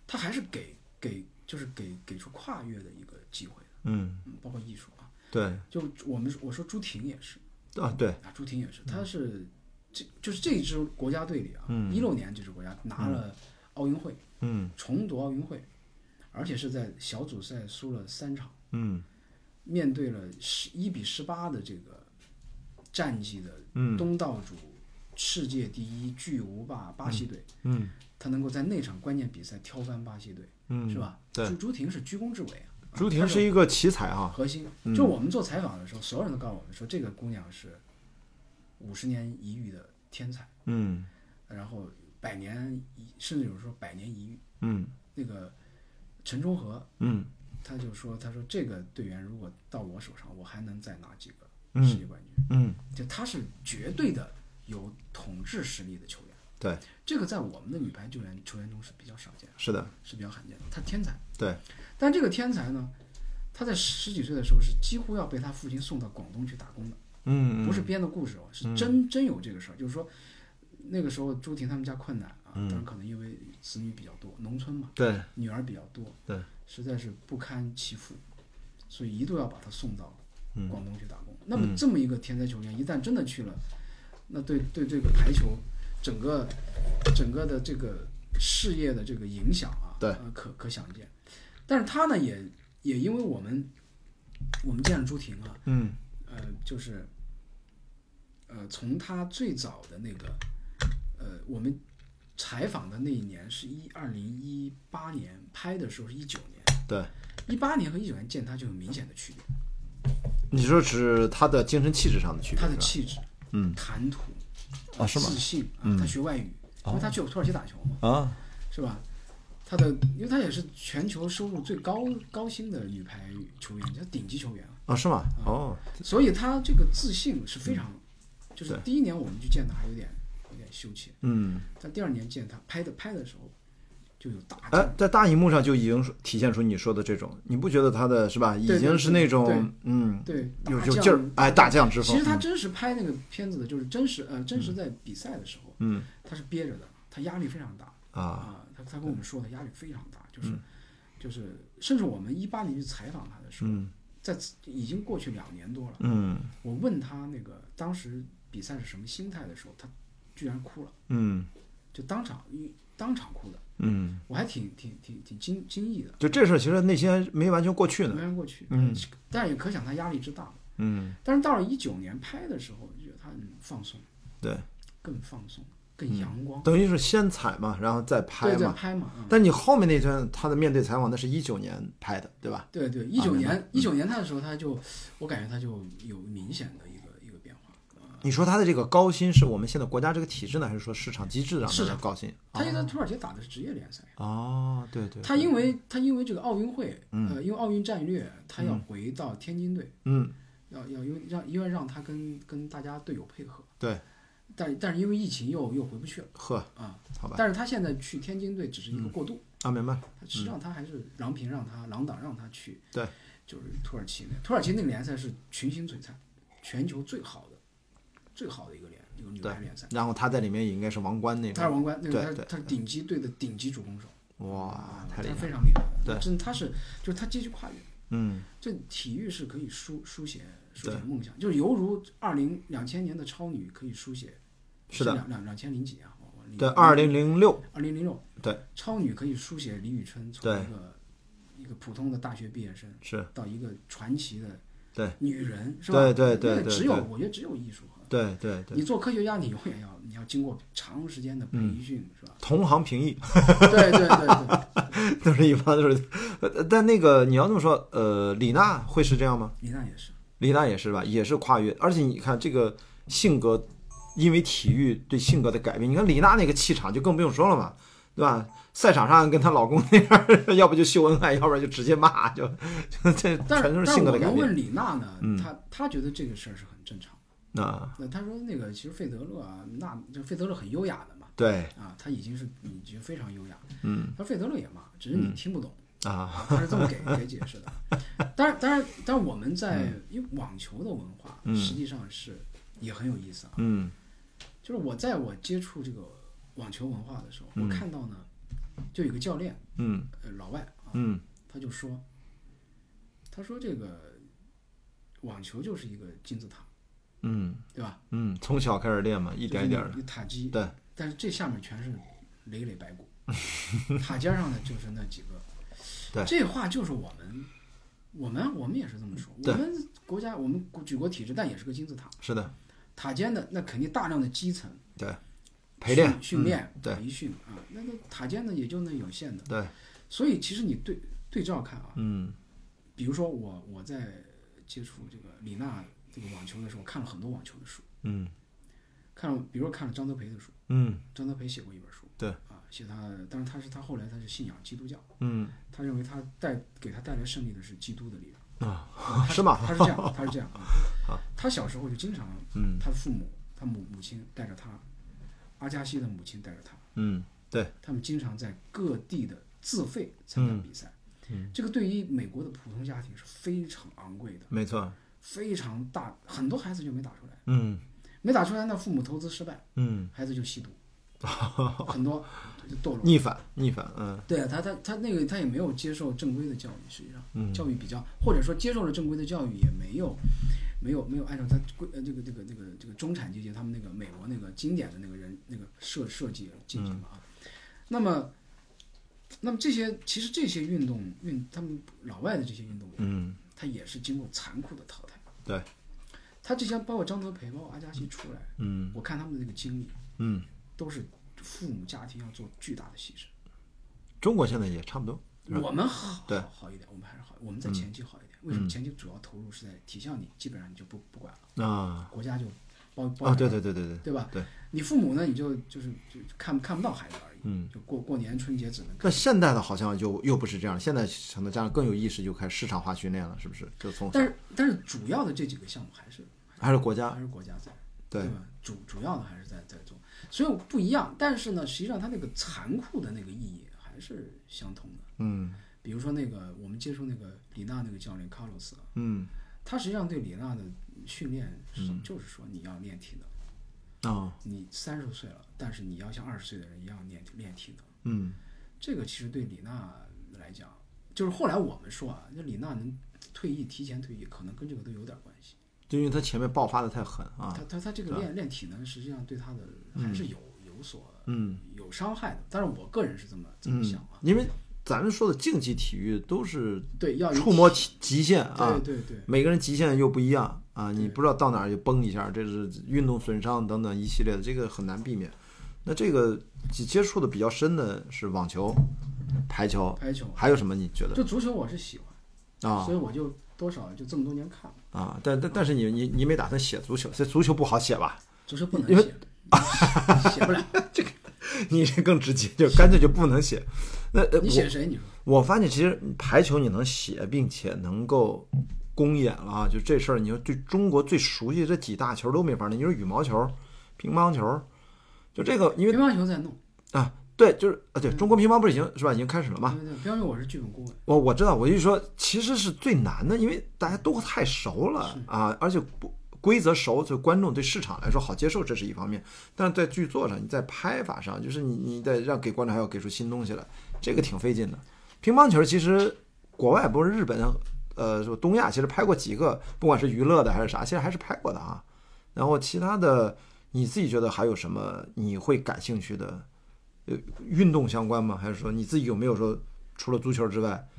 Speaker 2: 它还是给给就是给给出跨越的一个机会的，
Speaker 1: 嗯，
Speaker 2: 嗯，包括艺术啊，
Speaker 1: 对
Speaker 2: 就我们我说朱婷也是
Speaker 1: 啊对，
Speaker 2: 啊，朱婷也是，
Speaker 1: 嗯
Speaker 2: 她是这就是这支国家队里啊，一六年这支国家拿了奥运会，
Speaker 1: 嗯
Speaker 2: 重夺奥运会，而且是在小组赛输了三场。
Speaker 1: 嗯
Speaker 2: 面对了十一比十八的这个战绩的
Speaker 1: 嗯
Speaker 2: 东道主、世界第一巨无霸巴西队，
Speaker 1: 嗯
Speaker 2: 他能够在那场关键比赛挑翻巴西队，
Speaker 1: 嗯，
Speaker 2: 是？吧？
Speaker 1: 对
Speaker 2: 朱朱婷是居功至伟啊，
Speaker 1: 朱婷是一个奇才啊，
Speaker 2: 核心。就我们做采访的时候，所有人都告诉我们说，这个姑娘是五十年一遇的天才，
Speaker 1: 嗯
Speaker 2: 然后百年一，甚至有人说百年一遇。
Speaker 1: 嗯
Speaker 2: 那个陈忠和
Speaker 1: 嗯
Speaker 2: 他就说，他说这个队员如果到我手上，我还能再拿几个
Speaker 1: 嗯
Speaker 2: 世界冠军。
Speaker 1: 嗯，
Speaker 2: 就他是绝对的有统治实力的球员，
Speaker 1: 对，
Speaker 2: 这个在我们的女排球员球员中是比较少见的，
Speaker 1: 是的，
Speaker 2: 是比较罕见的。他天才，
Speaker 1: 对，
Speaker 2: 但这个天才呢，他在十几岁的时候是几乎要被他父亲送到广东去打工的，
Speaker 1: 嗯
Speaker 2: 不是编的故事哦，是真真有这个事儿。就是说，那个时候朱婷他们家困难啊，
Speaker 1: 嗯
Speaker 2: 当然可能因为子女比较多，农村嘛，
Speaker 1: 对
Speaker 2: 女儿比较多，
Speaker 1: 对，
Speaker 2: 实在是不堪其负，所以一度要把他送到
Speaker 1: 嗯
Speaker 2: 广东去打工。那么这么一个天才球员，一旦真的去了，那对对这个排球整个整个的这个事业的这个影响啊，
Speaker 1: 对
Speaker 2: 呃可可想见。但是他呢，也也因为我们我们见了朱婷啊，
Speaker 1: 嗯
Speaker 2: 呃，就是呃，从他最早的那个呃，我们采访的那一年是一二零一八年，拍的时候是一九年，
Speaker 1: 对。
Speaker 2: 一八年和一九年见他就有明显的区别，
Speaker 1: 你说指他的精神气质上的区别，
Speaker 2: 他的
Speaker 1: 是吧
Speaker 2: 气质，
Speaker 1: 嗯，
Speaker 2: 谈吐，
Speaker 1: 啊
Speaker 2: 呃
Speaker 1: 是吗哦
Speaker 2: 自信啊，他学外语，因为他去土耳其打球嘛，
Speaker 1: 啊，
Speaker 2: 是吧？他的，因为他也是全球收入最高高薪的女排球员，叫顶级球员啊。
Speaker 1: 哦，是吗？哦，
Speaker 2: 所以他这个自信是非常，就是第一年我们去见他还有点有点羞怯，
Speaker 1: 嗯，
Speaker 2: 但第二年见他拍的拍的时候就有大
Speaker 1: 哎
Speaker 2: 进，
Speaker 1: 在大荧幕上就已经体现出你说的这种，你不觉得他的是吧？已
Speaker 2: 对
Speaker 1: 经是那种嗯，
Speaker 2: 对
Speaker 1: 有
Speaker 2: 大
Speaker 1: 有
Speaker 2: 将
Speaker 1: 劲儿，哎，大将之
Speaker 2: 其
Speaker 1: 风
Speaker 2: 实。他真实拍那个片子的，就是真实呃真实在比赛的时候，
Speaker 1: 嗯
Speaker 2: 他是憋着的，他压力非常大
Speaker 1: 啊，嗯
Speaker 2: 他他跟我们说的压力非常大，就是就是甚至我们一八年去采访他的时候，在此已经过去两年多了，
Speaker 1: 嗯
Speaker 2: 我问他那个当时比赛是什么心态的时候，他居然哭了，
Speaker 1: 嗯
Speaker 2: 就当场当场哭的。
Speaker 1: 嗯，
Speaker 2: 我还挺挺挺挺惊惊异的，
Speaker 1: 就这事儿其实内心还没完全过去
Speaker 2: 没
Speaker 1: 呢。
Speaker 2: 翻过去，嗯，但也可想他压力之大。
Speaker 1: 嗯，
Speaker 2: 但是到了一九年拍的时候，我就觉得他很放松，
Speaker 1: 对，
Speaker 2: 更放松，更阳光，
Speaker 1: 等于是先采嘛，然后再嗯拍
Speaker 2: 对对
Speaker 1: 嘛。
Speaker 2: 拍嘛，嗯，
Speaker 1: 但你后面那段他的面对采访，那是一九年拍的，对吧？
Speaker 2: 对
Speaker 1: 嗯
Speaker 2: 对，一九年一九年他的时候，他就我感觉他就有明显的一个一个变化，啊，
Speaker 1: 你说他的这个高薪是我们现在国家这个体制呢，还是说市场机制让啊
Speaker 2: 市
Speaker 1: 他
Speaker 2: 场
Speaker 1: 高薪？
Speaker 2: 他现在土耳其打的是职业联赛，
Speaker 1: 哦，对对，
Speaker 2: 他
Speaker 1: 对
Speaker 2: 因为他因为这个奥运会，呃，因为奥运战略，他要回到天津队，
Speaker 1: 嗯，
Speaker 2: 要要因为让因为让他跟跟大家队友配合，
Speaker 1: 对，
Speaker 2: 但但是因为疫情又又回不去了
Speaker 1: 呵，
Speaker 2: 啊，
Speaker 1: 好吧，
Speaker 2: 但是他现在去天津队只是一个过渡，
Speaker 1: 啊，明白了，
Speaker 2: 他实际上他还是郎平让他郎党让他去，
Speaker 1: 对，
Speaker 2: 就是土耳其那土耳其那个联赛是群星璀璨，全球最好的最好的一个联一个女排联赛，
Speaker 1: 然后他在里面也应该是王冠那
Speaker 2: 他是
Speaker 1: 种，
Speaker 2: 王冠，那个
Speaker 1: 对
Speaker 2: 他是
Speaker 1: 对
Speaker 2: 他是顶级队的顶级主攻手。
Speaker 1: 哇，太厉
Speaker 2: 他
Speaker 1: 害，
Speaker 2: 非常厉害，
Speaker 1: 对
Speaker 2: 真的他是就是他阶级跨越，
Speaker 1: 嗯，
Speaker 2: 这体育是可以书书写书写
Speaker 1: 对
Speaker 2: 梦想，就是犹如二零两千年的超女可以书写，
Speaker 1: 是的
Speaker 2: 两两两千零几啊，我我零
Speaker 1: 对，二零零六，
Speaker 2: 二零零六，
Speaker 1: 对，
Speaker 2: 超女可以书写李宇春从
Speaker 1: 对
Speaker 2: 一个一个普通的大学毕业生
Speaker 1: 是
Speaker 2: 到一个传奇的
Speaker 1: 对
Speaker 2: 女人，是吧？
Speaker 1: 对对对
Speaker 2: 那个
Speaker 1: 对
Speaker 2: 只有
Speaker 1: 对
Speaker 2: 我觉得只有艺术和。
Speaker 1: 对对对，？
Speaker 2: 你做科学家，你永远要你要经过长时间的培训，是吧
Speaker 1: [laughs] 同行评议
Speaker 2: 对对对对，
Speaker 1: 都是一般都是， [laughs] 呃但那个你要这么说，呃，李娜会是这样吗？
Speaker 2: 李娜也是，
Speaker 1: 李娜也是吧，也是跨越。而且你看这个性格，因为体育对性格的改变，你看李娜那个气场就更不用说了嘛，对吧？赛场上跟她老公那样儿， [laughs] 要不就秀恩爱，要不然就直接骂，就就这
Speaker 2: 但
Speaker 1: 全
Speaker 2: 是
Speaker 1: 都是
Speaker 2: 但
Speaker 1: 性格
Speaker 2: 我
Speaker 1: 的改变。
Speaker 2: 们
Speaker 1: 嗯
Speaker 2: 问李娜呢，她她觉得这个事儿是很正常的。
Speaker 1: 那
Speaker 2: 那她说那个其实费德勒啊，那就费德勒很优雅的嘛，
Speaker 1: 对
Speaker 2: 啊，他已经是已经非常优雅。嗯，他说费德勒也骂，
Speaker 1: 嗯
Speaker 2: 只是你听不懂，
Speaker 1: 啊，
Speaker 2: [laughs] 他是这么给给解释的。当然，当然，但我们在
Speaker 1: 嗯
Speaker 2: 因为网球的文化实际上是也很有意思啊。
Speaker 1: 嗯
Speaker 2: 就是我在我接触这个网球文化的时候，我看到呢，就有个教练，
Speaker 1: 嗯
Speaker 2: 呃，老外啊，
Speaker 1: 嗯
Speaker 2: 他就说，他说这个网球就是一个金字塔，
Speaker 1: 嗯
Speaker 2: 对吧？
Speaker 1: 嗯，从小开始练嘛，一点一点
Speaker 2: 就是
Speaker 1: 的，
Speaker 2: 那个塔基，
Speaker 1: 对，
Speaker 2: 但是这下面全是累累白
Speaker 1: [laughs]
Speaker 2: 骨，塔尖上的就是那几个。
Speaker 1: 对
Speaker 2: 这话就是我们，我们我们也是这么说，我
Speaker 1: 对
Speaker 2: 们国家我们举国体制，但也是个金字塔，
Speaker 1: 是的，
Speaker 2: 塔尖的那肯定大量的基层
Speaker 1: 对，陪练
Speaker 2: 训训练、
Speaker 1: 嗯对
Speaker 2: 培训啊，那个塔尖的也就那有限的，
Speaker 1: 对，
Speaker 2: 所以其实你对对照看啊，
Speaker 1: 嗯
Speaker 2: 比如说我我在接触这个李娜这个网球的时候，我看了很多网球的书，
Speaker 1: 嗯
Speaker 2: 看了比如说看了张德培的书，
Speaker 1: 嗯
Speaker 2: 张德培写过一本书，
Speaker 1: 对
Speaker 2: 啊，写他，但是他是他后来他是信仰基督教，
Speaker 1: 嗯 [laughs]
Speaker 2: 他认为他带给他带来胜利的是基督的力量，
Speaker 1: 啊， [laughs] 是吗？
Speaker 2: 他是这
Speaker 1: [laughs]
Speaker 2: 样，他是这样啊，他小时候就经常，
Speaker 1: 嗯
Speaker 2: 他父母，他母母亲带着他，阿加西的母亲带着他，
Speaker 1: 嗯，对，嗯
Speaker 2: 他们经常在各地的自费参加比赛，这个对于美国的普通家庭是非常昂贵的，
Speaker 1: 没错，
Speaker 2: 非常大，很多孩子就没打出来，
Speaker 1: 嗯
Speaker 2: 没打出来，那父母投资失败，
Speaker 1: 嗯，
Speaker 2: 孩子就
Speaker 1: [laughs]
Speaker 2: 吸毒，很多就堕落。
Speaker 1: 逆反逆反，嗯
Speaker 2: 对啊，他他他那个他也没有接受正规的教育，实际上，
Speaker 1: 嗯
Speaker 2: 教育比较或者说接受了正规的教育，也没有没有没有按照他规呃这个这个这个这个中产阶级他们那个美国那个经典的那个人那个设设计
Speaker 1: 嗯
Speaker 2: 进行了啊。那么，那么这些其实这些运动运他们老外的这些运动员，
Speaker 1: 嗯，
Speaker 2: 他也是经过残酷的淘汰。
Speaker 1: 对，
Speaker 2: 他之前包括张德培，包括阿加西出来，
Speaker 1: 嗯
Speaker 2: 我看他们的这个经历，
Speaker 1: 嗯。
Speaker 2: 都是父母家庭要做巨大的牺牲。
Speaker 1: 中国现在也差不多。
Speaker 2: 我们好
Speaker 1: 对嗯
Speaker 2: 好好一点，我们还是好，我们在前期好一点。为什么前期主要投入是在体校？你基本上你就不不管了，
Speaker 1: 啊
Speaker 2: 国家就包包
Speaker 1: 啊，
Speaker 2: 揽
Speaker 1: 对对
Speaker 2: 了
Speaker 1: 对对对。
Speaker 2: 对吧？
Speaker 1: 对，
Speaker 2: 你父母呢，你就就是就看看不到孩子而已，嗯，就过过年春节只能看。
Speaker 1: 但现在的好像就又不是这样，现在很多家长更有意识，就开始市场化训练了，是不是？就从
Speaker 2: 但是但是主要的这几个项目还是
Speaker 1: 还是国家
Speaker 2: 还是国家在，
Speaker 1: 对
Speaker 2: 对吧？主主要的还是在在做，所以不一样。但是呢，实际上它那个残酷的那个意义还是相同的。
Speaker 1: 嗯
Speaker 2: 比如说那个我们接触那个李娜那个教练卡洛斯啊，
Speaker 1: 嗯
Speaker 2: 他实际上对李娜的训练是，就是说你要练体能，
Speaker 1: 啊
Speaker 2: 你三十岁了，但是你要像二十岁的人一样练练体能。
Speaker 1: 嗯
Speaker 2: 这个其实对李娜来讲，就是后来我们说啊，那李娜能退役、提前退役，可能跟这个都有点关系。
Speaker 1: 就因为他前面爆发的太狠啊
Speaker 2: 她，她她这个练练体能，实际上对她的还是有、有所
Speaker 1: 嗯
Speaker 2: 有伤害的。但是我个人是这么这么
Speaker 1: 嗯
Speaker 2: 想啊，，
Speaker 1: 因为咱们说的竞技体育都是
Speaker 2: 对，要有
Speaker 1: 触摸极极限啊，
Speaker 2: 对对对，
Speaker 1: 每个人极限又不一样啊，你不知道到哪儿就崩一下，这是运动损伤等等一系列的，这个很难避免。那这个接接触的比较深的是网球、排球，
Speaker 2: 排球啊
Speaker 1: 还有什么？你觉得
Speaker 2: 就足球我是喜欢，
Speaker 1: 啊
Speaker 2: 所以我就多少就这么多年看了，
Speaker 1: 啊，但但但是你你你没打算写足球，这足球不好写吧？ [laughs]
Speaker 2: 足球不能
Speaker 1: 因为
Speaker 2: 写，写不了。
Speaker 1: 你这更直接，就干脆就不能写。那呃
Speaker 2: 你写谁？你说
Speaker 1: 我我发现其实排球你能写，并且能够公演了啊，就这事儿，你说对中国最熟悉的这几大球都没法弄，你说羽毛球、乒乓球，就这个，因
Speaker 2: 乒
Speaker 1: 为
Speaker 2: 乓球在弄，
Speaker 1: 啊，对，就是啊，对中国乒乓不是已经是吧，已经开始了吗？
Speaker 2: 对对对乒乓球我是剧本顾问，
Speaker 1: 我我知道，我就说其实是最难的，因为大家都太熟了啊，而且不规则熟，就观众对市场来说好接受，这是一方面。但是在剧作上，你在拍法上，就是你你得让给观众还要给出新东西来，这个挺费劲的。乒乓球其实国外不是日本，呃，说东亚其实拍过几个，不管是娱乐的还是啥，其实还是拍过的啊。然后其他的，你自己觉得还有什么你会感兴趣的？呃，运动相关吗？还是说你自己有没有说除了足球之外，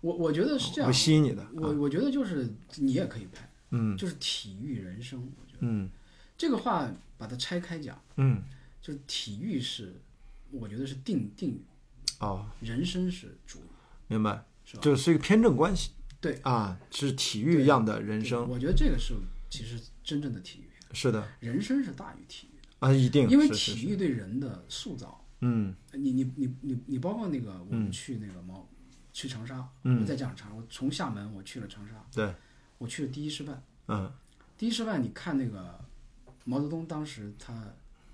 Speaker 2: 我我觉哦得是这样
Speaker 1: 会，吸引你的。啊
Speaker 2: 我我觉得就是你也可以拍，
Speaker 1: 嗯
Speaker 2: 就是体育人生，我觉得
Speaker 1: 嗯
Speaker 2: 这个话把它拆开讲，
Speaker 1: 嗯，
Speaker 2: 就是体育是，我觉得是定定语，
Speaker 1: 哦，
Speaker 2: 人生是主语。
Speaker 1: 明白，
Speaker 2: 是
Speaker 1: 就是一个偏正关系。
Speaker 2: 对
Speaker 1: 啊，是体育一样的人
Speaker 2: 对
Speaker 1: 生，
Speaker 2: 我觉得这个是其实真正的体育，
Speaker 1: 是的
Speaker 2: 人生是大于体育，
Speaker 1: 啊，一定
Speaker 2: 因为
Speaker 1: 是是
Speaker 2: 体育对人的塑造，
Speaker 1: 嗯
Speaker 2: 你你你你你包括那个我们去那个毛、去长沙，我再讲长，我从厦门我去了长沙，
Speaker 1: 嗯对，
Speaker 2: 我去了第一师范，
Speaker 1: 嗯
Speaker 2: 第一师范你看那个毛泽东当时他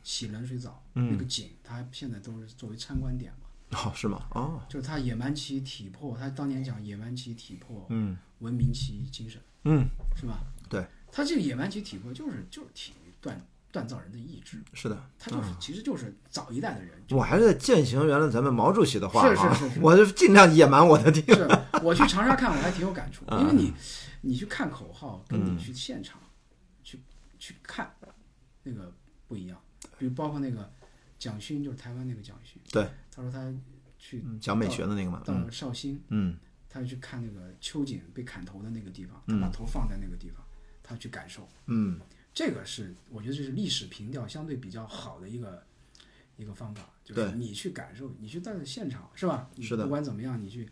Speaker 2: 洗冷水澡、
Speaker 1: 嗯
Speaker 2: 那个井，他现在都是作为参观点嘛，
Speaker 1: 哦是吗？哦
Speaker 2: 就是他野蛮其体魄，他当年讲野蛮其体魄，
Speaker 1: 嗯
Speaker 2: 文明其精神，
Speaker 1: 嗯
Speaker 2: 是吧？
Speaker 1: 对，
Speaker 2: 他这个野蛮其体魄就是就是体育锻锻造人的意志，
Speaker 1: 是的，
Speaker 2: 他就是、其实就是早一代的人。
Speaker 1: 我还是在践行原来咱们毛主席的话
Speaker 2: 是
Speaker 1: 啊
Speaker 2: 是是是
Speaker 1: 我就尽量野蛮我的地
Speaker 2: [laughs] 是我去长沙看，我还挺有感触，因为你你去看口号，跟你去现场、去去看那个不一样。比如包括那个蒋勋，就是台湾那个蒋勋，
Speaker 1: 对，
Speaker 2: 他说他去
Speaker 1: 嗯讲美学的那个嘛，
Speaker 2: 到
Speaker 1: 嗯
Speaker 2: 了绍兴，
Speaker 1: 嗯
Speaker 2: 他就去看那个秋瑾被砍头的那个地方，他把头放在那个地方，他去感受。
Speaker 1: 嗯
Speaker 2: 这个是我觉得这是历史评调相对比较好的一个一个方法，就是
Speaker 1: 对
Speaker 2: 你去感受，你去到现场是吧？你
Speaker 1: 是的
Speaker 2: 不管怎么样，你去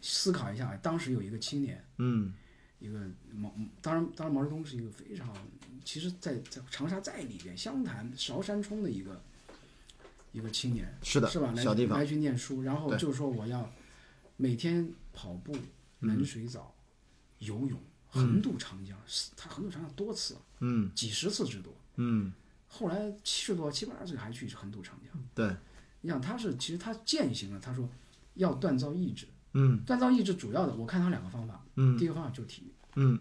Speaker 2: 思考一下，哎当时有一个青年，
Speaker 1: 嗯
Speaker 2: 一个毛，当然当然毛泽东是一个非常，其实在，在长沙在里边，湘潭韶山冲的一个一个青年，
Speaker 1: 嗯是的
Speaker 2: 吧？来
Speaker 1: 小地方
Speaker 2: 来去念书，然后
Speaker 1: 对
Speaker 2: 就说我要每天跑步、
Speaker 1: 嗯
Speaker 2: 冷水澡、游泳，横渡长江，他横渡长江多次啊，
Speaker 1: 嗯
Speaker 2: 几十次之多。
Speaker 1: 嗯，
Speaker 2: 后来七十多、七八十岁还去横渡长江。
Speaker 1: 对，
Speaker 2: 你想，他是其实他践行了，他说要锻造意志，
Speaker 1: 嗯
Speaker 2: 锻造意志主要的，我看他两个方法，
Speaker 1: 嗯
Speaker 2: 第一个方法就是体育，
Speaker 1: 嗯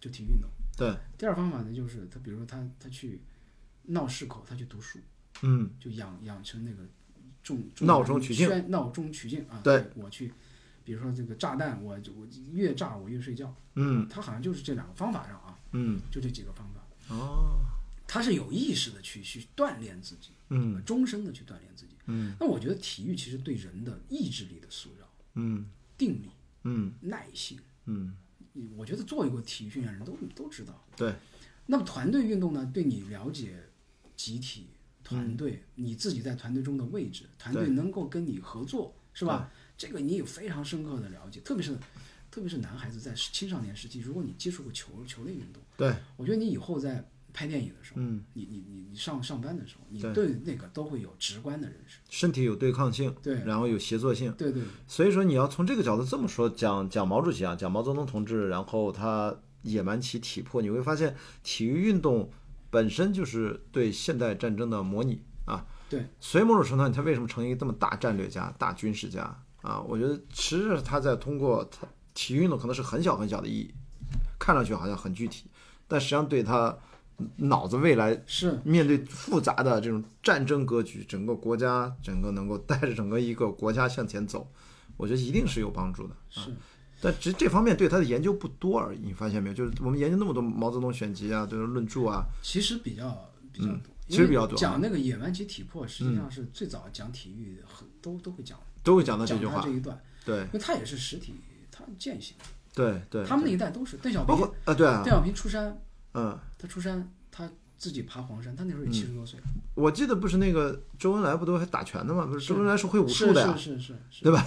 Speaker 2: 就体育运动；
Speaker 1: 对，
Speaker 2: 第二方法呢，就是他比如说他他去闹市口，他去读书，
Speaker 1: 嗯
Speaker 2: 就养养成那个重
Speaker 1: 闹中取静，
Speaker 2: 宣闹中取静啊。
Speaker 1: 对，
Speaker 2: 我去，比如说这个炸弹，我我越炸我越睡觉，
Speaker 1: 嗯
Speaker 2: 他好像就是这两个方法上啊，
Speaker 1: 嗯
Speaker 2: 就这几个方法，
Speaker 1: 哦
Speaker 2: 他是有意识的去去锻炼自己。呃
Speaker 1: 嗯
Speaker 2: 终身的去锻炼自己。
Speaker 1: 嗯，
Speaker 2: 那我觉得体育其实对人的意志力的塑造、
Speaker 1: 嗯
Speaker 2: 定力、
Speaker 1: 嗯
Speaker 2: 耐性，
Speaker 1: 嗯，
Speaker 2: 我觉得做一过体育训练的人都都知道。
Speaker 1: 对，
Speaker 2: 那么团队运动呢，对你了解集体、团队，你自己在团队中的位置，团
Speaker 1: 嗯
Speaker 2: 队
Speaker 1: 对
Speaker 2: 能够跟你合作，是吧？这个你有非常深刻的了解，特别是。特别是男孩子在青少年时期，如果你接触过球球类运动，
Speaker 1: 对，
Speaker 2: 我觉得你以后在拍电影的时候，
Speaker 1: 嗯
Speaker 2: 你你你你上上班的时候，你
Speaker 1: 对
Speaker 2: 对那个都会有直观的认识。
Speaker 1: 身体有对抗性，
Speaker 2: 对
Speaker 1: 然后有协作性，
Speaker 2: 对对，
Speaker 1: 所以说，你要从这个角度这么说，讲讲毛主席啊，讲毛泽东同志，然后他野蛮其体魄，你会发现体育运动本身就是对现代战争的模拟啊。
Speaker 2: 对，
Speaker 1: 所以某种程度上，他为什么成一个这么大战略家、大军事家啊？我觉得其实是他在通过他体育运动可能是很小很小的意义，看上去好像很具体，但实际上对他脑子未来
Speaker 2: 是
Speaker 1: 面对复杂的这种战争格局，整个国家整个能够带着整个一个国家向前走，我觉得一定是有帮助的。啊
Speaker 2: 是，
Speaker 1: 但只这方面对他的研究不多而已，你发现没有？就是我们研究那么多毛泽东选集啊，就是论著啊，
Speaker 2: 其实比较比较多，
Speaker 1: 嗯其
Speaker 2: 因
Speaker 1: 实
Speaker 2: 为
Speaker 1: 比较多啊
Speaker 2: 讲那个野蛮及体魄，实际上是最早讲体育很都都会讲
Speaker 1: 都会讲到这
Speaker 2: 讲
Speaker 1: 句
Speaker 2: 他
Speaker 1: 话
Speaker 2: 这。一段，
Speaker 1: 对
Speaker 2: 因为他也是实体，他践行，
Speaker 1: 对对，
Speaker 2: 他们那一代都是邓小
Speaker 1: 包
Speaker 2: 平，
Speaker 1: 括啊，对啊
Speaker 2: 邓，小平出山，
Speaker 1: 嗯，
Speaker 2: 他出山，他自己爬黄山，他那时候也七十多岁，
Speaker 1: 我记得不是那个周恩来不都还打拳的吗？不是
Speaker 2: 是
Speaker 1: 周恩来嗯是会武术的呀，
Speaker 2: 是是是是，
Speaker 1: [laughs] 对吧？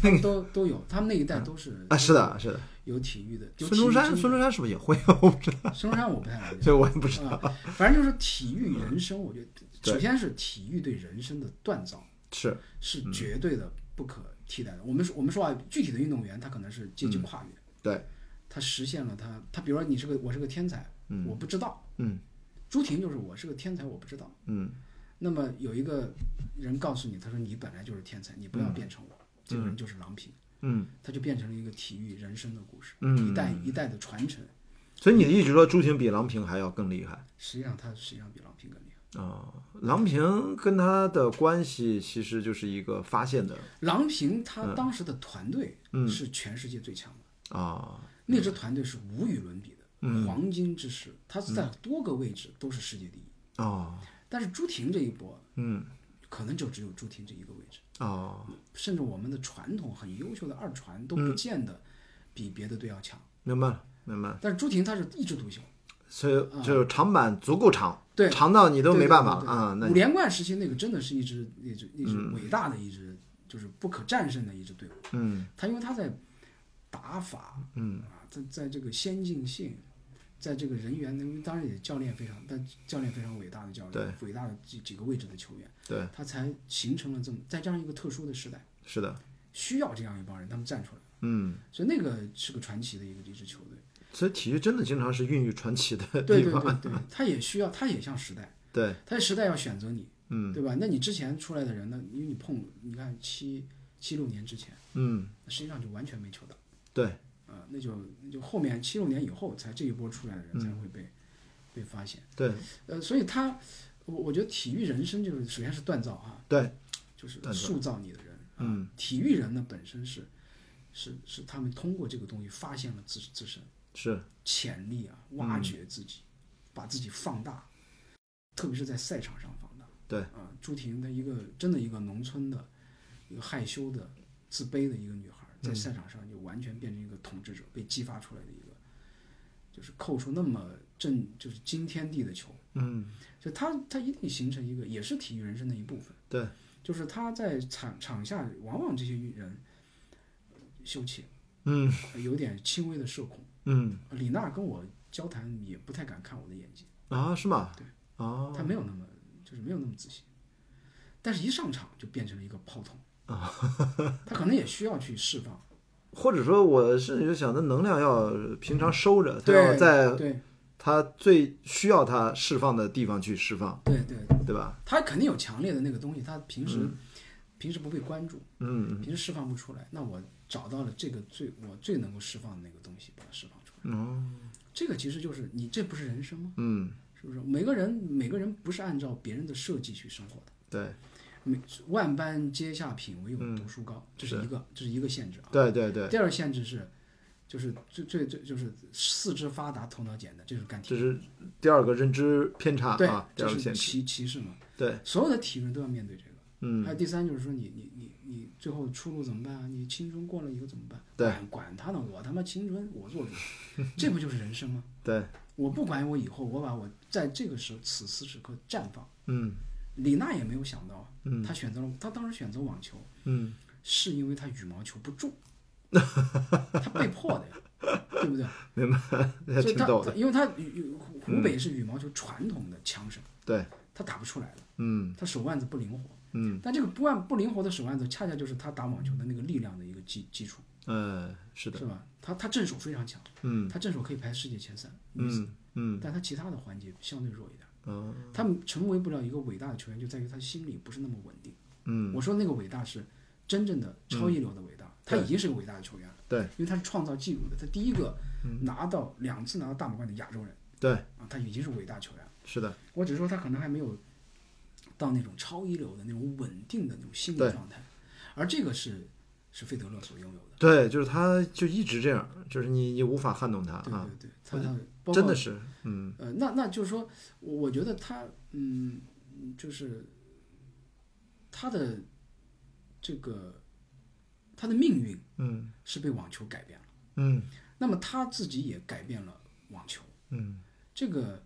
Speaker 2: 他们都都有，他们那一代都是
Speaker 1: 啊，是的，是的，
Speaker 2: 有体育的。有
Speaker 1: 孙
Speaker 2: 体育
Speaker 1: 中山，
Speaker 2: 精
Speaker 1: 孙中山是不是也会啊？我不知道，
Speaker 2: 神孙中山我不太了解，
Speaker 1: 这我也 [laughs] 不知道。
Speaker 2: 啊，反正就是体育人生，我觉得
Speaker 1: 对
Speaker 2: 首先是体育对人生的锻造
Speaker 1: 是，
Speaker 2: 是绝对的不可替代的。我们说我们说啊，具体的运动员他可能是阶级跨越，
Speaker 1: 嗯对，
Speaker 2: 他实现了他他比如说你是个我是个天才，我不知道，
Speaker 1: 嗯
Speaker 2: 朱婷就是我是个天才，我不知道。
Speaker 1: 嗯
Speaker 2: 那么有一个人告诉你，他说你本来就是天才，你不要变成我，这个人就是郎平，
Speaker 1: 嗯。
Speaker 2: 他就变成了一个体育人生的故事，
Speaker 1: 嗯
Speaker 2: 一代一代的传承。
Speaker 1: 所以你一直说朱婷比郎平还要更厉害
Speaker 2: 实际上他实际上比郎平更厉害。
Speaker 1: 啊、郎平跟他的关系其实就是一个发现的
Speaker 2: 郎平
Speaker 1: 嗯
Speaker 2: 他当时的团队是全世界最强的，
Speaker 1: 啊、
Speaker 2: 那支团队是无与伦比的，
Speaker 1: 嗯
Speaker 2: 黄金之势，他是在多个位置都是世界第一。
Speaker 1: 哦
Speaker 2: 但是朱婷这一波，
Speaker 1: 嗯
Speaker 2: 可能就只有朱婷这一个位置，嗯
Speaker 1: 哦嗯
Speaker 2: 甚至我们的传统很优秀的二传都不见得比别的队要强。
Speaker 1: 明白了，明白了。
Speaker 2: 但是朱婷她是一枝独秀，
Speaker 1: 所以就是长板足够长，
Speaker 2: 啊对
Speaker 1: 长到哦你都没办法了啊、
Speaker 2: 对对对
Speaker 1: 那
Speaker 2: 五
Speaker 1: 你
Speaker 2: 连冠时期那个真的是一支一支一支伟大的一支，就是不可战胜的一支队伍。
Speaker 1: 嗯
Speaker 2: 他因为他在打法，嗯啊，在在这个先进性，在这个人员，因为当然也教练非常，但教练非常伟大的教练，伟大的几几个位置的球员，
Speaker 1: 对，
Speaker 2: 他才形成了这么在这样一个特殊的时代，
Speaker 1: 是的，
Speaker 2: 需要这样一帮人，他们站出来，
Speaker 1: 嗯。
Speaker 2: 所以那个是个传奇的一个一支球队，
Speaker 1: 所以体育真的经常是孕育传奇的
Speaker 2: 对
Speaker 1: 地
Speaker 2: 对
Speaker 1: 方，[laughs]
Speaker 2: 对对，他也需要，他也像时代，
Speaker 1: 对
Speaker 2: 他时代要选择你，嗯，对吧？那你之前出来的人呢，因为你碰，你看七七六年之前，
Speaker 1: 嗯
Speaker 2: 实际上就完全没球打。
Speaker 1: 对，
Speaker 2: 啊，那就那就后面七六年以后才这一波出来的人才会被、被发现。
Speaker 1: 嗯对
Speaker 2: 呃，所以他，我我觉得体育人生就是首先是锻造啊，
Speaker 1: 对，
Speaker 2: 就是
Speaker 1: 锻造
Speaker 2: 塑造你的人。啊、
Speaker 1: 嗯，
Speaker 2: 体育人呢本身是是是他们通过这个东西发现了自自身
Speaker 1: 是
Speaker 2: 潜力啊，
Speaker 1: 嗯
Speaker 2: 挖掘自己，把自己放大，特别是在赛场上放大。
Speaker 1: 对
Speaker 2: 啊，朱婷她一个真的一个农村的一个害羞的自卑的一个女孩，
Speaker 1: 嗯
Speaker 2: 在赛场上就完全变成一个统治者，被激发出来的一个，就是扣出那么正就是惊天地的球，
Speaker 1: 嗯
Speaker 2: 就她她一定形成一个也是体育人生的一部分。
Speaker 1: 对，
Speaker 2: 就是她在场场下，往往这些人羞怯，
Speaker 1: 嗯
Speaker 2: 有点轻微的社恐。
Speaker 1: 嗯
Speaker 2: 李娜跟我交谈也不太敢看我的眼睛，
Speaker 1: 啊是吗？
Speaker 2: 对
Speaker 1: 哦
Speaker 2: 她没有那么就是没有那么自信，但是一上场就变成了一个炮筒
Speaker 1: 哦
Speaker 2: 啊，她可能也需要去释放，
Speaker 1: 或者说我甚至就想，那能量要平常收着，它要在
Speaker 2: 对
Speaker 1: 它最需要它释放的地方去释放，
Speaker 2: 对对，
Speaker 1: 对吧？
Speaker 2: 她肯定有强烈的那个东西，她平时、平时不被关注，
Speaker 1: 嗯
Speaker 2: 平时释放不出来，那我找到了这个最我最能够释放的那个东西，把它释放出来，
Speaker 1: 哦
Speaker 2: 这个其实就是你这不是人生吗？
Speaker 1: 嗯
Speaker 2: 是不是？每个人每个人不是按照别人的设计去生活的。
Speaker 1: 对
Speaker 2: 每万般皆下品，唯有读书高，这是一个，这是一个限制啊。
Speaker 1: 对对嗯对，
Speaker 2: 第二限制是，就是最最最就是四肢发达，头脑简单，这是干体
Speaker 1: 这是第二个认知偏差
Speaker 2: 对
Speaker 1: 啊，，第
Speaker 2: 这
Speaker 1: 二个
Speaker 2: 是
Speaker 1: 限制，
Speaker 2: 歧歧视嘛。
Speaker 1: 对，
Speaker 2: 所有的体育人都要面对这个。
Speaker 1: 嗯
Speaker 2: 还有第三就是说你，你你你最后出路怎么办啊？你青春过了以后怎么办？
Speaker 1: 对
Speaker 2: 管管他呢，我他妈青春我做主，这不就是人生吗？
Speaker 1: 对，
Speaker 2: 我不管我以后，我把我在这个时候此时此刻绽放。
Speaker 1: 嗯
Speaker 2: 李娜也没有想到，嗯、她选择了，她当时选择网球，
Speaker 1: 嗯
Speaker 2: 是因为他羽毛球不
Speaker 1: [laughs]
Speaker 2: 中，他被迫的呀，对不对？
Speaker 1: 明白， [laughs] 还
Speaker 2: 所以
Speaker 1: 挺
Speaker 2: 他
Speaker 1: 逗的，嗯
Speaker 2: 他因为他羽羽湖湖北是羽毛球传统的强省，
Speaker 1: 对，
Speaker 2: 他打不出来的，
Speaker 1: 嗯
Speaker 2: 他手腕子不灵活。
Speaker 1: 嗯
Speaker 2: 但这个不腕不灵活的手腕子，恰恰就是他打网球的那个力量的一个基基础，
Speaker 1: 呃，是的，
Speaker 2: 是吧？他他正手非常强，
Speaker 1: 嗯
Speaker 2: 他正手可以排世界前三，
Speaker 1: 嗯嗯
Speaker 2: 但他其他的环节相对弱一点。
Speaker 1: 哦
Speaker 2: 他们成为不了一个伟大的球员，就在于他心里不是那么稳定。
Speaker 1: 嗯，
Speaker 2: 我说那个伟大是真正的超一流的伟大，他已经是个伟大的球员了。
Speaker 1: 对，嗯
Speaker 2: 因为他是创造纪录的，他第一个拿到、两次拿到大满贯的亚洲人
Speaker 1: 对，
Speaker 2: 啊，他已经是伟大球员了。
Speaker 1: 是的，
Speaker 2: 我只是说他可能还没有到那种超一流的那种稳定的那种心理
Speaker 1: 对
Speaker 2: 状态，而这个是是费德勒所拥有的。
Speaker 1: 对，就是他就一直这样，就是你你无法撼动他
Speaker 2: 对
Speaker 1: 啊，
Speaker 2: 对对，他他包括
Speaker 1: 真的是，嗯
Speaker 2: 呃，那那就是说，我我觉得他，嗯，就是他的这个他的命运
Speaker 1: 嗯
Speaker 2: 是被网球改变了，
Speaker 1: 嗯
Speaker 2: 那么他自己也改变了网球。
Speaker 1: 嗯，
Speaker 2: 这个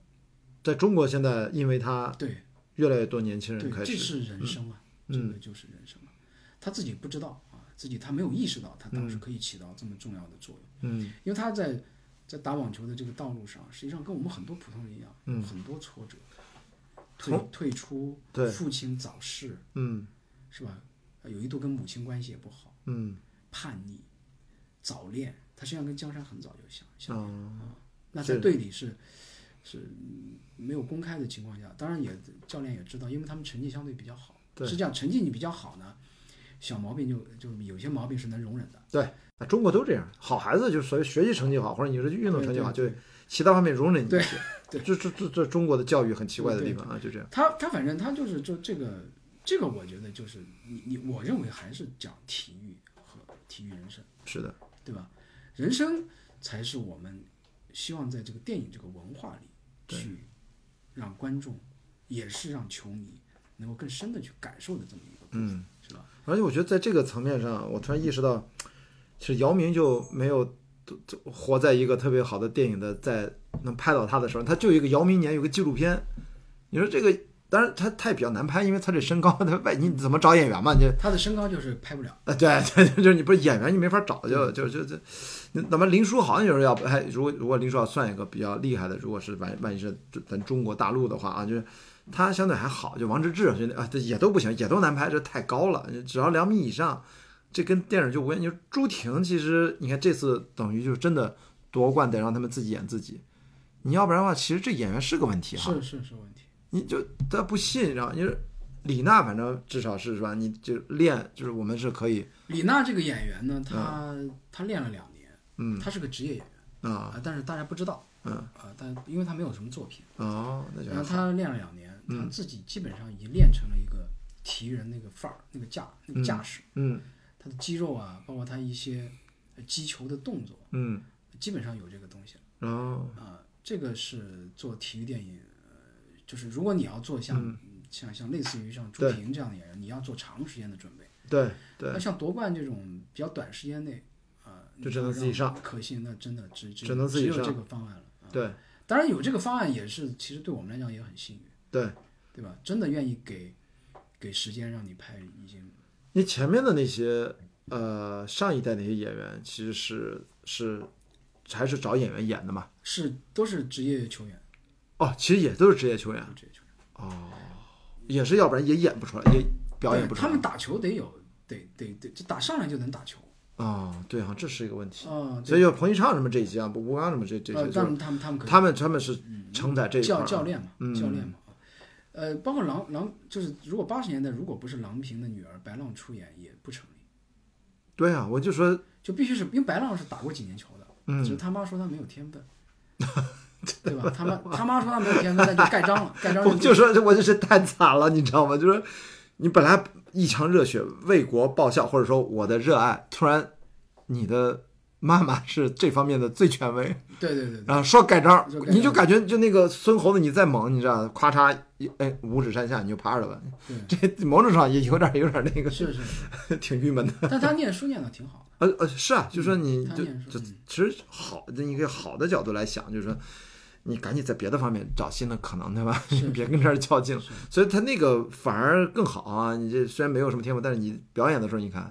Speaker 1: 在中国现在因为他
Speaker 2: 对
Speaker 1: 越来越多年轻人
Speaker 2: 对，
Speaker 1: 开
Speaker 2: 这
Speaker 1: 始，嗯
Speaker 2: 是人生啊，这个就是人生啊，他自己不知道啊，自己他没有意识到他当时可以起到这么重要的作用，
Speaker 1: 嗯
Speaker 2: 因为他在在打网球的这个道路上，实际上跟我们很多普通人一样，
Speaker 1: 嗯
Speaker 2: 很多挫折，退退出，
Speaker 1: 对
Speaker 2: 父亲早逝
Speaker 1: 嗯
Speaker 2: 是吧？有一度跟母亲关系也不好，
Speaker 1: 嗯
Speaker 2: 叛逆，早恋，他实际上跟江山很早就相相
Speaker 1: 嗯
Speaker 2: 那
Speaker 1: 对
Speaker 2: 在队里是是嗯没有公开的情况下，当然也教练也知道，因为他们成绩相对比较好。
Speaker 1: 对
Speaker 2: 是这样，成绩你比较好呢，小毛病就就有些毛病是能容忍的。
Speaker 1: 对，啊中国都这样，好孩子就是所谓学习成绩好，或者你是运动成绩好，就其他方面容忍你一些。
Speaker 2: 对
Speaker 1: 这这这这中国的教育很奇怪的地方啊，就这样。
Speaker 2: 他他反正他就是就这个这个，我觉得就是你你我认为还是讲体育和体育人生，
Speaker 1: 是的，
Speaker 2: 对吧？人生才是我们希望在这个电影这个文化里去让观众，也是让球迷能够更深的去感受的这么一个部分，
Speaker 1: 嗯
Speaker 2: 是吧？
Speaker 1: 而且我觉得在这个层面上，我突然意识到，其实姚明就没有活在一个特别好的电影的在能拍到他的时候，他就有一个姚明年有个纪录片，你说这个。当然，他他也比较难拍，因为他这身高，他外你怎么找演员嘛？你这
Speaker 2: 他的身高就是拍不了。
Speaker 1: 啊，对 [laughs] 对，就是你不是演员，你没法找，就就就就，那那么林书豪有时候要哎，如果如果林书豪算一个比较厉害的，如果是万万一是咱中国大陆的话啊，就是他相对还好，就王治郅就啊，这也都不行，也都难拍，这太高了，只要两米以上，这跟电影就无关。你说朱婷，其实你看这次等于就是真的夺冠得让他们自己演自己，你要不然的话，其实这演员是个问题哈，
Speaker 2: 是是是问题，
Speaker 1: 你就他不信，你知道吗，你说李娜反正至少是是吧，你就练就是我们是可以
Speaker 2: 李娜这个演员呢，她、她练了两年，
Speaker 1: 嗯，
Speaker 2: 她是个职业演员
Speaker 1: 啊。
Speaker 2: 啊、但是大家不知道，
Speaker 1: 嗯
Speaker 2: 啊、但因为她没有什么作品，
Speaker 1: 哦，那就还
Speaker 2: 然后
Speaker 1: 好。嗯
Speaker 2: 她练了两年，她自己基本上已经练成了一个体育人那个范儿、那个架、那个架势，
Speaker 1: 嗯
Speaker 2: 她的肌肉啊，包括她一些呃击球的动作，
Speaker 1: 嗯，
Speaker 2: 基本上有这个东西了
Speaker 1: 然后
Speaker 2: 啊、这个是做体育电影，呃，就是如果你要做像、像像类似于像朱
Speaker 1: 嗯对
Speaker 2: 婷这样的演员，你要做长时间的准备。
Speaker 1: 对对
Speaker 2: 那，像夺冠这种比较短时间内，啊、
Speaker 1: 就只能自己上，
Speaker 2: 可惜那真的只只
Speaker 1: 只能自己
Speaker 2: 只有
Speaker 1: 上
Speaker 2: 这个方案了。啊
Speaker 1: 对
Speaker 2: 当然有这个方案也是，其实对我们来讲也很幸运，
Speaker 1: 对。
Speaker 2: 对吧？真的愿意给给时间让你拍，已经
Speaker 1: 你前面的那些呃上一代那些演员，其实是是还是找演员演的嘛？
Speaker 2: 是都是职业球员，
Speaker 1: 哦，其实也都是职业球
Speaker 2: 都
Speaker 1: 员
Speaker 2: 是，职业球员，
Speaker 1: 也是要不然也演不出来，也表演不出
Speaker 2: 他
Speaker 1: 来。
Speaker 2: 们打球得有得得得，就打上来就能打球
Speaker 1: 哦，对哈、这是一个问题。
Speaker 2: 啊。
Speaker 1: 所以就彭昱畅什么这一些啊，不吴刚什么这这
Speaker 2: 呃，
Speaker 1: 些，
Speaker 2: 他
Speaker 1: 就是
Speaker 2: 们他们他们可以。
Speaker 1: 嗯他们他们是承载这一块
Speaker 2: 教
Speaker 1: 儿
Speaker 2: 教
Speaker 1: 啊。
Speaker 2: 练嘛，教练嘛，啊呃，包括郎郎，就是如果八十年代如果不是郎平的女儿白浪出演，也不成立。
Speaker 1: 对啊，我就说
Speaker 2: 就必须是因为白浪是打过几年球的，
Speaker 1: 嗯
Speaker 2: 只是他妈说他没有天分，对吧？他妈他妈说他没有天分，那就盖章了，盖章
Speaker 1: 我
Speaker 2: 认
Speaker 1: 就
Speaker 2: 罪。
Speaker 1: 说，我就是太惨了，你知道吗？就是你本来一腔热血为国报效，或者说我的热爱，突然你的妈妈是这方面的最权威，
Speaker 2: 对对对对
Speaker 1: 然后说盖章
Speaker 2: 说盖，章
Speaker 1: 你就感觉就那个孙猴子你再猛，你知道，咔嚓一，哎，五指山下你就趴着了。这某种上也有点有点那
Speaker 2: 对，
Speaker 1: 个，
Speaker 2: 是
Speaker 1: [laughs]
Speaker 2: 是，
Speaker 1: 挺郁闷的。
Speaker 2: 但他念书念的挺好的，
Speaker 1: 呃呃，是啊，就说你
Speaker 2: 他
Speaker 1: 就
Speaker 2: 念书
Speaker 1: 就其实好的，你可以好的角度来想，就是说你赶紧在别的方面找新的可能，对吧？你别跟这儿较劲了。所以他那个反而更好啊！你这虽然没有什么天赋，但是你表演的时候，你看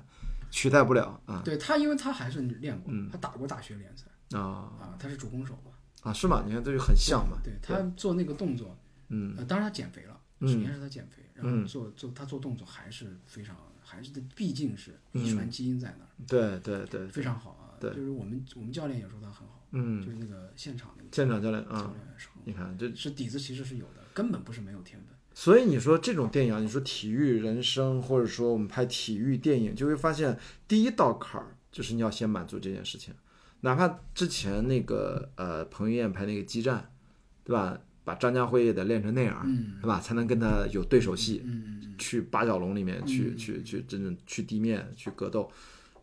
Speaker 1: 取代不了啊嗯
Speaker 2: 对他，因为他还是练过，他打过大学联赛
Speaker 1: 啊
Speaker 2: 啊，他是主攻手嘛，
Speaker 1: 啊！是吗？你看这就很像嘛。
Speaker 2: 对他做那个动作，
Speaker 1: 嗯
Speaker 2: 呃，当然他减肥了，首先是他减肥，然后做做他做动作还是非常，还是毕竟是遗传基因在那儿，
Speaker 1: 对对嗯对，
Speaker 2: 非常好啊。
Speaker 1: 对
Speaker 2: 就是我们我们教练也说他很好，
Speaker 1: 嗯，
Speaker 2: 就是那个现场那个
Speaker 1: 舰长教练
Speaker 2: 教
Speaker 1: 啊，
Speaker 2: 练也说。
Speaker 1: 你看这，
Speaker 2: 是底子其实是有的，根本不是没有天分。
Speaker 1: 所以你说这种电影啊，你说体育人生，或者说我们拍体育电影，就会发现第一道坎儿就是你要先满足这件事情，哪怕之前那个呃彭于晏拍那个激战，对吧？把张家辉也得练成那样，
Speaker 2: 嗯
Speaker 1: 对吧？才能跟他有对手戏。
Speaker 2: 嗯嗯
Speaker 1: 去八角笼里面去、
Speaker 2: 嗯
Speaker 1: 去去真正去地面去格斗，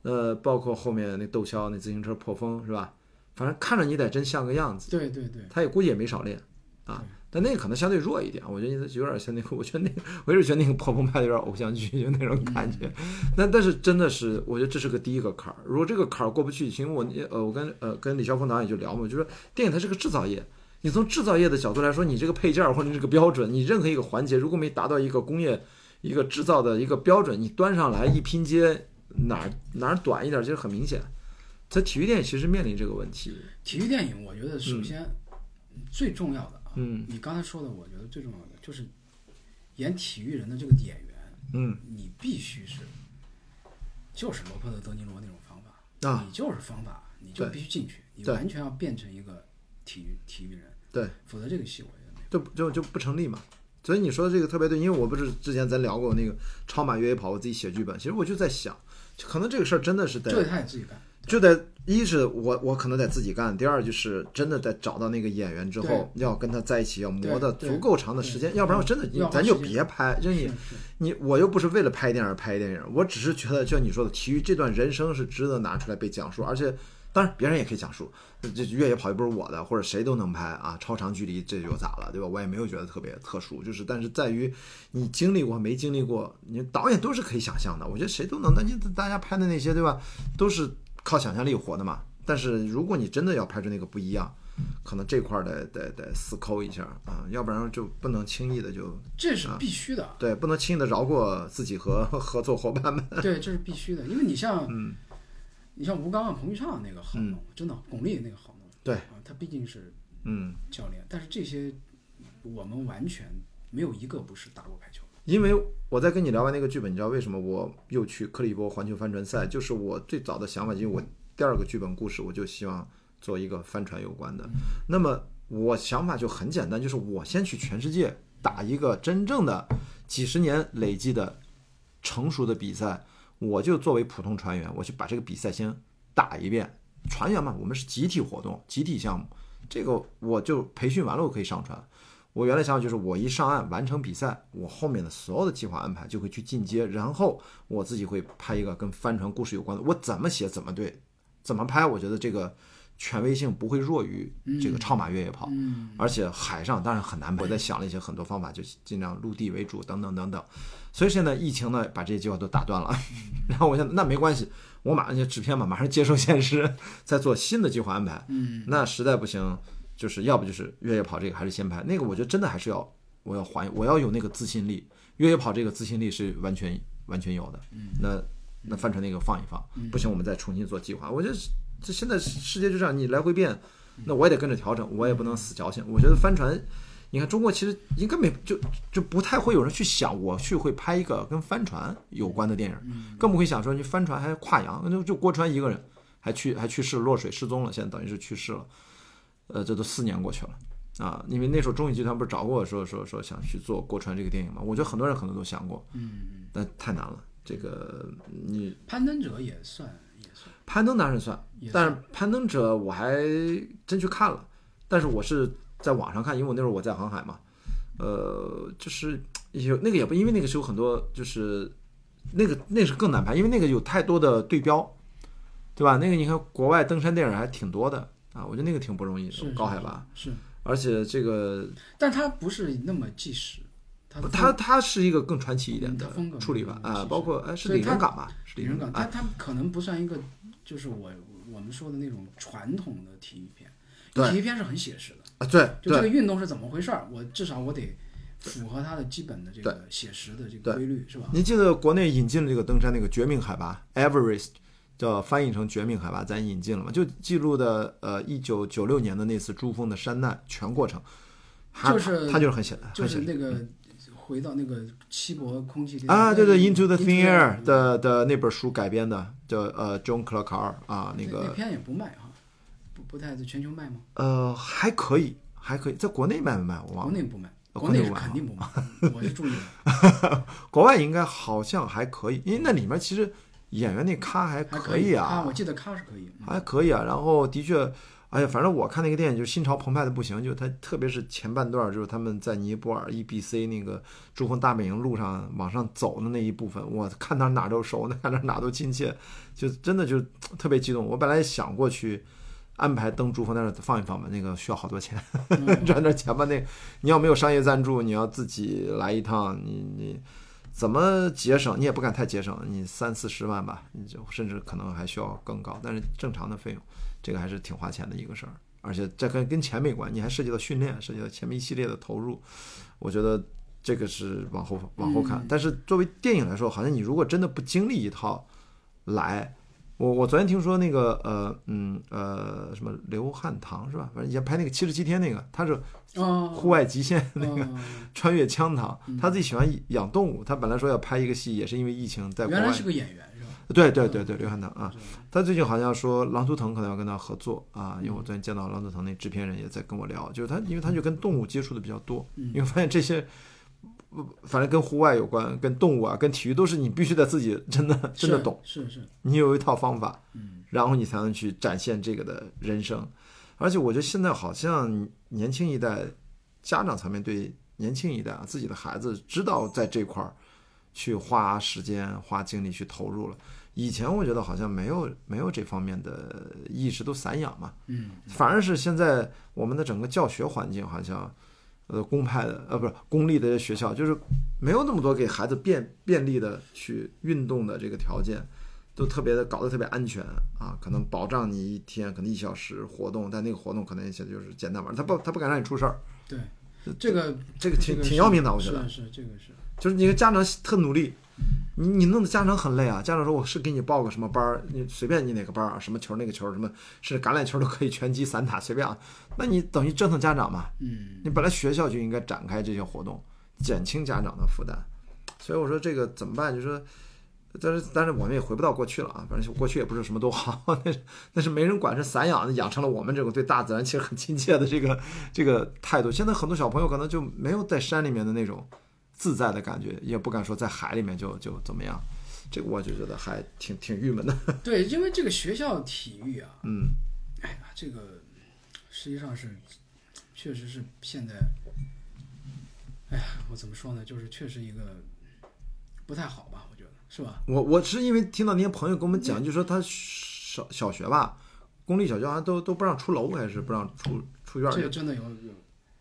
Speaker 1: 呃，包括后面那窦骁那自行车破风是吧？反正看着你得真像个样子，
Speaker 2: 嗯，对对对，
Speaker 1: 他也估计也没少练啊。但那个可能相对弱一点，我觉得有点像那个，我觉得那个，我一直觉得那个破风拍的有点偶像剧，就那种感觉。那 [laughs] 但是真的是，我觉得这是个第一个坎儿。如果这个坎儿过不去，因为我呃，我跟呃跟李霄峰导演就聊嘛，就说电影它是个制造业，你从制造业的角度来说，你这个配件儿或者你这个标准，你任何一个环节如果没达到一个工业一个制造的一个标准，你端上来一拼接，哪儿哪儿短一点，就是很明显。在体育电影其实面临这个问题，
Speaker 2: 体育电影，我觉得首先最重要的啊，
Speaker 1: 嗯
Speaker 2: 你刚才说的，我觉得最重要的就是演体育人的这个演员，
Speaker 1: 嗯，
Speaker 2: 你必须是就是罗伯特·德尼罗那种方法，
Speaker 1: 啊
Speaker 2: 你就是方法，你就
Speaker 1: 对
Speaker 2: 必须进去，你
Speaker 1: 对
Speaker 2: 完全要变成一个体育体育人，
Speaker 1: 对，
Speaker 2: 否则这个戏我觉得没有。
Speaker 1: 就就就不成立嘛。所以你说的这个特别对，因为我不是之前咱聊过那个超马越野跑，我自己写剧本，其实我就在想，可能这个事儿真的是得
Speaker 2: 这个他也自己干，
Speaker 1: 就得一是我我可能得自己干，第二就是真的得找到那个演员之后，要跟他在一起，要磨的
Speaker 2: 对
Speaker 1: 足够长的时间，要不然我真的
Speaker 2: 嗯要花
Speaker 1: 咱就
Speaker 2: 时间
Speaker 1: 别拍，就是你
Speaker 2: 是是
Speaker 1: 你我又不是为了拍电影而拍电影，我只是觉得就像你说的，体育这段人生是值得拿出来被讲述，而且当然别人也可以讲述，呃这越野跑又不是我的，或者谁都能拍啊，超长距离这又咋了，对吧？我也没有觉得特别特殊，就是但是在于你经历过没经历过，你导演都是可以想象的，我觉得谁都能，但就大家拍的那些对吧，都是靠想象力活的嘛。但是如果你真的要拍出那个不一样，可能这块儿得得得死抠一下啊，要不然就不能轻易的就
Speaker 2: 这是必须的，啊
Speaker 1: 对，不能轻易的饶过自己和 [laughs] 合作伙伴 [laughs] 们。
Speaker 2: 对，这是必须的，因为你像，
Speaker 1: 嗯
Speaker 2: 你像吴刚啊、彭昱畅那个好弄，真的巩俐那个好弄，
Speaker 1: 对
Speaker 2: 啊，他毕竟是
Speaker 1: 嗯，
Speaker 2: 教练，但是这些我们完全没有一个不是打过排球的，
Speaker 1: 因为我在跟你聊完那个剧本，你知道为什么我又去克利伯环球帆船赛？就是我最早的想法，因为我第二个剧本故事，我就希望做一个帆船有关的。那么我想法就很简单，就是我先去全世界打一个真正的几十年累积的成熟的比赛，我就作为普通船员，我去把这个比赛先打一遍。船员嘛，我们是集体活动、集体项目，这个我就培训完了，我可以上船。我原来想法就是，我一上岸完成比赛，我后面的所有的计划安排就会去进阶，然后我自己会拍一个跟帆船故事有关的，我怎么写怎么对，怎么拍，我觉得这个权威性不会弱于这个超马越野跑。
Speaker 2: 嗯，
Speaker 1: 而且海上当然很难，我在想了一些很多方法，就尽量陆地为主，等等等等。所以现在疫情呢，把这些计划都打断了。 [laughs] 然后我想，那没关系，我马上就制片嘛，马上接受现实，再做新的计划安排。嗯，那实在不行，就是要不就是越野跑这个还是先拍那个，我觉得真的还是要我要还我要有那个自信力，越野跑这个自信力是完全完全有的。嗯，那那帆船那个放一放，不行我们再重新做计划。我觉得是这现在世界就这样，你来回变，那我也得跟着调整，我也不能死矫情。我觉得帆船，你看中国其实应该没就就不太会有人去想我去会拍一个跟帆船有关的电影，更不会想说你帆船还跨洋，那就就郭川一个人还去还去世落水失踪了，现在等于是去世了，呃，这都四年过去了。啊，因为那时候中影集团不是找过我说说说想去做郭川这个电影嘛，我觉得很多人可能都想过，嗯，但太难了。这个嗯你
Speaker 2: 攀登者也算也算，
Speaker 1: 攀登当然算，但是攀登者我还真去看了，但是我是在网上看，因为我那时候我在航海嘛，呃，就是有那个也不，因为那个是有很多就是那个那是更难拍，因为那个有太多的对标，对吧？那个你看国外登山电影还挺多的啊，我觉得那个挺不容易的，
Speaker 2: 是
Speaker 1: 高海拔，
Speaker 2: 是，
Speaker 1: 而且这个
Speaker 2: 但他不是那么计时，他的
Speaker 1: 它它是一个更传奇一点的
Speaker 2: 嗯它风格
Speaker 1: 处理吧，
Speaker 2: 嗯
Speaker 1: 啊，包括哎是
Speaker 2: 所以
Speaker 1: 李
Speaker 2: 它
Speaker 1: 仁港吧，是
Speaker 2: 李
Speaker 1: 李
Speaker 2: 仁
Speaker 1: 仁
Speaker 2: 港，
Speaker 1: 港，
Speaker 2: 他他可能不算一个，就是我我们说的那种传统的体育片，因为
Speaker 1: 对
Speaker 2: 体育片是很写实的。
Speaker 1: 啊对
Speaker 2: 就这
Speaker 1: 对
Speaker 2: 个运动是怎么回事儿，我至少我得符合它的基本的这个写实的这个
Speaker 1: 对
Speaker 2: 规律，是吧？
Speaker 1: 您记得国内引进了这个登山那个绝命海拔 Everest，叫翻译成绝命海拔，咱引进了嘛？就记录的呃一九九六年的那次珠峰的山难全过程，还
Speaker 2: 就是
Speaker 1: 它就是很显
Speaker 2: 就
Speaker 1: 很
Speaker 2: 是
Speaker 1: 显
Speaker 2: 那个回到那个稀薄空气里
Speaker 1: 啊，对对，Into the Thin Air
Speaker 2: Air
Speaker 1: 的的那本书改编的，叫呃 John Clark 啊，那
Speaker 2: 那
Speaker 1: 个
Speaker 2: 片也不卖哈，不不太在全球卖吗？
Speaker 1: 呃还可以，还可以，在国内卖没卖我忘
Speaker 2: 国
Speaker 1: 了，
Speaker 2: 内不卖，
Speaker 1: 呃
Speaker 2: 国
Speaker 1: 国内
Speaker 2: 内是
Speaker 1: 不卖
Speaker 2: 肯定不卖，我是注意了，
Speaker 1: 国外应该好像还可以，因为那里面其实演员那咖 [laughs] 还
Speaker 2: 还
Speaker 1: 可
Speaker 2: 以
Speaker 1: 啊，
Speaker 2: 我记得咖是可以，嗯
Speaker 1: 还可以啊。然后的确，哎呀，反正我看那个电影就心潮澎湃的不行，就它特别是前半段，就是他们在尼泊尔 EBC 那个珠峰大本营路上往上走的那一部分，我看哪儿哪儿都熟， [laughs] 看哪儿哪儿都亲切，就真的就特别激动。我本来想过去。安排登珠峰，但是放一放吧，那个需要好多钱， [laughs] 赚点钱吧。那你要没有商业赞助，你要自己来一趟，你你怎么节省？你也不敢太节省，你三四十万吧，你就甚至可能还需要更高。但是正常的费用，这个还是挺花钱的一个事儿，而且这跟跟钱没关，你还涉及到训练，涉及到前面一系列的投入，我觉得这个是往后往后看。但是作为电影来说，好像你如果真的不经历一套来。我我昨天听说那个呃嗯呃什么刘汉堂是吧？反正以前拍那个《七十七天》那个，他是 [laughs]
Speaker 2: 哦，
Speaker 1: 户外极限那个
Speaker 2: 哦
Speaker 1: 穿越羌塘，
Speaker 2: 嗯
Speaker 1: 他自己喜欢养动物，他本来说要拍一个戏，也是因为疫情嗯在国
Speaker 2: 原
Speaker 1: 外
Speaker 2: 来是个演员是吧？
Speaker 1: 对对对对，刘汉堂啊，他最近好像说狼图腾可能要跟他合作
Speaker 2: 嗯
Speaker 1: 啊，因为我昨天见到狼图腾那制片人也在跟我聊，就是他，因为他就跟动物接触的比较多，
Speaker 2: 嗯
Speaker 1: 因为发现这些，呃反正跟户外有关，跟动物啊，跟体育都是你必须得自己真的真的
Speaker 2: 是
Speaker 1: 懂，
Speaker 2: 是是，
Speaker 1: 你有一套方法，然后你才能去展现这个的人生。而且我觉得现在好像年轻一代家长层面对年轻一代啊自己的孩子知道在这块儿去花时间、花精力去投入了。以前我觉得好像没有没有这方面的意识，都散养嘛。
Speaker 2: 嗯，
Speaker 1: 反而是现在我们的整个教学环境好像，呃，公派的呃不是公立的学校，就是没有那么多给孩子便便利的去运动的这个条件，都特别的搞得特别安全啊，可能保障你一天可能一小时活动，但那个活动可能也就是简单玩，他不他不敢让你出事儿，
Speaker 2: 对，这个
Speaker 1: 这个挺
Speaker 2: 这个
Speaker 1: 挺
Speaker 2: 是
Speaker 1: 要命的，我觉得。
Speaker 2: 是是这个是，
Speaker 1: 就是你看家长特努力，你你弄得家长很累啊。家长说我是给你报个什么班儿，你随便你哪个班儿啊，什么球儿那个球儿，什么是橄榄球儿都可以，拳击、散打随便啊。那你等于折腾家长嘛？
Speaker 2: 嗯，
Speaker 1: 你本来学校就应该展开这些活动，减轻家长的负担。所以我说这个怎么办？就说，但是但是我们也回不到过去了啊。反正过去也不是什么都好， [laughs] 那是那是没人管，是散养的，养成了我们这种对大自然其实很亲切的这个这个态度。现在很多小朋友可能就没有在山里面的那种自在的感觉，也不敢说在海里面就就怎么样。这个我就觉得还挺挺郁闷的。
Speaker 2: 对，因为这个学校体育啊，
Speaker 1: 嗯
Speaker 2: 哎呀，这个实际上是，确实是现在，哎呀，我怎么说呢？就是确实一个不太好吧，我觉得是吧？
Speaker 1: 我我是因为听到那些朋友跟我们
Speaker 2: 嗯
Speaker 1: 讲，就说他小小学吧，公立小学好像都都不让出楼，还是不让出出院儿
Speaker 2: 这
Speaker 1: 里
Speaker 2: 个，真的
Speaker 1: [laughs]
Speaker 2: 有有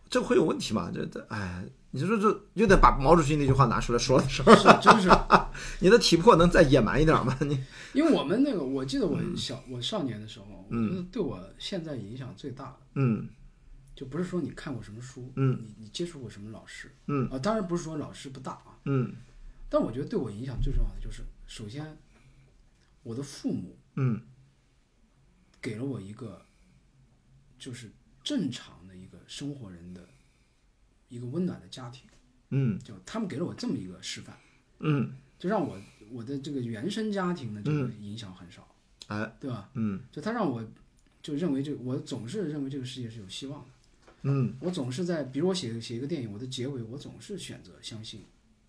Speaker 1: 这会有问题吗？这这哎，你说这有点把毛主席那句话拿出来说的时候，
Speaker 2: 是真是，
Speaker 1: 你的体魄能再野蛮一点吗？你
Speaker 2: 因为我们那个，我记得我
Speaker 1: 嗯
Speaker 2: 小我少年的时候，我觉得对我现在影响最大的，
Speaker 1: 嗯
Speaker 2: 就不是说你看过什么书，
Speaker 1: 嗯，
Speaker 2: 你你接触过什么老师，
Speaker 1: 嗯
Speaker 2: 啊，当然不是说老师不大啊，
Speaker 1: 嗯
Speaker 2: 但我觉得对我影响最重要的就是，首先，我的父母
Speaker 1: 嗯
Speaker 2: 给了我一个就是正常的一个生活人的一个温暖的家庭，
Speaker 1: 嗯
Speaker 2: 就他们给了我这么一个示范，
Speaker 1: 嗯，
Speaker 2: 就让我我的这个原生家庭的这个影响很少，
Speaker 1: 哎
Speaker 2: 对吧？
Speaker 1: 嗯
Speaker 2: 就他让我就认为这我总是认为这个世界是有希望的，
Speaker 1: 嗯
Speaker 2: 我总是在比如我写写一个电影，我的结尾我总是选择相信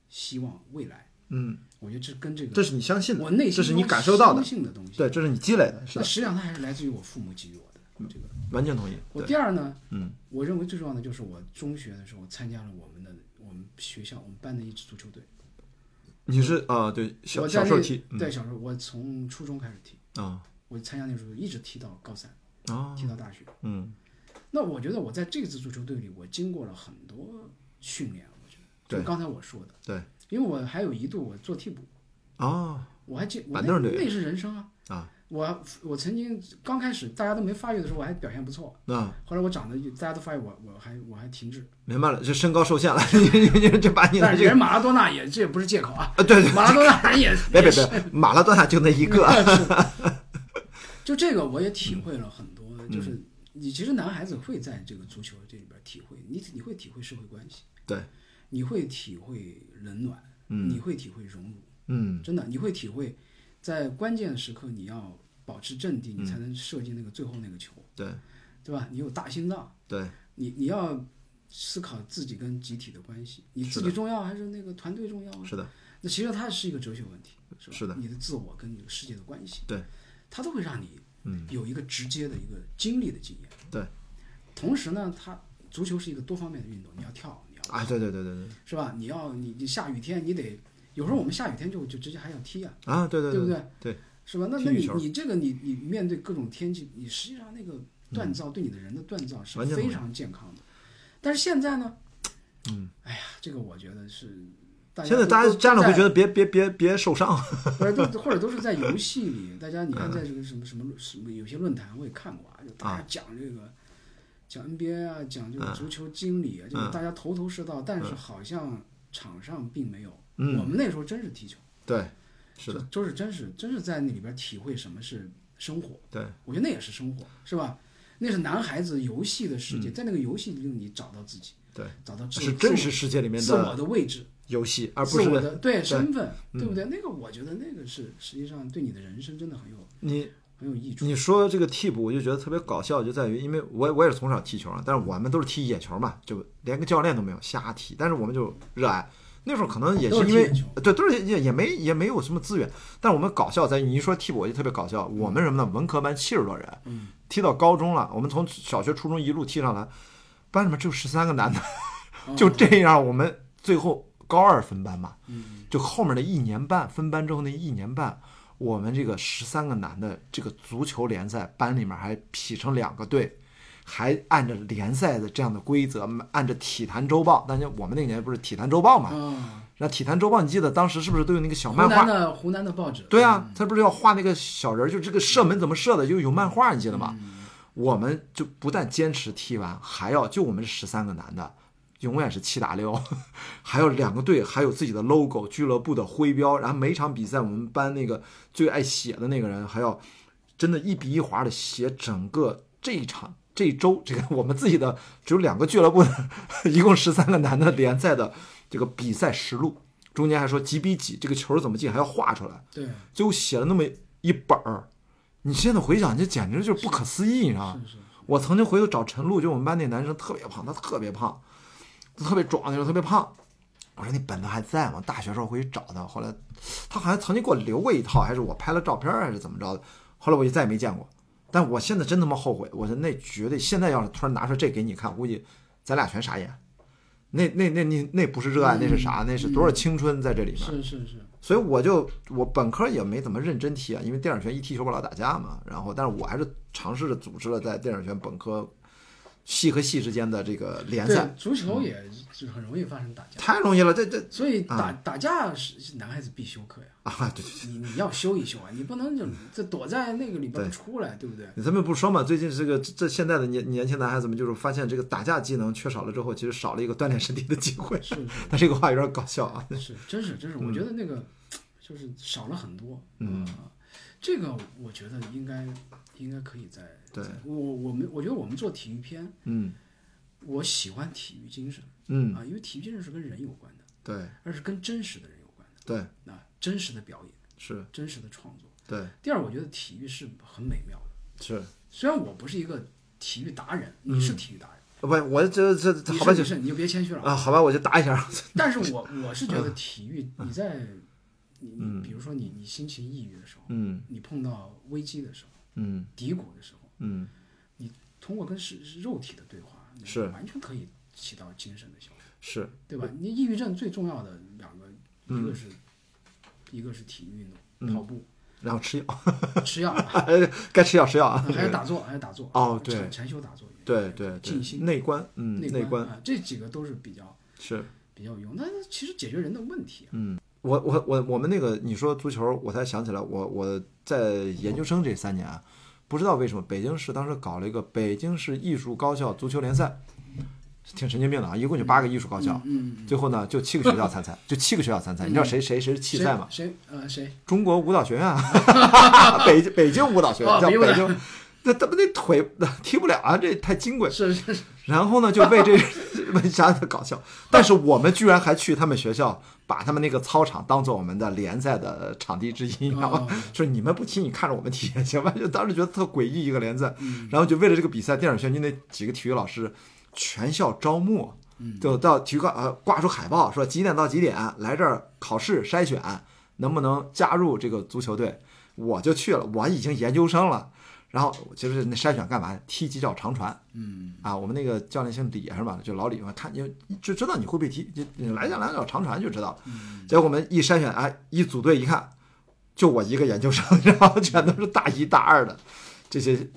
Speaker 2: 希望未来，
Speaker 1: 嗯，
Speaker 2: 我觉得这跟这
Speaker 1: 这
Speaker 2: 个
Speaker 1: 是你相信的，
Speaker 2: 我内心
Speaker 1: 这是你
Speaker 2: 中
Speaker 1: 感受到的
Speaker 2: 相，信的东西，
Speaker 1: 对，这是你积累的，是
Speaker 2: 那
Speaker 1: 的，
Speaker 2: 实际上它还是来自于我父母给予我的这个。
Speaker 1: 完全同意。
Speaker 2: 我
Speaker 1: 对，
Speaker 2: 第二呢，
Speaker 1: 嗯，
Speaker 2: 我认为最重要的就是我中学的时候参加了我们的我们学校我们班的一支足球队，
Speaker 1: 你是啊，对，小
Speaker 2: 我在
Speaker 1: 小
Speaker 2: 那
Speaker 1: 时候踢，嗯
Speaker 2: 对小时候我从初中开始踢，
Speaker 1: 啊
Speaker 2: 我参加那个足球一直踢到高三，
Speaker 1: 啊，
Speaker 2: 踢到大学。
Speaker 1: 嗯，
Speaker 2: 那我觉得我在这支足球队里，我经过了很多训练，我觉得
Speaker 1: 对
Speaker 2: 就刚才我说的，
Speaker 1: 对，
Speaker 2: 因为我还有一度我做替补，
Speaker 1: 啊
Speaker 2: 我还记我
Speaker 1: 板
Speaker 2: 那
Speaker 1: 凳队
Speaker 2: 那是人生啊。
Speaker 1: 啊，
Speaker 2: 我我曾经刚开始大家都没发育的时候，我还表现不错。
Speaker 1: 那
Speaker 2: 后来我长得大家都发育我我还我还停滞，
Speaker 1: 明白了，这身高受限了， [laughs] 你你你这把啊你的
Speaker 2: 但
Speaker 1: 这
Speaker 2: 是
Speaker 1: 个
Speaker 2: 人马拉多纳也这也不是借口啊，
Speaker 1: 啊，对对，
Speaker 2: 马拉多纳人也
Speaker 1: [laughs] 别别别，马拉多纳就那一个，
Speaker 2: 就这个我也体
Speaker 1: 嗯
Speaker 2: 会了很多，就是你其实男孩子会在这个足球这里边体会，你你会体会社会关系，
Speaker 1: 对，
Speaker 2: 你会体会冷暖，你会体会荣辱，
Speaker 1: 嗯
Speaker 2: 真的你会体会，在关键时刻你要保持镇定，
Speaker 1: 嗯
Speaker 2: 你才能射进那个最后那个球，
Speaker 1: 对
Speaker 2: 对吧？你有大心脏，
Speaker 1: 对，
Speaker 2: 你你要思考自己跟集体的关系，你自己重要还是那个团队重要啊？
Speaker 1: 是的，
Speaker 2: 那其实它是一个哲学问题，是吧？
Speaker 1: 是的
Speaker 2: 你的自我跟你的世界的关系，
Speaker 1: 对，嗯
Speaker 2: 它都会让你有一个直接的一个经历的经验。
Speaker 1: 对，
Speaker 2: 同时呢，它足球是一个多方面的运动，你要跳，你要
Speaker 1: 啊，对对对对对，
Speaker 2: 是吧？你要你你下雨天你得，有时候我们下雨天就就直接还想踢啊，
Speaker 1: 啊，对对
Speaker 2: 对不
Speaker 1: 对
Speaker 2: 对
Speaker 1: 对，
Speaker 2: 是吧？那
Speaker 1: 踢
Speaker 2: 那
Speaker 1: 羽
Speaker 2: 你
Speaker 1: 球嗯
Speaker 2: 你这个你你面对各种天气，你实际上那个锻造、对你的人的锻造是
Speaker 1: 完全同
Speaker 2: 非
Speaker 1: 意
Speaker 2: 常健康的。但是现在呢，嗯，哎呀，这个我觉得是。大家
Speaker 1: 现在
Speaker 2: 都
Speaker 1: 大
Speaker 2: 都
Speaker 1: 家
Speaker 2: 都
Speaker 1: 家长
Speaker 2: 在
Speaker 1: 会觉得别别别别受伤，
Speaker 2: 不是都 [laughs] 或者都是在游戏里，大家你看在这个什么什么论什么有些论坛我也看过啊，就大家讲这个讲 NBA 啊，讲
Speaker 1: 嗯
Speaker 2: 这个足球经理啊，就是大家头头是道，但是好像场上并没有。我们那时候真是踢球，
Speaker 1: 对嗯是的，
Speaker 2: 就就是真是真是在那里边体会什么是生活，
Speaker 1: 对，
Speaker 2: 我觉得那也是生活，是吧？那是男孩子游戏的世界，在那个游戏里你找到自己，
Speaker 1: 嗯对，
Speaker 2: 找到自
Speaker 1: 是真实世界里面
Speaker 2: 自我
Speaker 1: 的
Speaker 2: 的位置，
Speaker 1: 游戏，而不
Speaker 2: 自我
Speaker 1: 是嗯
Speaker 2: 的对身份，对不对？那个我觉得那个是实际上对你的人生真的很有
Speaker 1: 你
Speaker 2: 很有益处。
Speaker 1: 你说这个替补，我就觉得特别搞笑，就在于因为我我也是从小踢球啊，但是我们都是踢野球嘛，就连个教练都没有，瞎踢。但是我们就热爱，那时候可能也
Speaker 2: 都是
Speaker 1: 因为
Speaker 2: 踢野球
Speaker 1: 对都是也也没也没有什么资源，但是我们搞笑在于你一说替补我就特别搞笑。我们什么呢？文科班七十多人，
Speaker 2: 嗯
Speaker 1: 踢到高中了，我们从小学初中一路踢上来，班里面只有十三个男的，就这样，我们最后高二分班嘛，
Speaker 2: 嗯
Speaker 1: 就后面的一年半分班之后那一年半，我们这个十三个男的这个足球联赛班里面还劈成两个队，还按照联赛的这样的规则，按着《体坛周报》，当年我们那年不是《体坛周报》嘛，
Speaker 2: 啊，
Speaker 1: 那《体坛周报》你记得当时是不是都有那个小
Speaker 2: 湖
Speaker 1: 漫画
Speaker 2: 南？的湖南的报纸，
Speaker 1: 对啊，他不是要画那个小人儿，就这个射门怎么射的，就有漫画，你记得吗？我们就不但坚持踢完，还要就我们这十三个男的，永远是七打六， [laughs] 还有两个队，还有自己的 logo、俱乐部的徽标，然后每场比赛我们班那个最爱写的那个人，还要真的一笔一划的写整个这一场。这一周，这个我们自己的只有两个俱乐部的， [laughs] 一共十三个男的联赛的这个比赛实录，中间还说几比几，这个球怎么进还要画出来，
Speaker 2: 对，
Speaker 1: 最后写了那么一本儿。你现在回想，这简直就是不可思议，你知道吗？
Speaker 2: 是是，
Speaker 1: 我曾经回头找陈露，就我们班那男生特别胖，他特别胖，特别壮，就是特别胖。我说你本子还在吗？大学时候回去找他，后来他好像曾经给我留过一套，还是我拍了照片，还是怎么着的。后来我就再也没见过。但我现在真他妈后悔，我说那绝对，现在要是突然拿出这给你看，估计咱俩全傻眼。那那那那那不是热爱，那是啥？那是多少青春在这里面？
Speaker 2: 嗯是是是，
Speaker 1: 所以我就我本科也没怎么认真踢啊，因为电影学院一踢球不老打架嘛。然后，但是我还是尝试着组织了在电影学院本科系和系之间的这个联赛
Speaker 2: 对，，足球也就很容易发生打架，
Speaker 1: 太容易了，这这
Speaker 2: 所以打打架是是男孩子必修课呀。
Speaker 1: 啊，对，
Speaker 2: 你你要修一修啊，你不能
Speaker 1: 嗯
Speaker 2: 就就躲在那个里边不出来，对不对？
Speaker 1: 你咱们不说嘛，最近这个这这现在的年年轻男孩子们就是发现这个打架技能缺少了之后，其实少了一个锻炼身体的机会。 [laughs]
Speaker 2: 是是
Speaker 1: 但这个话有点搞笑 [laughs] 啊，
Speaker 2: 是，真是真是，我觉
Speaker 1: 嗯
Speaker 2: 得那个就是少了很多。嗯，这个我觉得应该应该可以在
Speaker 1: 对
Speaker 2: 在我我们我觉得我们做体育片，
Speaker 1: 嗯
Speaker 2: 我喜欢体育精神
Speaker 1: 嗯，
Speaker 2: 啊，因为体育精神是跟人有关的，
Speaker 1: 对
Speaker 2: 而是跟真实的人有关
Speaker 1: 对
Speaker 2: 的啊，真实的表演，
Speaker 1: 是，
Speaker 2: 真实的创作。
Speaker 1: 对
Speaker 2: 第二，我觉得体育是很美妙的，
Speaker 1: 是，
Speaker 2: 虽然我不是一个体育达人，你是体育达人，
Speaker 1: 不，我这嗯这这
Speaker 2: 你
Speaker 1: 好吧
Speaker 2: 是
Speaker 1: 就
Speaker 2: 你是你就别谦虚了
Speaker 1: 啊，好吧，我就打一下，
Speaker 2: [laughs] 但是我我是
Speaker 1: 嗯
Speaker 2: 觉得体育，你在你你比如说你你心情抑郁的时候，
Speaker 1: 嗯
Speaker 2: 你碰到危机的时候、
Speaker 1: 嗯
Speaker 2: 低谷的时候，
Speaker 1: 嗯，
Speaker 2: 你通过跟是肉体的对话，你
Speaker 1: 是
Speaker 2: 完全可以起到精神的效果，
Speaker 1: 是
Speaker 2: 对吧？你抑郁症最重要的两个，
Speaker 1: 嗯
Speaker 2: 一个是一个是体育运动，跑
Speaker 1: [laughs]
Speaker 2: 步、
Speaker 1: 然后吃药。[laughs]
Speaker 2: 吃药，
Speaker 1: 该吃药吃药啊。
Speaker 2: 嗯还有打坐，还有打坐。
Speaker 1: 哦对
Speaker 2: 禅禅修打坐也
Speaker 1: 对对对
Speaker 2: 静，心
Speaker 1: 内观，嗯，内
Speaker 2: 观啊，这几个都是比较
Speaker 1: 是。
Speaker 2: 比较有用，那其实解决人的问题啊。
Speaker 1: 嗯我我我我们那个你说足球，我才想起来，我我在研究生这三年啊，不知道为什么北京市当时搞了一个北京市艺术高校足球联赛，挺神经病的啊，一共就八个艺术高校，
Speaker 2: 嗯，
Speaker 1: 最后呢就七个学校参赛，就七个学校参赛，你知道谁谁谁是弃
Speaker 2: 谁
Speaker 1: 赛吗？
Speaker 2: 谁呃谁？
Speaker 1: 中国舞蹈学院啊，
Speaker 2: [laughs]
Speaker 1: 北北京舞蹈学院
Speaker 2: 哦
Speaker 1: 叫
Speaker 2: 北舞
Speaker 1: 北
Speaker 2: 蹈
Speaker 1: 京，那他们那腿踢不了啊，这太金贵了。
Speaker 2: 是是是，
Speaker 1: 然后呢，就为这 [laughs] 为啥的搞笑？但是我们居然还去他们学校，把他们那个操场当做我们的联赛的场地之一，你知道吗
Speaker 2: 哦？
Speaker 1: 就是你们不踢，你看着我们踢也行吧。 [laughs] 就当时觉得特诡异一个联赛，然后就为了这个比赛，电影学院就那几个体育老师全校招募，就到体育馆呃挂出海报，说几点到几点来这儿考试筛选，能不能加入这个足球队？我就去了，我已经研究生了。然后其实那筛选干嘛？踢几脚长传，
Speaker 2: 嗯，
Speaker 1: 啊，我们那个教练姓李是吧？就老李嘛，看就就知道你会不会踢，就你来两两脚长传就知道了。结果我们一筛选，哎，一组队一看，就我一个研究生， [laughs] 然后全都是大一大二的，这些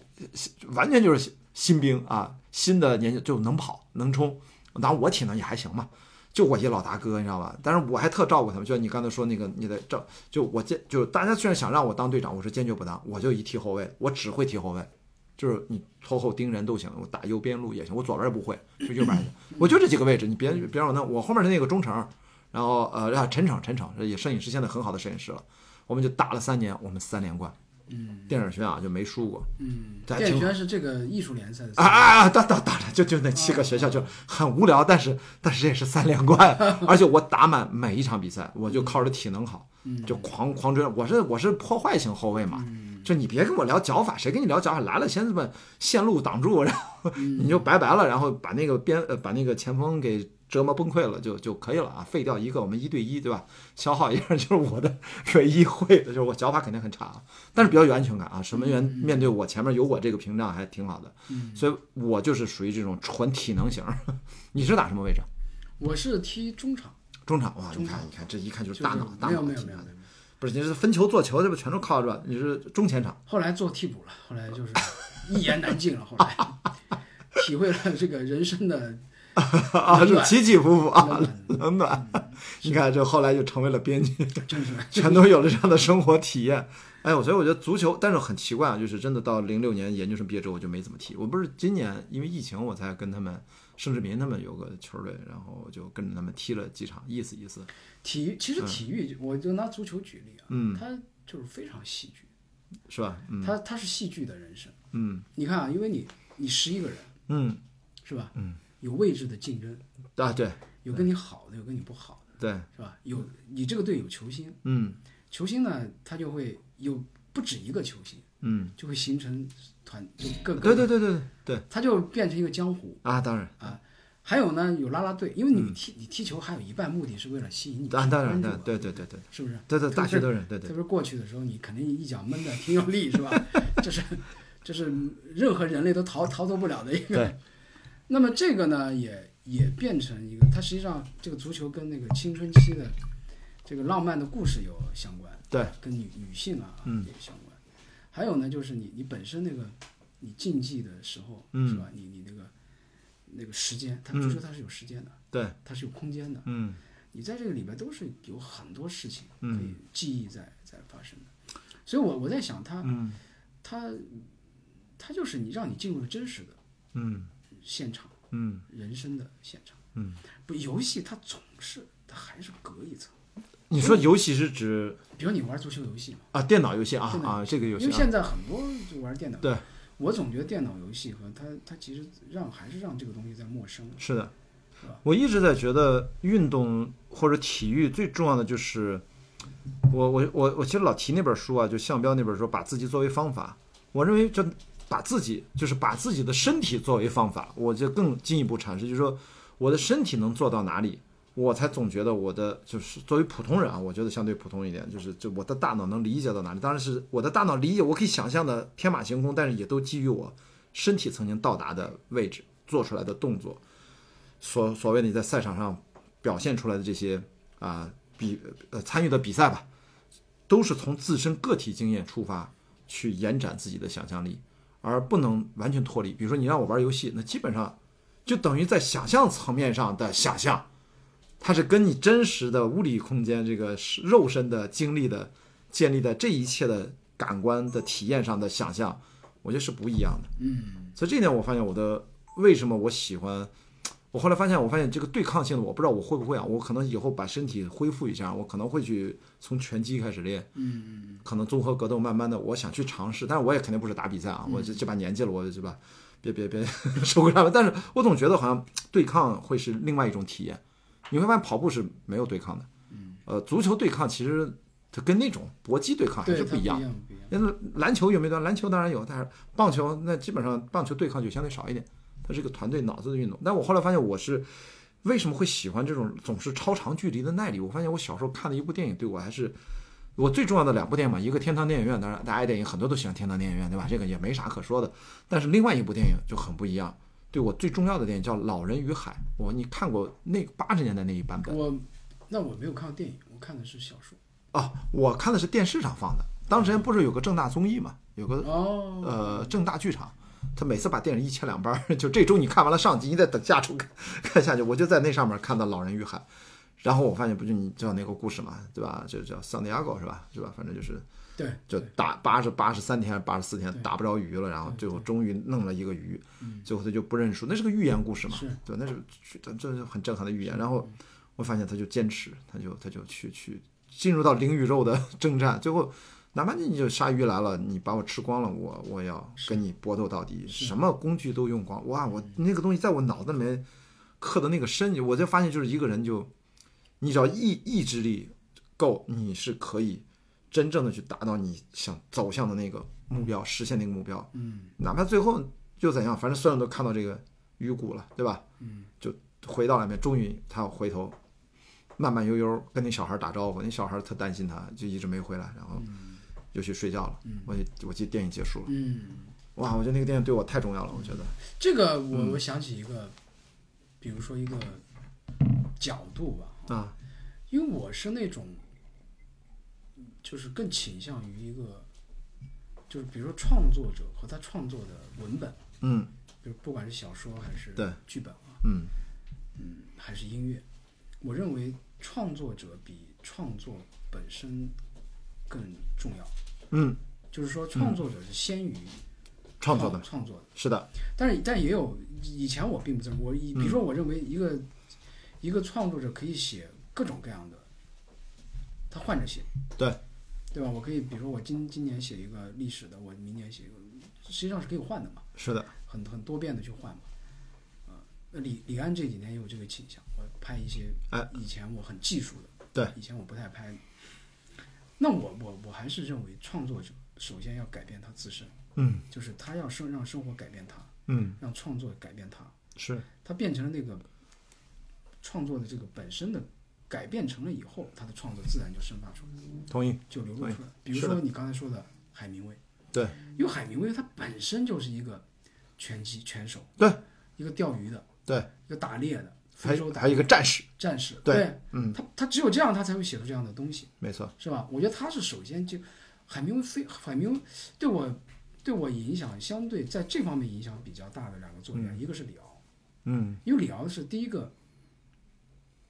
Speaker 1: 完全就是新兵啊，新的年纪就能跑能冲，然后我体能也还行嘛。就我一老大哥，你知道吧？但是我还特照顾他们，就像你刚才说那个，你的照，就我坚，就大家虽然想让我当队长，我是坚决不当，我就一踢后卫，我只会踢后卫，就是你拖后盯人都行，我打右边路也行，我左边也不会，就右边也行，我就这几个位置，你别别让我弄，我后面的那个中诚，然后呃，啊陈诚，陈诚也摄影师，现在很好的摄影师了，我们就打了三年，我们三连冠。嗯，电影学院啊就没输过。
Speaker 2: 嗯，
Speaker 1: 这还
Speaker 2: 电影
Speaker 1: 挺
Speaker 2: 学院是这个艺术联赛的
Speaker 1: 啊啊啊！打打打了，就就那七个学校就很无聊，但是但是这也是三连冠，而且我打满每一场比赛，我就靠着体能好，就狂狂追。我是我是破坏型后卫嘛，就你别跟我聊脚法，谁跟你聊脚法？来了先把线路挡住，然后
Speaker 2: 嗯
Speaker 1: 你就拜拜了，然后把那个边呃把那个前锋给。折磨崩溃了就就可以了啊，废掉一个，我们一对一，对吧？消耗一下 [laughs] 就是我的唯一会的，就是我脚法肯定很差啊，但是比较有安全感啊。守门
Speaker 2: 嗯
Speaker 1: 员面对我前面有我这个屏障还挺好的，所以我就是属于这种纯体能型。 [laughs] 你是打什么位置？啊
Speaker 2: 我是踢中场，
Speaker 1: 中场哇！你
Speaker 2: 中场
Speaker 1: 看，你看，这一看就
Speaker 2: 就是是
Speaker 1: 大脑，大
Speaker 2: 没有
Speaker 1: 脑
Speaker 2: 没有
Speaker 1: 挺
Speaker 2: 没
Speaker 1: 大
Speaker 2: 有
Speaker 1: 的
Speaker 2: 没有。
Speaker 1: 不是，你是分球做球，这不全都靠着？你是中前场，
Speaker 2: 后来做替补了，后来就是
Speaker 1: [laughs]
Speaker 2: 一言难尽了。后来体会了这个人生的
Speaker 1: 啊，是起起伏伏啊，
Speaker 2: 冷
Speaker 1: 冷暖。
Speaker 2: 嗯
Speaker 1: 你看，这后来就成为了编剧，
Speaker 2: 真是
Speaker 1: 全都有了这样的生活体验。哎，我所以我觉得足球，但是很奇怪啊，就是真的到零六年研究生毕业之后，我就没怎么踢。我不是今年因为疫情，我才跟他们盛志民他们有个球队，然后我就跟着他们踢了几场，意思意思。
Speaker 2: 体育，其实体育，我就拿足球举例啊，
Speaker 1: 嗯
Speaker 2: 它就是非常戏剧，
Speaker 1: 是吧？嗯
Speaker 2: 它它是戏剧的人生。
Speaker 1: 嗯
Speaker 2: 你看啊，因为你你十一个人
Speaker 1: 嗯
Speaker 2: 是吧？嗯，有位置的竞争，
Speaker 1: 啊，对
Speaker 2: 有跟你好的，有跟你不好的，
Speaker 1: 对，
Speaker 2: 是吧？有你这个队有球星，
Speaker 1: 嗯
Speaker 2: 球星呢，他就会有不止一个球星，
Speaker 1: 嗯，
Speaker 2: 就会形成团，就各个
Speaker 1: 对对对对对对
Speaker 2: 他就变成一个江湖。
Speaker 1: 啊，当然
Speaker 2: 还有呢，有啦啦队，因为你踢、你踢球还有一半目的是为了吸引你
Speaker 1: 啊，嗯当然
Speaker 2: 关注
Speaker 1: 对
Speaker 2: 啊
Speaker 1: 对对对对
Speaker 2: 是不是？
Speaker 1: 对对，
Speaker 2: 特别
Speaker 1: 大学
Speaker 2: 是
Speaker 1: 都认嗯对对
Speaker 2: 特别是过去的时候，你肯定一脚闷的挺有力，是吧？ [laughs] 这是这是任何人类都逃逃脱不了的一个
Speaker 1: 对。
Speaker 2: 那么这个呢，也也变成一个，它实际上这个足球跟那个青春期的这个浪漫的故事有相关，
Speaker 1: 对，
Speaker 2: 跟女女性啊、
Speaker 1: 嗯
Speaker 2: 也有相关。还有呢，就是你你本身那个你竞技的时候，
Speaker 1: 嗯
Speaker 2: 是吧？你你那个那个时间，它
Speaker 1: 嗯
Speaker 2: 足球它是有时间的，
Speaker 1: 对，
Speaker 2: 它是有空间的。
Speaker 1: 嗯
Speaker 2: 你在这个里面都是有很多事情可
Speaker 1: 嗯
Speaker 2: 以记忆在、在发生的，所以我我在想他
Speaker 1: 嗯
Speaker 2: 他他就是你让你进入了真实的
Speaker 1: 嗯
Speaker 2: 现场，
Speaker 1: 嗯
Speaker 2: 人生的现场。
Speaker 1: 嗯，
Speaker 2: 不，游戏它总是它还是隔一层，
Speaker 1: 你说游戏是指
Speaker 2: 比如你玩足球游戏嘛，
Speaker 1: 啊电脑游戏啊
Speaker 2: 电脑
Speaker 1: 啊这个游
Speaker 2: 因
Speaker 1: 戏
Speaker 2: 为
Speaker 1: 啊，
Speaker 2: 现在很多就玩电脑，
Speaker 1: 对，
Speaker 2: 我总觉得电脑游戏和它它其实让还是让这个东西在陌生了。
Speaker 1: 是的
Speaker 2: 是吧，
Speaker 1: 我一直在觉得运动或者体育最重要的就是，我我我我其实老提那本书啊，就项彪那本书，把自己作为方法，我认为就把自己就是把自己的身体作为方法，我就更进一步阐释，就是说我的身体能做到哪里，我才总觉得我的就是作为普通人啊，我觉得相对普通一点，就是就我的大脑能理解到哪里，当然是我的大脑理解，我可以想象的天马行空，但是也都基于我身体曾经到达的位置做出来的动作。所所谓的你在赛场上表现出来的这些啊、比呃参与的比赛吧，都是从自身个体经验出发去延展自己的想象力，而不能完全脱离。比如说你让我玩游戏，那基本上就等于在想象层面上的想象，它是跟你真实的物理空间这个是肉身的经历的建立的这一切的感官的体验上的想象，我觉得是不一样的。
Speaker 2: 嗯，
Speaker 1: 所以这一点我发现我的为什么我喜欢，我后来发现我发现这个对抗性的我不知道我会不会啊，我可能以后把身体恢复一下，我可能会去从拳击开始练，嗯，可能综合格斗慢慢的我想去尝试，但是我也肯定不是打比赛啊，我这这把年纪了，我这把别别 [laughs] 别受过伤了，但是我总觉得好像对抗会是另外一种体验，你会发现跑步是没有对抗的，嗯，呃，足球对抗其实它跟那种搏击对抗还
Speaker 2: 对，
Speaker 1: 是
Speaker 2: 它
Speaker 1: 不
Speaker 2: 不
Speaker 1: 一样。
Speaker 2: 不一样。
Speaker 1: 那篮球有没有对抗？篮球当然有，但是棒球那基本上棒球对抗就相对少一点，它是个团队脑子的运动。但我后来发现我是为什么会喜欢这种总是超长距离的耐力？我发现我小时候看的一部电影对我还是我最重要的两部电影嘛，一个《天堂电影院》，当然大家电影很多都喜欢《天堂电影院》，对吧？这个也没啥可说的。但是另外一部电影就很不一样，对我最重要的电影叫《老人与海》，我你看过那八十年代那一版本？
Speaker 2: 我那我没有看过电影，我看的是小说。
Speaker 1: 哦，我看的是电视上放的。当时不是有个正大综艺嘛，有个
Speaker 2: 哦，
Speaker 1: 呃正大剧场，他每次把电影一切两半儿，就这周你看完了上集，你再等下周看看下去。我就在那上面看到《老人与海》，然后我发现不就你知道那个故事嘛，对吧？就叫桑迪亚狗是吧？是吧？反正就是
Speaker 2: 对，
Speaker 1: 就打八十八十三天还是八十四天打不着鱼了，然后
Speaker 2: 对嗯
Speaker 1: 最后终于弄了一个鱼，最后他就不认输，那是个寓言故事嘛
Speaker 2: 是，嗯
Speaker 1: 对，那是这这是很震撼的寓言。然后我发现他就坚持，他就他就去去进入到零宇宙的 [laughs] 征战，最后哪怕你就鲨鱼来了，你把我吃光了，我我要跟你搏斗到底，什么工具都用光。哇，
Speaker 2: 嗯
Speaker 1: 我那个东西在我脑子里面刻的那个深，我就发现就是一个人就，你只要意意志力够，你是可以真正的去达到你想走向的那个目标，实现那个目标。
Speaker 2: 嗯
Speaker 1: 哪怕最后又怎样，反正孙总都看到这个鱼骨了，对吧？
Speaker 2: 嗯，
Speaker 1: 就回到里面，终于他回头，慢慢悠悠跟那小孩打招呼，那小孩特担心他，就一直没回来，然后就去睡觉了。我就我记得电影结束了，
Speaker 2: 嗯，
Speaker 1: 哇，我觉得那个电影对我太重要了，我觉得，
Speaker 2: 这个我
Speaker 1: 嗯
Speaker 2: 我想起一个，比如说一个角度吧，
Speaker 1: 啊，
Speaker 2: 因为我是那种，就是更倾向于一个，就是比如说创作者和他创作的文本，
Speaker 1: 嗯
Speaker 2: 比如不管是小说还是
Speaker 1: 对
Speaker 2: 剧本啊，
Speaker 1: 嗯
Speaker 2: 嗯，还是音乐，我认为创作者比创作本身更重要。
Speaker 1: 嗯，
Speaker 2: 就是说，创作者是先于
Speaker 1: 创作的
Speaker 2: 创作的，
Speaker 1: 是的，
Speaker 2: 但是但也有以前我并不这么，我以比
Speaker 1: 嗯
Speaker 2: 如说我认为一个、一个创作者可以写各种各样的，他换着写，
Speaker 1: 对，
Speaker 2: 对吧？我可以比如说我今今年写一个历史的，我明年写一个，实际上是可以换的嘛，
Speaker 1: 是的，
Speaker 2: 很很多变的去换嘛。啊，那李李安这几年也有这个倾向，我拍一些
Speaker 1: 哎
Speaker 2: 以前我很技术的，
Speaker 1: 对，
Speaker 2: 以前我不太拍的。那我我我还是认为创作者首先要改变他自身，
Speaker 1: 嗯
Speaker 2: 就是他要生让生活改变他，
Speaker 1: 嗯
Speaker 2: 让创作改变他，
Speaker 1: 是，
Speaker 2: 他变成了那个创作的这个本身的改变成了以后，他的创作自然就生发出来，
Speaker 1: 同意，
Speaker 2: 就流露
Speaker 1: 嗯对
Speaker 2: 出来。比如
Speaker 1: 是的
Speaker 2: 说你刚才说的海明威，
Speaker 1: 对
Speaker 2: 因为海明威他本身就是一个拳击拳手，
Speaker 1: 对，
Speaker 2: 一个钓鱼的，
Speaker 1: 对，
Speaker 2: 一个打猎的，
Speaker 1: 还
Speaker 2: 非洲打
Speaker 1: 还有一个战士，
Speaker 2: 战士，
Speaker 1: 对
Speaker 2: 嗯，他他只有这样，他才会写出这样的东西，
Speaker 1: 没错，
Speaker 2: 是吧？我觉得他是首先就海明威非海明威对我对我影响相对在这方面影响比较大的两个作家，一个是里奥。
Speaker 1: 嗯
Speaker 2: 因为李敖是第一个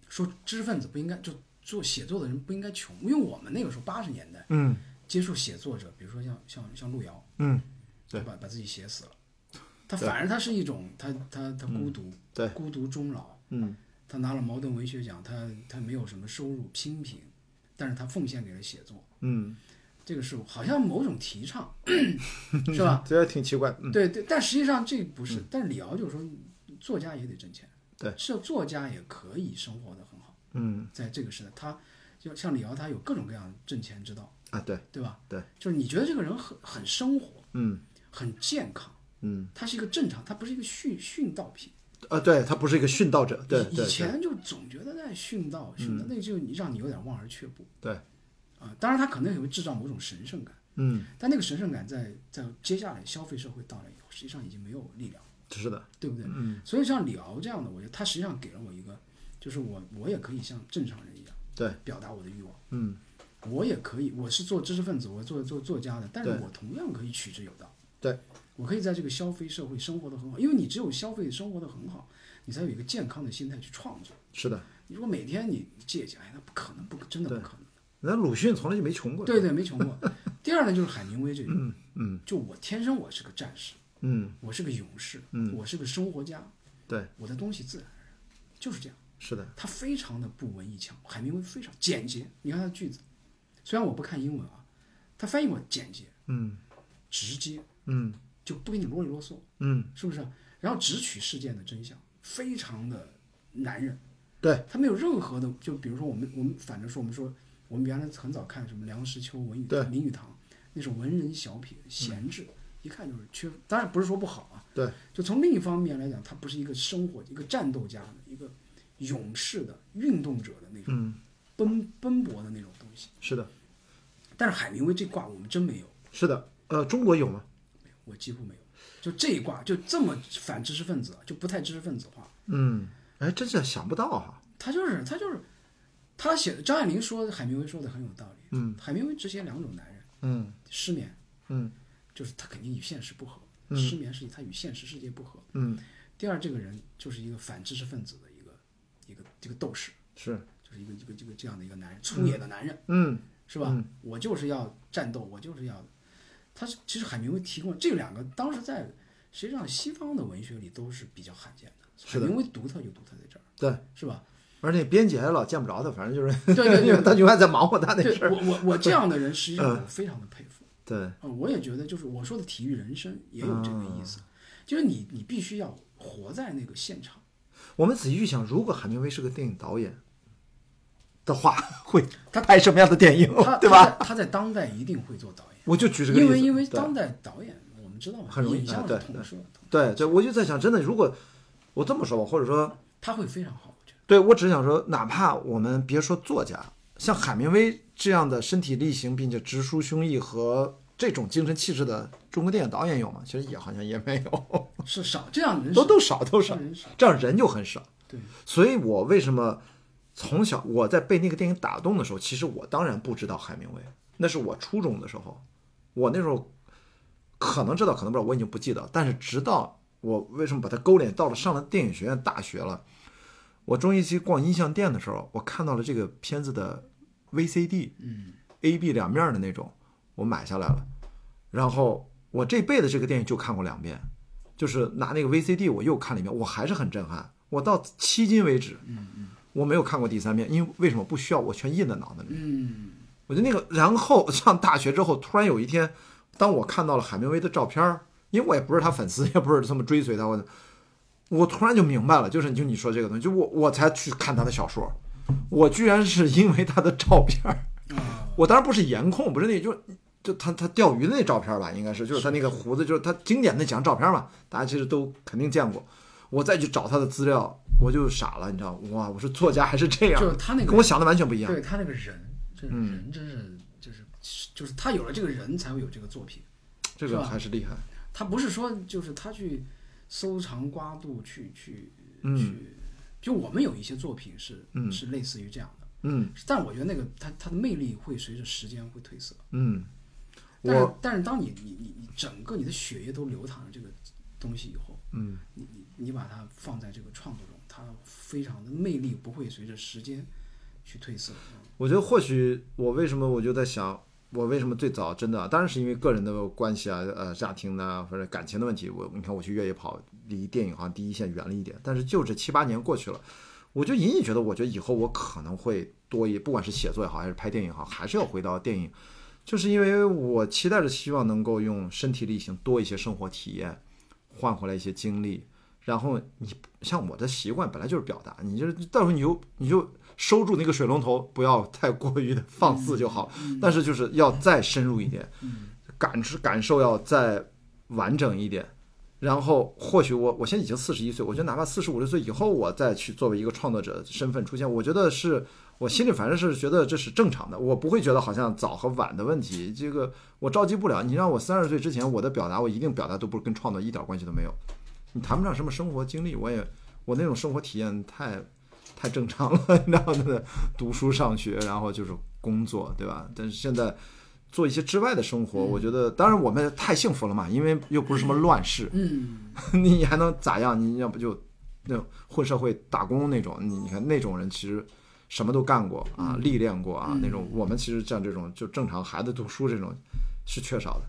Speaker 2: 说知识分子不应该就做写作的人不应该穷，因为我们那个时候八十年代
Speaker 1: 嗯
Speaker 2: 接触写作者，比如说像像像路遥，
Speaker 1: 嗯，对
Speaker 2: 就把把自己写
Speaker 1: [laughs]
Speaker 2: 死了，他反而他是一种他他他孤独，
Speaker 1: 对
Speaker 2: 孤独终老，
Speaker 1: 嗯，
Speaker 2: 他拿了茅盾文学奖，他他没有什么收入，清贫，但是他奉献给了写作，
Speaker 1: 嗯，
Speaker 2: 这个是好像某种提倡，是吧？
Speaker 1: 这挺奇怪，嗯
Speaker 2: 对对，但实际上这不是，但是李敖就是说，作家也得挣钱，
Speaker 1: 对，
Speaker 2: 是作家也可以生活的很好，
Speaker 1: 嗯
Speaker 2: 在这个时代，他就像李敖，他有各种各样的挣钱之道，
Speaker 1: 啊对，
Speaker 2: 对吧？
Speaker 1: 对，
Speaker 2: 就是你觉得这个人很很生活，
Speaker 1: 嗯
Speaker 2: 很健康，
Speaker 1: 嗯
Speaker 2: 他是一个正常，他不是一个殉殉道品。
Speaker 1: 啊对，他不是一个殉道者，对
Speaker 2: 以
Speaker 1: 对嗯
Speaker 2: 以前就总觉得在殉道，殉道，那就让你有点望而却步
Speaker 1: 对，
Speaker 2: 啊。当然，他可能也会制造某种神圣感，
Speaker 1: 嗯
Speaker 2: 但那个神圣感在在接下来消费社会到来以后，实际上已经没有力量了。
Speaker 1: 是的，嗯
Speaker 2: 对不对？所以像李敖这样的，我觉得他实际上给了我一个，就是我我也可以像正常人一样
Speaker 1: 对，
Speaker 2: 表达我的欲望，
Speaker 1: 嗯。
Speaker 2: 我也可以，我是做知识分子，我做做作家的，但是
Speaker 1: 对
Speaker 2: 我同样可以取之有道。
Speaker 1: 对，
Speaker 2: 我可以在这个消费社会生活的很好，因为你只有消费生活的很好，你才有一个健康的心态去创作。
Speaker 1: 是的，
Speaker 2: 你如果每天你借钱，哎，那不可能，不真的不可能。
Speaker 1: 那鲁迅从来就没穷过。
Speaker 2: 对对，没穷过。第二呢，就是海明威这种，嗯，就我天生我是个战士，
Speaker 1: 嗯，
Speaker 2: 我是个勇士，嗯，我是个生活家，
Speaker 1: 对，
Speaker 2: 我的东西自然而然就是这样。
Speaker 1: 是的，
Speaker 2: 他非常的不文艺腔，海明威非常简洁。你看他的句子，虽然我不看英文啊，他翻译过来简洁，
Speaker 1: 嗯
Speaker 2: 直接，
Speaker 1: 嗯
Speaker 2: 就不给你啰里啰嗦，
Speaker 1: 嗯，
Speaker 2: 是不是？啊然后直取事件的真相，非常的男人。
Speaker 1: 对，
Speaker 2: 他没有任何的，就比如说我们我们反正说我们说我们原来很早看什么梁实秋、文语
Speaker 1: 对嗯
Speaker 2: 林语堂那种文人小品，闲置，一看就是缺。当然不是说不好啊，
Speaker 1: 对，
Speaker 2: 就从另一方面来讲，他不是一个生活、一个战斗家的、一个勇士的、运动者的那
Speaker 1: 嗯
Speaker 2: 种奔、奔波的那种东西。
Speaker 1: 是的，
Speaker 2: 但是海明威这卦我们真没有，
Speaker 1: 是的。呃，中国有吗？
Speaker 2: 没有我几乎没有。就这一卦就这么反知识分子，就不太知识分子化。
Speaker 1: 嗯，哎，真是想不到哈、
Speaker 2: 他就是他就是他写的，张爱玲说的海明威说的很有道理。嗯，海明威只写两种男人，
Speaker 1: 嗯
Speaker 2: 失眠，
Speaker 1: 嗯，
Speaker 2: 就是他肯定与现实不合，失眠是他与现实世界不合。
Speaker 1: 嗯，
Speaker 2: 第二，这个人就是一个反知识分子的一个一个一个斗士，
Speaker 1: 是，
Speaker 2: 就是一个一个这个这样的一个男人，粗野的男人，
Speaker 1: 嗯
Speaker 2: 是吧？我就是要战斗，我就是要，他是其实海明威提供了这两个，当时在实际上西方的文学里都是比较罕见的，
Speaker 1: 是
Speaker 2: 海
Speaker 1: 的
Speaker 2: 明威独特就独特在这儿，
Speaker 1: 对，
Speaker 2: 是吧？
Speaker 1: 而且编辑还老见不着他，反正就是
Speaker 2: 对对
Speaker 1: [laughs]
Speaker 2: 对
Speaker 1: 因为他永远在忙活他 [laughs] 那
Speaker 2: 对
Speaker 1: 事儿。嗯
Speaker 2: 我我我这样的人，实际上我非常的佩服。
Speaker 1: 对，
Speaker 2: 呃，我也觉得就是我说的体育人生也有这个意
Speaker 1: 嗯
Speaker 2: 思，就是你你必须要活在那个现场。
Speaker 1: 我们仔细去想，如果海明威是个电影导演的话，会他拍什么样的电影
Speaker 2: 他，
Speaker 1: 哦对吧？
Speaker 2: 他在？他在当代一定会做导演，
Speaker 1: 我就举这个例
Speaker 2: 因
Speaker 1: 子，
Speaker 2: 为因为
Speaker 1: 对
Speaker 2: 当代导演我们知道嘛，
Speaker 1: 很容易啊
Speaker 2: 影像
Speaker 1: 对
Speaker 2: 是
Speaker 1: 对
Speaker 2: 统摄的，
Speaker 1: 对对，我就在想，真的，如果我这么说吧，或者说，
Speaker 2: 他会非常好，我觉得。
Speaker 1: 对我只想说，哪怕我们别说作家，像海明威这样的身体力行并且直抒胸臆和这种精神气质的中国电影导演有吗？其实也好像也没有， [laughs]
Speaker 2: 是少这样的人
Speaker 1: 哦都
Speaker 2: 少，
Speaker 1: 都少都少
Speaker 2: 这样，人少。
Speaker 1: 这样人就很少。
Speaker 2: 对，
Speaker 1: 所以我为什么从小我在被那个电影打动的时候，其实我当然不知道海明威，那是我初中的时候，我那时候可能知道，可能不知道，我已经不记得。但是直到我为什么把它勾连到了上了电影学院大学了，我中一期逛音像店的时候，我看到了这个片子的 VCD，
Speaker 2: 嗯
Speaker 1: ，A、B 两面的那种，我买下来了。然后我这辈子这个电影就看过两遍，就是拿那个 VCD 我又看了一遍，我还是很震撼。我到迄今为止，我没有看过第三遍，因为为什么不需要？我全印在脑子里。
Speaker 2: 嗯，
Speaker 1: 我觉得那个，然后上大学之后，突然有一天，当我看到了海明威的照片儿，因为我也不是他粉丝，也不是这么追随他，我我突然就明白了，就是就你说这个东西，就我我才去看他的小说，我居然是因为他的照片儿，
Speaker 2: 啊
Speaker 1: 我当然不是颜控，不是那就就他他钓鱼的那照片吧，应该是就是他那个胡子，就是他经典的几张照片嘛，大家其实都肯定见过。我再去找他的资料，我就傻了，你知道吗？哇，我说作家还是这样，
Speaker 2: 就是他那个
Speaker 1: 跟我想的完全不一样。嗯
Speaker 2: 对他那个人，这个人真是就是就是他有了这个人才会有这个作品，
Speaker 1: 这
Speaker 2: 是
Speaker 1: 个
Speaker 2: 吧
Speaker 1: 还是厉害。
Speaker 2: 他不是说就是他去搜肠刮肚去去
Speaker 1: 嗯
Speaker 2: 去，就我们有一些作品是是类似于这样的，
Speaker 1: 嗯
Speaker 2: 但我觉得那个它它的魅力会随着时间会褪色。
Speaker 1: 嗯，
Speaker 2: 但是
Speaker 1: 我
Speaker 2: 但是当你你你你整个你的血液都流淌着这个东西以后，
Speaker 1: 嗯，
Speaker 2: 你你你把它放在这个创作中，它非常的魅力不会随着时间去褪色。嗯
Speaker 1: 我觉得或许我为什么我就在想，我为什么最早真的，当然是因为个人的关系啊，呃，家庭呐、或者感情的问题。我你看我去越野跑，离电影好像第一线远了一点，但是就这七八年过去了，我就隐隐觉得，我觉得以后我可能会多一，不管是写作也好，还是拍电影也好，还是要回到电影，就是因为我期待着希望能够用身体力行多一些生活体验，换回来一些经历。然后你像我的习惯本来就是表达，你就是到时候你就你就收住那个水龙头，不要太过于的放肆就好。但是就是要再深入一点，感知感受要再完整一点。然后或许我我现在已经四十一岁，我觉得哪怕四十五六岁以后，我再去作为一个创作者身份出现，我觉得是我心里反正是觉得这是正常的，我不会觉得好像早和晚的问题，这个我着急不了。你让我三十岁之前，我的表达我一定表达都不是跟创作一点关系都没有。你谈不上什么生活经历，我也我那种生活体验太太正常了， [laughs] 你知道的，读书上学，然后就是工作，对吧？但是现在做一些之外的生活，我觉得当然我们太幸福了嘛，因为又不是什么乱世，
Speaker 2: 嗯，
Speaker 1: [laughs] 你还能咋样？你要不就那种混社会打工那种，你你看那种人其实什么都干过啊，历练过啊，那种我们其实像这种就正常孩子读书这种是缺少的，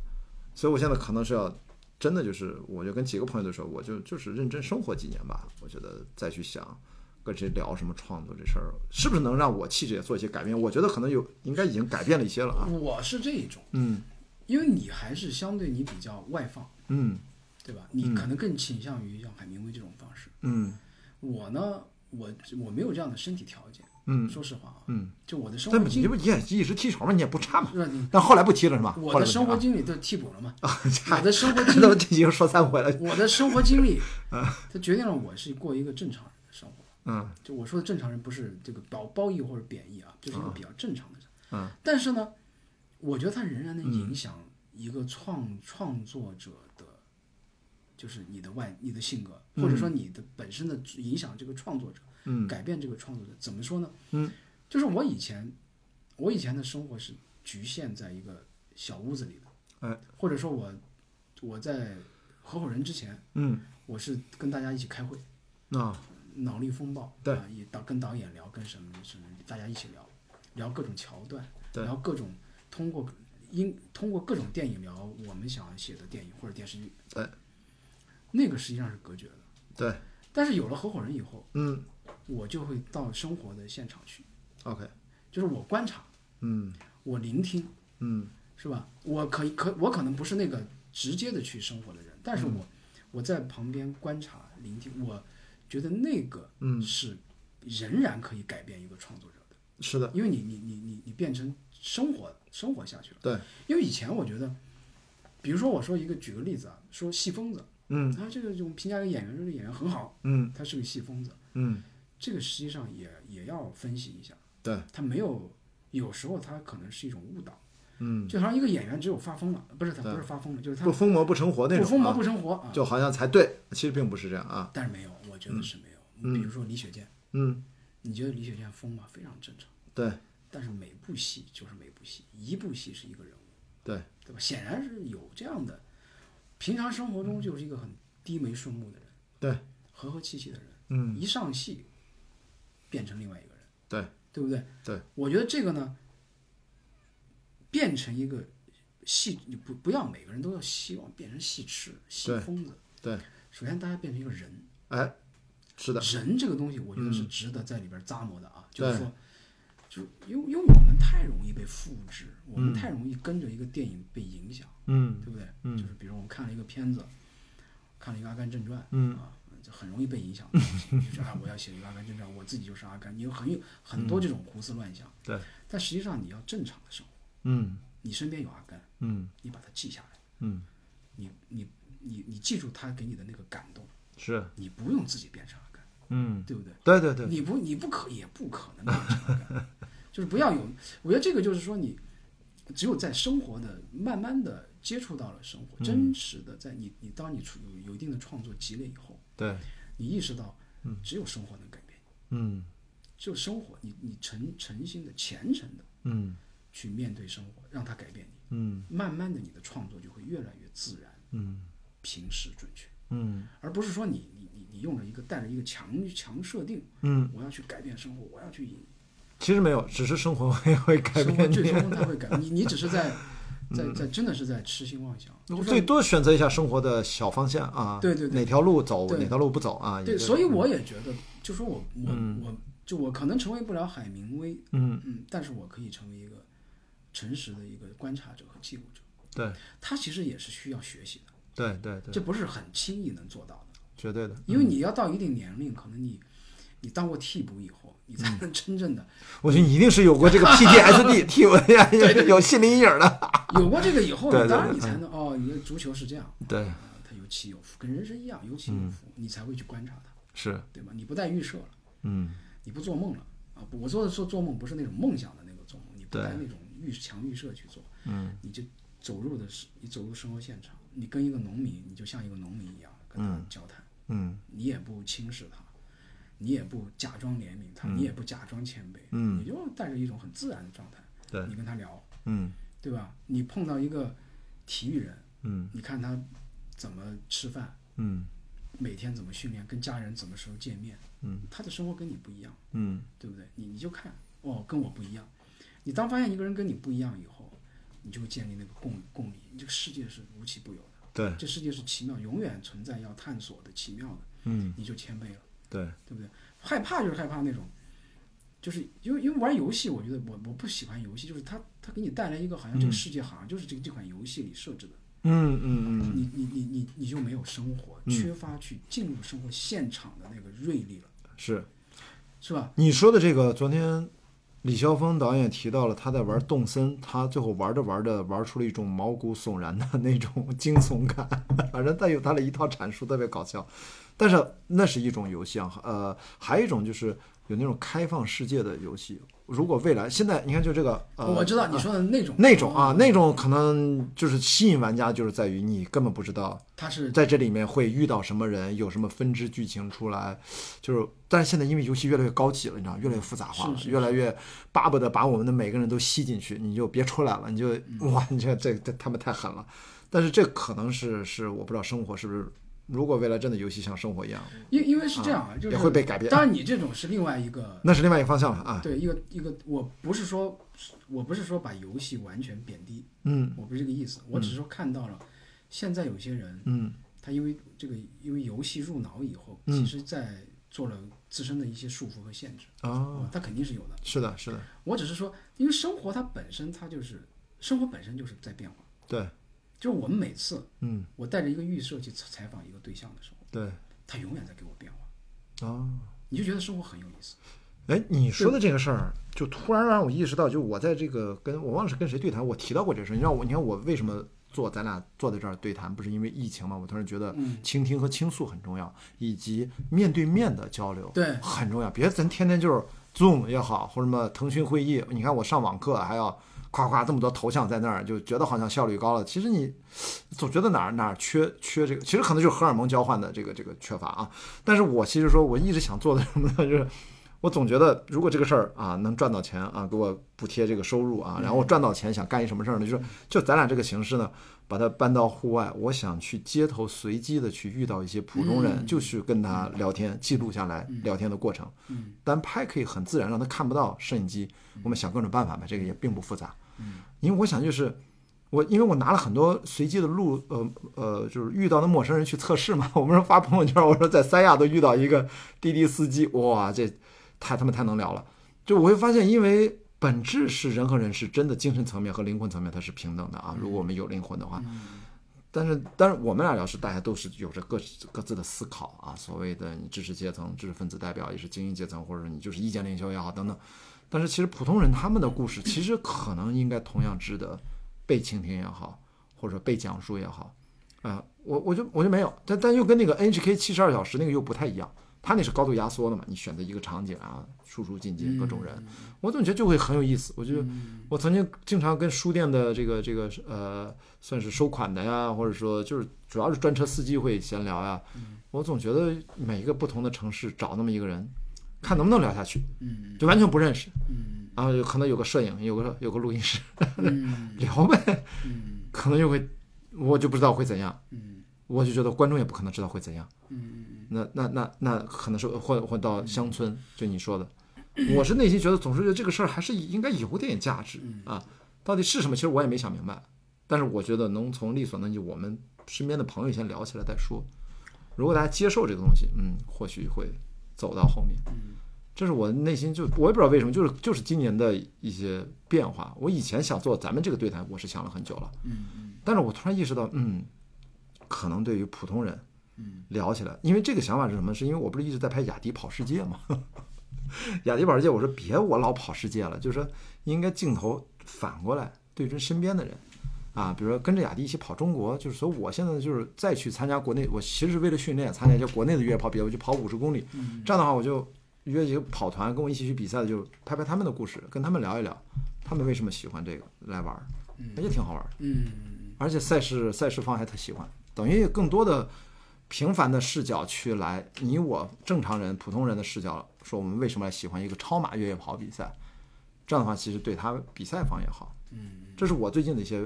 Speaker 1: 所以我现在可能是要真的就是，我就跟几个朋友都说，我就就是认真生活几年吧，我觉得再去想。跟谁聊什么创作这事儿，是不是能让我气质也做一些改变？我觉得可能有，应该已经改变了一些了啊。
Speaker 2: 我是这一种，
Speaker 1: 嗯
Speaker 2: 因为你还是相对你比较外放，
Speaker 1: 嗯
Speaker 2: 对吧？你可能更倾向于像海明威这种方式。
Speaker 1: 嗯
Speaker 2: 我呢，我我没有这样的身体条件，
Speaker 1: 嗯。
Speaker 2: 说实话啊，
Speaker 1: 嗯，
Speaker 2: 就我的生活
Speaker 1: 但
Speaker 2: 经
Speaker 1: 你不也一直踢球嘛，你也不差嘛。
Speaker 2: 是吧你
Speaker 1: 但后来不踢了是吧？
Speaker 2: 呃我
Speaker 1: 后来不
Speaker 2: 的
Speaker 1: 踢
Speaker 2: 生活
Speaker 1: 啊
Speaker 2: 经历都替补了嘛，
Speaker 1: 嗨
Speaker 2: 我的生
Speaker 1: [laughs]
Speaker 2: 活
Speaker 1: 这
Speaker 2: 经
Speaker 1: 都
Speaker 2: 历，
Speaker 1: 已经说三回了。
Speaker 2: [laughs] 我的生活经历，
Speaker 1: [laughs]
Speaker 2: 它决定了我是过一个正常人的生活。
Speaker 1: 嗯
Speaker 2: 就我说的正常人，不是这个褒褒义或者贬义啊，就是一个比较正常的人。
Speaker 1: 嗯
Speaker 2: 但是呢，我觉得它仍然能影响一个创、创作者的，就是你的外你的性格，或者说你的本身的影响这个创作者，
Speaker 1: 嗯
Speaker 2: 改变这个创作者。怎么说呢？
Speaker 1: 嗯，
Speaker 2: 就是我以前我以前的生活是局限在一个小屋子里的，
Speaker 1: 哎，
Speaker 2: 或者说我我在合伙人之前，
Speaker 1: 嗯
Speaker 2: 我是跟大家一起开会。嗯
Speaker 1: 啊
Speaker 2: 脑力风暴，
Speaker 1: 对
Speaker 2: 啊，也导跟导演聊，跟什么什么，大家一起聊，聊各种桥段，
Speaker 1: 对
Speaker 2: 聊各种通过因通过各种电影聊我们想写的电影或者电视剧，
Speaker 1: 对
Speaker 2: 那个实际上是隔绝的。
Speaker 1: 对
Speaker 2: 但是有了合伙人以后，
Speaker 1: 嗯
Speaker 2: 我就会到生活的现场去，
Speaker 1: OK，
Speaker 2: 就是我观察，
Speaker 1: 嗯
Speaker 2: 我聆听，
Speaker 1: 嗯
Speaker 2: 是吧？我可以可我可能不是那个直接的去生活的人，但是我、
Speaker 1: 嗯
Speaker 2: 我在旁边观察聆听，我觉得那个
Speaker 1: 嗯
Speaker 2: 是仍然可以改变一个创作者的，
Speaker 1: 是的，
Speaker 2: 因为你你你你你变成生活生活下去了。
Speaker 1: 对，
Speaker 2: 因为以前我觉得，比如说我说一个举个例子啊，说戏疯子，
Speaker 1: 嗯
Speaker 2: 啊这个我们评价一个演员，这个演员很好，
Speaker 1: 嗯
Speaker 2: 他是个戏疯子，
Speaker 1: 嗯，
Speaker 2: 这个实际上也也要分析一下，
Speaker 1: 对，
Speaker 2: 他没有，有时候他可能是一种误导，
Speaker 1: 嗯，
Speaker 2: 就好像一个演员只有发疯了，不是他
Speaker 1: 对
Speaker 2: 不是发疯了，就是他
Speaker 1: 不疯魔不成活那种、
Speaker 2: 不
Speaker 1: 啊，
Speaker 2: 疯魔不成活啊，
Speaker 1: 就好像才对，其实并不是这样啊。
Speaker 2: 但是没有，我觉得是没有。你比如说李雪健，
Speaker 1: 嗯，
Speaker 2: 你觉得李雪健疯吗？非常正常，
Speaker 1: 对
Speaker 2: 但是每部戏就是每部戏，一部戏是一个人物。
Speaker 1: 对，
Speaker 2: 对吧？显然是有这样的，平常生活中就是一个很低眉顺目的人，
Speaker 1: 对，
Speaker 2: 和和气气的人，
Speaker 1: 嗯，
Speaker 2: 一上戏变成另外一个人，
Speaker 1: 对
Speaker 2: 对不对？
Speaker 1: 对，
Speaker 2: 我觉得这个呢，变成一个戏，你不不要每个人都要希望变成戏痴、戏
Speaker 1: 对
Speaker 2: 疯子。
Speaker 1: 对，
Speaker 2: 首先大家变成一个人，
Speaker 1: 哎，是的，嗯
Speaker 2: 人这个东西，我觉得是值得在里边咂摸的啊，就是
Speaker 1: 对
Speaker 2: 说。就是因为因为我们太容易被复制，我们太容易跟着一个电影被影响，
Speaker 1: 嗯
Speaker 2: 对不对？就是比如我们看了一个片子，看了一个《阿甘正传》，
Speaker 1: 嗯
Speaker 2: 啊，就很容易被影响的东西，就是啊，我要写一个《阿甘正传》，我自己就是阿甘，你有很有很多这种胡思乱想。
Speaker 1: 嗯对，
Speaker 2: 但实际上你要正常的生活，
Speaker 1: 嗯
Speaker 2: 你身边有阿甘，
Speaker 1: 嗯
Speaker 2: 你把它记下来，
Speaker 1: 嗯，
Speaker 2: 你你你你记住他给你的那个感动，
Speaker 1: 是，
Speaker 2: 你不用自己变成阿甘，
Speaker 1: 嗯，
Speaker 2: 对不对？
Speaker 1: 对对对，
Speaker 2: 你不你不可也不可能变成阿甘，就是不要有，我觉得这个就是说你只有在生活的慢慢的接触到了生活，
Speaker 1: 嗯
Speaker 2: 真实的在你你当你出有有一定的创作积累以后，
Speaker 1: 对，
Speaker 2: 你意识到，只有生活能改变你，
Speaker 1: 嗯
Speaker 2: 只有生活，你你诚诚心的、虔诚的
Speaker 1: 嗯
Speaker 2: 去面对生活，让它改变你，
Speaker 1: 嗯
Speaker 2: 慢慢的你的创作就会越来越自然、
Speaker 1: 嗯
Speaker 2: 平实、准确，
Speaker 1: 嗯
Speaker 2: 而不是说你你你你用着一个带着一个强强设定，
Speaker 1: 嗯，
Speaker 2: 我要去改变生活，我要去引
Speaker 1: 其实没有，只是生活会 [laughs] 会改
Speaker 2: 生活
Speaker 1: 变
Speaker 2: 最
Speaker 1: 你。
Speaker 2: 终它会改，你你只是在在在真的是在痴心妄想，就是
Speaker 1: 最多选择一下生活的小方向啊，
Speaker 2: 对对对
Speaker 1: 哪条路走，
Speaker 2: 对
Speaker 1: 哪条路不走啊？
Speaker 2: 对，
Speaker 1: 也就
Speaker 2: 所以我也觉得，就说我我我就我可能成为不了海明威，
Speaker 1: 嗯
Speaker 2: 嗯，但是我可以成为一个诚实的一个观察者和记录者。
Speaker 1: 对
Speaker 2: 他其实也是需要学习的，
Speaker 1: 对对对，
Speaker 2: 这不是很轻易能做到的。
Speaker 1: 绝对的，嗯
Speaker 2: 因为你要到一定年龄，可能你你当过替补以后，你
Speaker 1: 嗯
Speaker 2: 才能真正的
Speaker 1: 我觉得你一定是有过这个 [laughs] PTSD，替我有心理阴影的。
Speaker 2: 有过这个以后，
Speaker 1: 对对
Speaker 2: 你当然
Speaker 1: 对嗯
Speaker 2: 你才能哦，你的足球是这样，
Speaker 1: 对，嗯
Speaker 2: 啊它有起有伏，跟人生一样有起有伏，你才会去观察它，
Speaker 1: 是，
Speaker 2: 对吧？你不带预设了，
Speaker 1: 嗯，
Speaker 2: 你不做梦了啊！不我说的说做梦不是那种梦想的那个做梦，你不
Speaker 1: 对
Speaker 2: 带那种预强预设去做，嗯，你就走入的是你走入生活现场，你跟一个农民，你就像一个农民一样跟他交谈，
Speaker 1: 嗯，
Speaker 2: 你也不轻视他，你也不假装怜悯他，你也不假装谦卑，
Speaker 1: 嗯
Speaker 2: 你就带着一种很自然的状态，
Speaker 1: 对
Speaker 2: 你跟他聊，
Speaker 1: 嗯
Speaker 2: 对吧？你碰到一个体育人，
Speaker 1: 嗯
Speaker 2: 你看他怎么吃饭，
Speaker 1: 嗯
Speaker 2: 每天怎么训练，跟家人怎么时候见面，
Speaker 1: 嗯，
Speaker 2: 他的生活跟你不一样，
Speaker 1: 嗯，
Speaker 2: 对不对？你你就看哦，跟我不一样。你当发现一个人跟你不一样以后，你就会建立那个共共鸣。你这个世界是无奇不有的，
Speaker 1: 对
Speaker 2: 这世界是奇妙，永远存在要探索的奇妙的。
Speaker 1: 嗯，
Speaker 2: 你就谦卑了，
Speaker 1: 对，
Speaker 2: 对不对？害怕就是害怕那种，就是因为因为玩游戏，我觉得我我不喜欢游戏，就是它它给你带来一个好像这个世界好像就是这个这款游戏里设置的，
Speaker 1: 嗯嗯嗯，
Speaker 2: 你你你你你就没有生活，缺乏去进入生活现场的那个锐利了，
Speaker 1: 是
Speaker 2: 是吧？
Speaker 1: 你说的这个，昨天。李霄峰导演也提到了他在玩动森，他最后玩着玩着玩出了一种毛骨悚然的那种惊悚感， [laughs] 反正带有他的一套阐述，特别搞笑。但是那是一种游戏啊，呃，还有一种就是有那种开放世界的游戏。如果未来现在你看就这个，呃，
Speaker 2: 我知道你说的那种
Speaker 1: 那种啊
Speaker 2: 哦，
Speaker 1: 那种可能就是吸引玩家，就是在于你根本不知道
Speaker 2: 它是
Speaker 1: 在这里面会遇到什么人，有什么分支剧情出来，就是但是现在因为游戏越来越高级了，你知道，越来越复杂化了，
Speaker 2: 是是是
Speaker 1: 越来越巴不得把我们的每个人都吸进去，你就别出来了，你就、哇，你这这这他们太狠了。但是这可能是是我不知道生活是不是，如果未来真的游戏像生活一样，
Speaker 2: 因因为是这样啊，就是
Speaker 1: 也会被改变
Speaker 2: 当然，你这种是另外一个，
Speaker 1: 那是另外一个方向了啊。
Speaker 2: 对一个一个，我不是说，我不是说把游戏完全贬低，
Speaker 1: 嗯
Speaker 2: 我不是这个意思，我只是说看到了，现在有些人
Speaker 1: 嗯
Speaker 2: 他因为这个因为游戏入脑以后，
Speaker 1: 嗯
Speaker 2: 其实在做了自身的一些束缚和限制，
Speaker 1: 哦，
Speaker 2: 它肯定是有的。
Speaker 1: 是的，是的，
Speaker 2: 我只是说，因为生活它本身它就是生活本身就是在变化，
Speaker 1: 对
Speaker 2: 就是我们每次，
Speaker 1: 嗯，
Speaker 2: 我带着一个预设去采采访一个对象的时候，
Speaker 1: 对，
Speaker 2: 他永远在给我变化，
Speaker 1: 哦，
Speaker 2: 你就觉得生活很有意思。
Speaker 1: 哎，你说的这个事儿，就突然让我意识到，就我在这个跟我忘了是跟谁对谈，我提到过这事儿。你让我，你看我为什么做咱俩坐在这儿对谈，不是因为疫情嘛？我突然觉得倾听和倾诉很重要，以及面对面的交流，
Speaker 2: 对
Speaker 1: 很重要。别咱天天就是 Zoom 也好，或者什么腾讯会议，你看我上网课还要夸夸这么多头像在那儿，就觉得好像效率高了。其实你总觉得哪儿哪儿缺缺这个，其实可能就是荷尔蒙交换的这个这个缺乏啊。但是我其实说我一直想做的什么呢？就是我总觉得如果这个事儿啊能赚到钱啊，给我补贴这个收入啊，然后我赚到钱想干一什么事儿呢？就是就咱俩这个形式呢，把它搬到户外，我想去街头随机的去遇到一些普通人，就是跟他聊天，记录下来聊天的过程。
Speaker 2: 嗯，
Speaker 1: 单拍可以很自然让他看不到摄影机，我们想各种办法吧，这个也并不复杂。嗯，因为我想就是。我因为我拿了很多随机的路，呃呃，就是遇到的陌生人去测试嘛。 [laughs] 我们说发朋友圈，我说在三亚都遇到一个滴滴司机，哇，这太他妈太能聊了。就我会发现，因为本质是人和人是真的精神层面和灵魂层面它是平等的啊。如果我们有灵魂的话，但是但是我们俩聊是大家都是有着各各自的思考啊，所谓的你知识阶层、知识分子代表，也是精英阶层，或者你就是意见领袖也好等等。但是其实普通人他们的故事，其实可能应该同样值得被倾听也好，或者被讲述也好，啊、我我就我就没有，但但又跟那个 NHK 七十二小时那个又不太一样，他那是高度压缩的嘛，你选择一个场景啊，输出进阶各种人，我总觉得就会很有意思。我就、我曾经经常跟书店的这个这个呃，算是收款的呀，或者说就是主要是专车司机会闲聊呀，我总觉得每一个不同的城市找那么一个人，看能不能聊下去，
Speaker 2: 嗯
Speaker 1: 就完全不认识，
Speaker 2: 嗯
Speaker 1: 然后有可能有个摄影，有个有个录音师
Speaker 2: 嗯
Speaker 1: [laughs] 聊呗，
Speaker 2: 嗯
Speaker 1: 可能就会我就不知道会怎样，
Speaker 2: 嗯
Speaker 1: 我就觉得观众也不可能知道会怎样。
Speaker 2: 嗯，
Speaker 1: 那那那那可能是混混到乡村，就你说的，我是内心觉得总是觉得这个事儿还是应该有点价值
Speaker 2: 嗯
Speaker 1: 啊。到底是什么？其实我也没想明白，但是我觉得能从力所能及，我们身边的朋友先聊起来再说。如果大家接受这个东西，嗯，或许会走到后面。这是我内心就我也不知道为什么，就是就是今年的一些变化。我以前想做咱们这个对谈，我是想了很久了，嗯，但是我突然意识到，嗯，可能对于普通人，聊起来，因为这个想法是什么？是因为我不是一直在拍雅迪跑世界嘛？ [laughs] 雅迪跑世界，我说别我老跑世界了，就是说应该镜头反过来对准身边的人啊，比如说跟着雅迪一起跑中国，就是说我现在就是再去参加国内，我其实是为了训练参加一些国内的越野跑比赛，我就跑五十公里，这样的话我就约几个跑团跟我一起去比赛的，就拍拍他们的故事，跟他们聊一聊，他们为什么喜欢这个来玩儿，那就挺好玩儿的。
Speaker 2: 嗯，
Speaker 1: 而且赛事赛事方还特喜欢，等于更多的平凡的视角去来，你我正常人、普通人的视角说，我们为什么来喜欢一个超马越野跑比赛？这样的话，其实对他比赛方也好，嗯，这是我最近的一些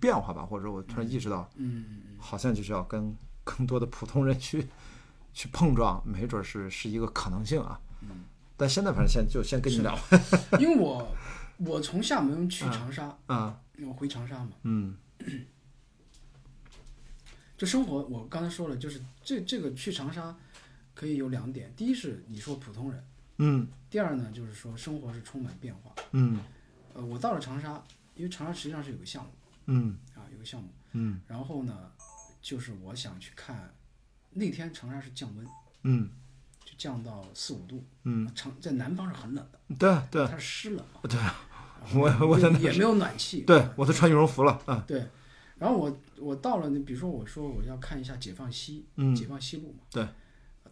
Speaker 1: 变化吧，或者我突然意识到，
Speaker 2: 嗯，
Speaker 1: 好像就是要跟 [laughs] 更多的普通人去 [laughs] 去碰撞，没准是是一个可能性啊。
Speaker 2: 嗯
Speaker 1: 但现在反正先就先跟你聊 [laughs]
Speaker 2: 因为我我从厦门去长沙，
Speaker 1: 啊，
Speaker 2: 我回长沙嘛，
Speaker 1: 嗯
Speaker 2: [clears throat] 就生活，我刚才说了，就是这这个去长沙可以有两点，第一是你说普通人，
Speaker 1: 嗯
Speaker 2: 第二呢就是说生活是充满变化。
Speaker 1: 嗯
Speaker 2: 呃，我到了长沙，因为长沙实际上是有个项目
Speaker 1: 嗯
Speaker 2: 啊，有个项目，
Speaker 1: 嗯
Speaker 2: 然后呢，就是我想去看，那天长沙是降温，
Speaker 1: 嗯
Speaker 2: 就降到四五度，
Speaker 1: 嗯，
Speaker 2: 长在南方是很冷的，
Speaker 1: 对啊对，啊
Speaker 2: 它是湿冷嘛，
Speaker 1: 我我在那
Speaker 2: 也没有暖气，
Speaker 1: 对，我都穿羽绒服了。嗯
Speaker 2: 对，然后我我到了那，比如说我说我要看一下解放西，解放西路嘛，
Speaker 1: 嗯对，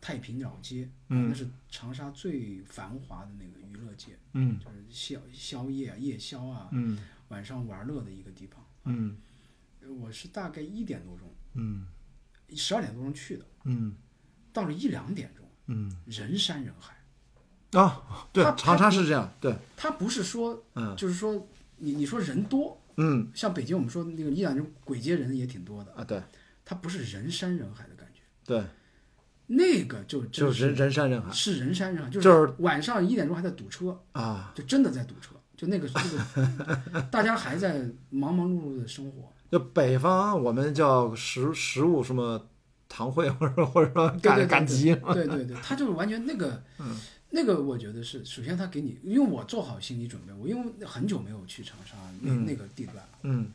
Speaker 2: 太平老街，啊
Speaker 1: 嗯
Speaker 2: 那是长沙最繁华的那个娱乐街，
Speaker 1: 嗯
Speaker 2: 就是宵宵夜啊、夜宵啊，
Speaker 1: 嗯
Speaker 2: 晚上玩乐的一个地方。啊
Speaker 1: 嗯
Speaker 2: 我是大概一点多钟，
Speaker 1: 嗯
Speaker 2: 十二点多钟去的，
Speaker 1: 嗯
Speaker 2: 到了一两点钟，
Speaker 1: 嗯
Speaker 2: 人山人海。
Speaker 1: 啊，对
Speaker 2: 他，
Speaker 1: 长
Speaker 2: 他
Speaker 1: 沙是这样，对，
Speaker 2: 他不是说，
Speaker 1: 嗯
Speaker 2: 就是说你你说人多，
Speaker 1: 嗯
Speaker 2: 像北京我们说那个一两点钟鬼街人也挺多的，
Speaker 1: 啊，对
Speaker 2: 它不是人山人海的感觉，
Speaker 1: 对，
Speaker 2: 那个就真
Speaker 1: 就是人人山人海
Speaker 2: 是人山人海，就
Speaker 1: 就是
Speaker 2: 晚上一点钟还在堵车，
Speaker 1: 啊，
Speaker 2: 就真的在堵车，就那个那个， [laughs] 大家还
Speaker 1: [laughs]
Speaker 2: 在忙忙碌碌的生活，
Speaker 1: 就北方我们叫食食物什么堂会， [laughs] 或者或者说
Speaker 2: 对
Speaker 1: 赶
Speaker 2: 对
Speaker 1: 赶集，嗯
Speaker 2: 对对对，他就是完全那个，那个我觉得是，首先他给你，因为我做好心理准备，我因为很久没有去长沙那、那个地段，
Speaker 1: 嗯，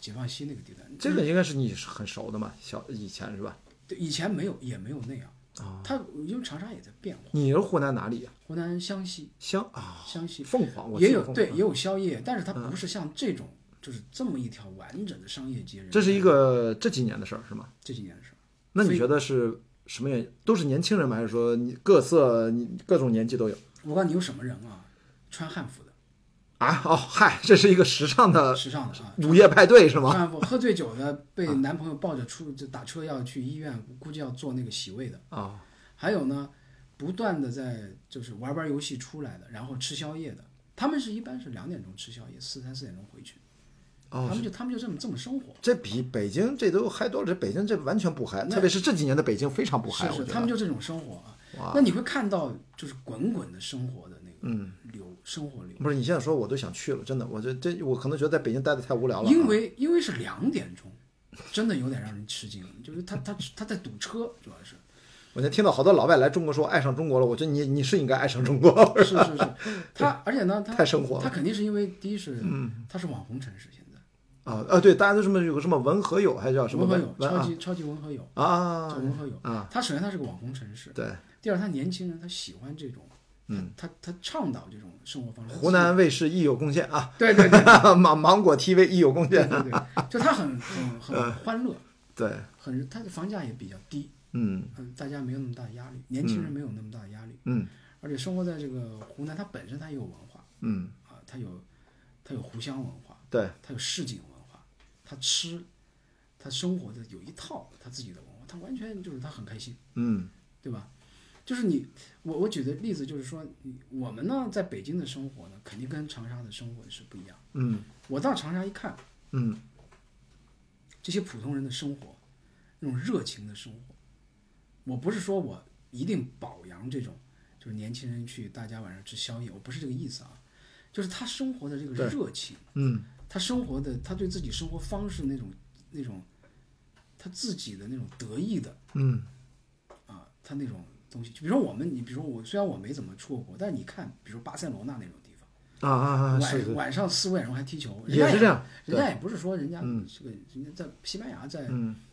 Speaker 2: 解放西那个地段，
Speaker 1: 这个应该是你很熟的嘛，小以前是吧？
Speaker 2: 对以前没有，也没有那样。
Speaker 1: 啊
Speaker 2: 他因为长沙也在变化，
Speaker 1: 你是湖南哪里啊？
Speaker 2: 湖南湘西，
Speaker 1: 湘啊，
Speaker 2: 湘西
Speaker 1: 凤凰，我
Speaker 2: 也
Speaker 1: 记得
Speaker 2: 有
Speaker 1: 凤
Speaker 2: 对
Speaker 1: 凰嗯
Speaker 2: 也有宵夜，但是它不是像这种、就是这么一条完整的商业街。
Speaker 1: 这是一个
Speaker 2: 个
Speaker 1: 这几年的事儿是吗？
Speaker 2: 这几年的事儿。
Speaker 1: 那
Speaker 2: 所
Speaker 1: 你
Speaker 2: 以
Speaker 1: 觉得是什么原因？都是年轻人吗？还是说你各色、你各种年纪都有
Speaker 2: 我告诉你，有什么人啊，穿汉服的，
Speaker 1: 啊？哦，嗨，这是一个时尚 [laughs] 的
Speaker 2: 时尚的啊，
Speaker 1: 午夜派对是吗？啊
Speaker 2: 穿汉服，啊喝醉酒的被男朋友抱着出就打车要去医院，估计要做那个洗胃的。
Speaker 1: 啊，
Speaker 2: 还有呢，不断的在就是玩玩游戏出来的，然后吃宵夜的，他们是一般是两点钟吃宵夜，四三四点钟回去。
Speaker 1: 哦
Speaker 2: 他们就他们就这么这么生活。
Speaker 1: 这比北京这都嗨多了，这北京这完全不嗨，
Speaker 2: 那
Speaker 1: 特别是这几年的北京非常不嗨，
Speaker 2: 是
Speaker 1: 我
Speaker 2: 是，
Speaker 1: 觉
Speaker 2: 他
Speaker 1: 得。
Speaker 2: 们就这种生活啊。那你会看到就是滚滚的生活的那个
Speaker 1: 嗯
Speaker 2: 流，生活流。
Speaker 1: 不是你现在说我都想去了，真的，我这这我可能觉得在北京待的太无聊了啊。
Speaker 2: 因为因为是两点钟，真的有点让人吃惊，就是他他他在堵车，主要是
Speaker 1: 我就听到好多老外来中国说爱上中国了，我觉得你你是应该爱上中国， [laughs]
Speaker 2: 是是是，他而且呢他
Speaker 1: 太生活了嗯
Speaker 2: 他肯定是因为第一是他是网红城市现在，
Speaker 1: 啊啊！对，大家都什么有个什么文和友，还叫什么
Speaker 2: 文和
Speaker 1: 文
Speaker 2: 友
Speaker 1: 文
Speaker 2: 超
Speaker 1: 啊
Speaker 2: 级超级文和友，
Speaker 1: 啊
Speaker 2: 叫文和友
Speaker 1: 啊，
Speaker 2: 他首先他是个网红城市，
Speaker 1: 对，嗯
Speaker 2: 第二他年轻人他喜欢这种，他他他倡导这种生活方式，
Speaker 1: 湖南卫视亦有贡献啊，
Speaker 2: 对对对
Speaker 1: [laughs] 芒芒果 TV 亦有贡
Speaker 2: 对
Speaker 1: 献，
Speaker 2: 对对，就他很很
Speaker 1: 嗯
Speaker 2: 很欢乐，
Speaker 1: 对，
Speaker 2: 很他的房价也比较低，
Speaker 1: 嗯
Speaker 2: 嗯，大家没有那么大压力，年轻人没有那么大压力，
Speaker 1: 嗯
Speaker 2: 而且生活在这个湖南，它本身它也有文化
Speaker 1: 嗯，
Speaker 2: 啊，它有它有湖湘文化，
Speaker 1: 对，
Speaker 2: 它有市井文化，它吃，它生活的有一套它自己的文化，它完全就是它很开心，
Speaker 1: 嗯
Speaker 2: 对吧？就是你我我举的例子就是说，你我们呢在北京的生活呢，肯定跟长沙的生活是不一样。
Speaker 1: 嗯
Speaker 2: 我到长沙一看，
Speaker 1: 嗯，
Speaker 2: 这些普通人的生活，那种热情的生活。我不是说我一定表扬这种，就是年轻人去大家晚上吃宵夜，我不是这个意思啊，就是他生活的这个热情，
Speaker 1: 嗯，
Speaker 2: 他生活的他对自己生活方式那种那种，他自己的那种得意的，
Speaker 1: 嗯，
Speaker 2: 啊，他那种东西，就比如说我们，你比如说我，虽然我没怎么出过国，但是你看，比如巴塞罗那那种地方。
Speaker 1: 啊啊啊，是
Speaker 2: 晚
Speaker 1: 是，
Speaker 2: 晚上四五点钟还踢球，
Speaker 1: 也
Speaker 2: 人家
Speaker 1: 是这样嗯
Speaker 2: 人家也不是说人家这个人家在西班牙在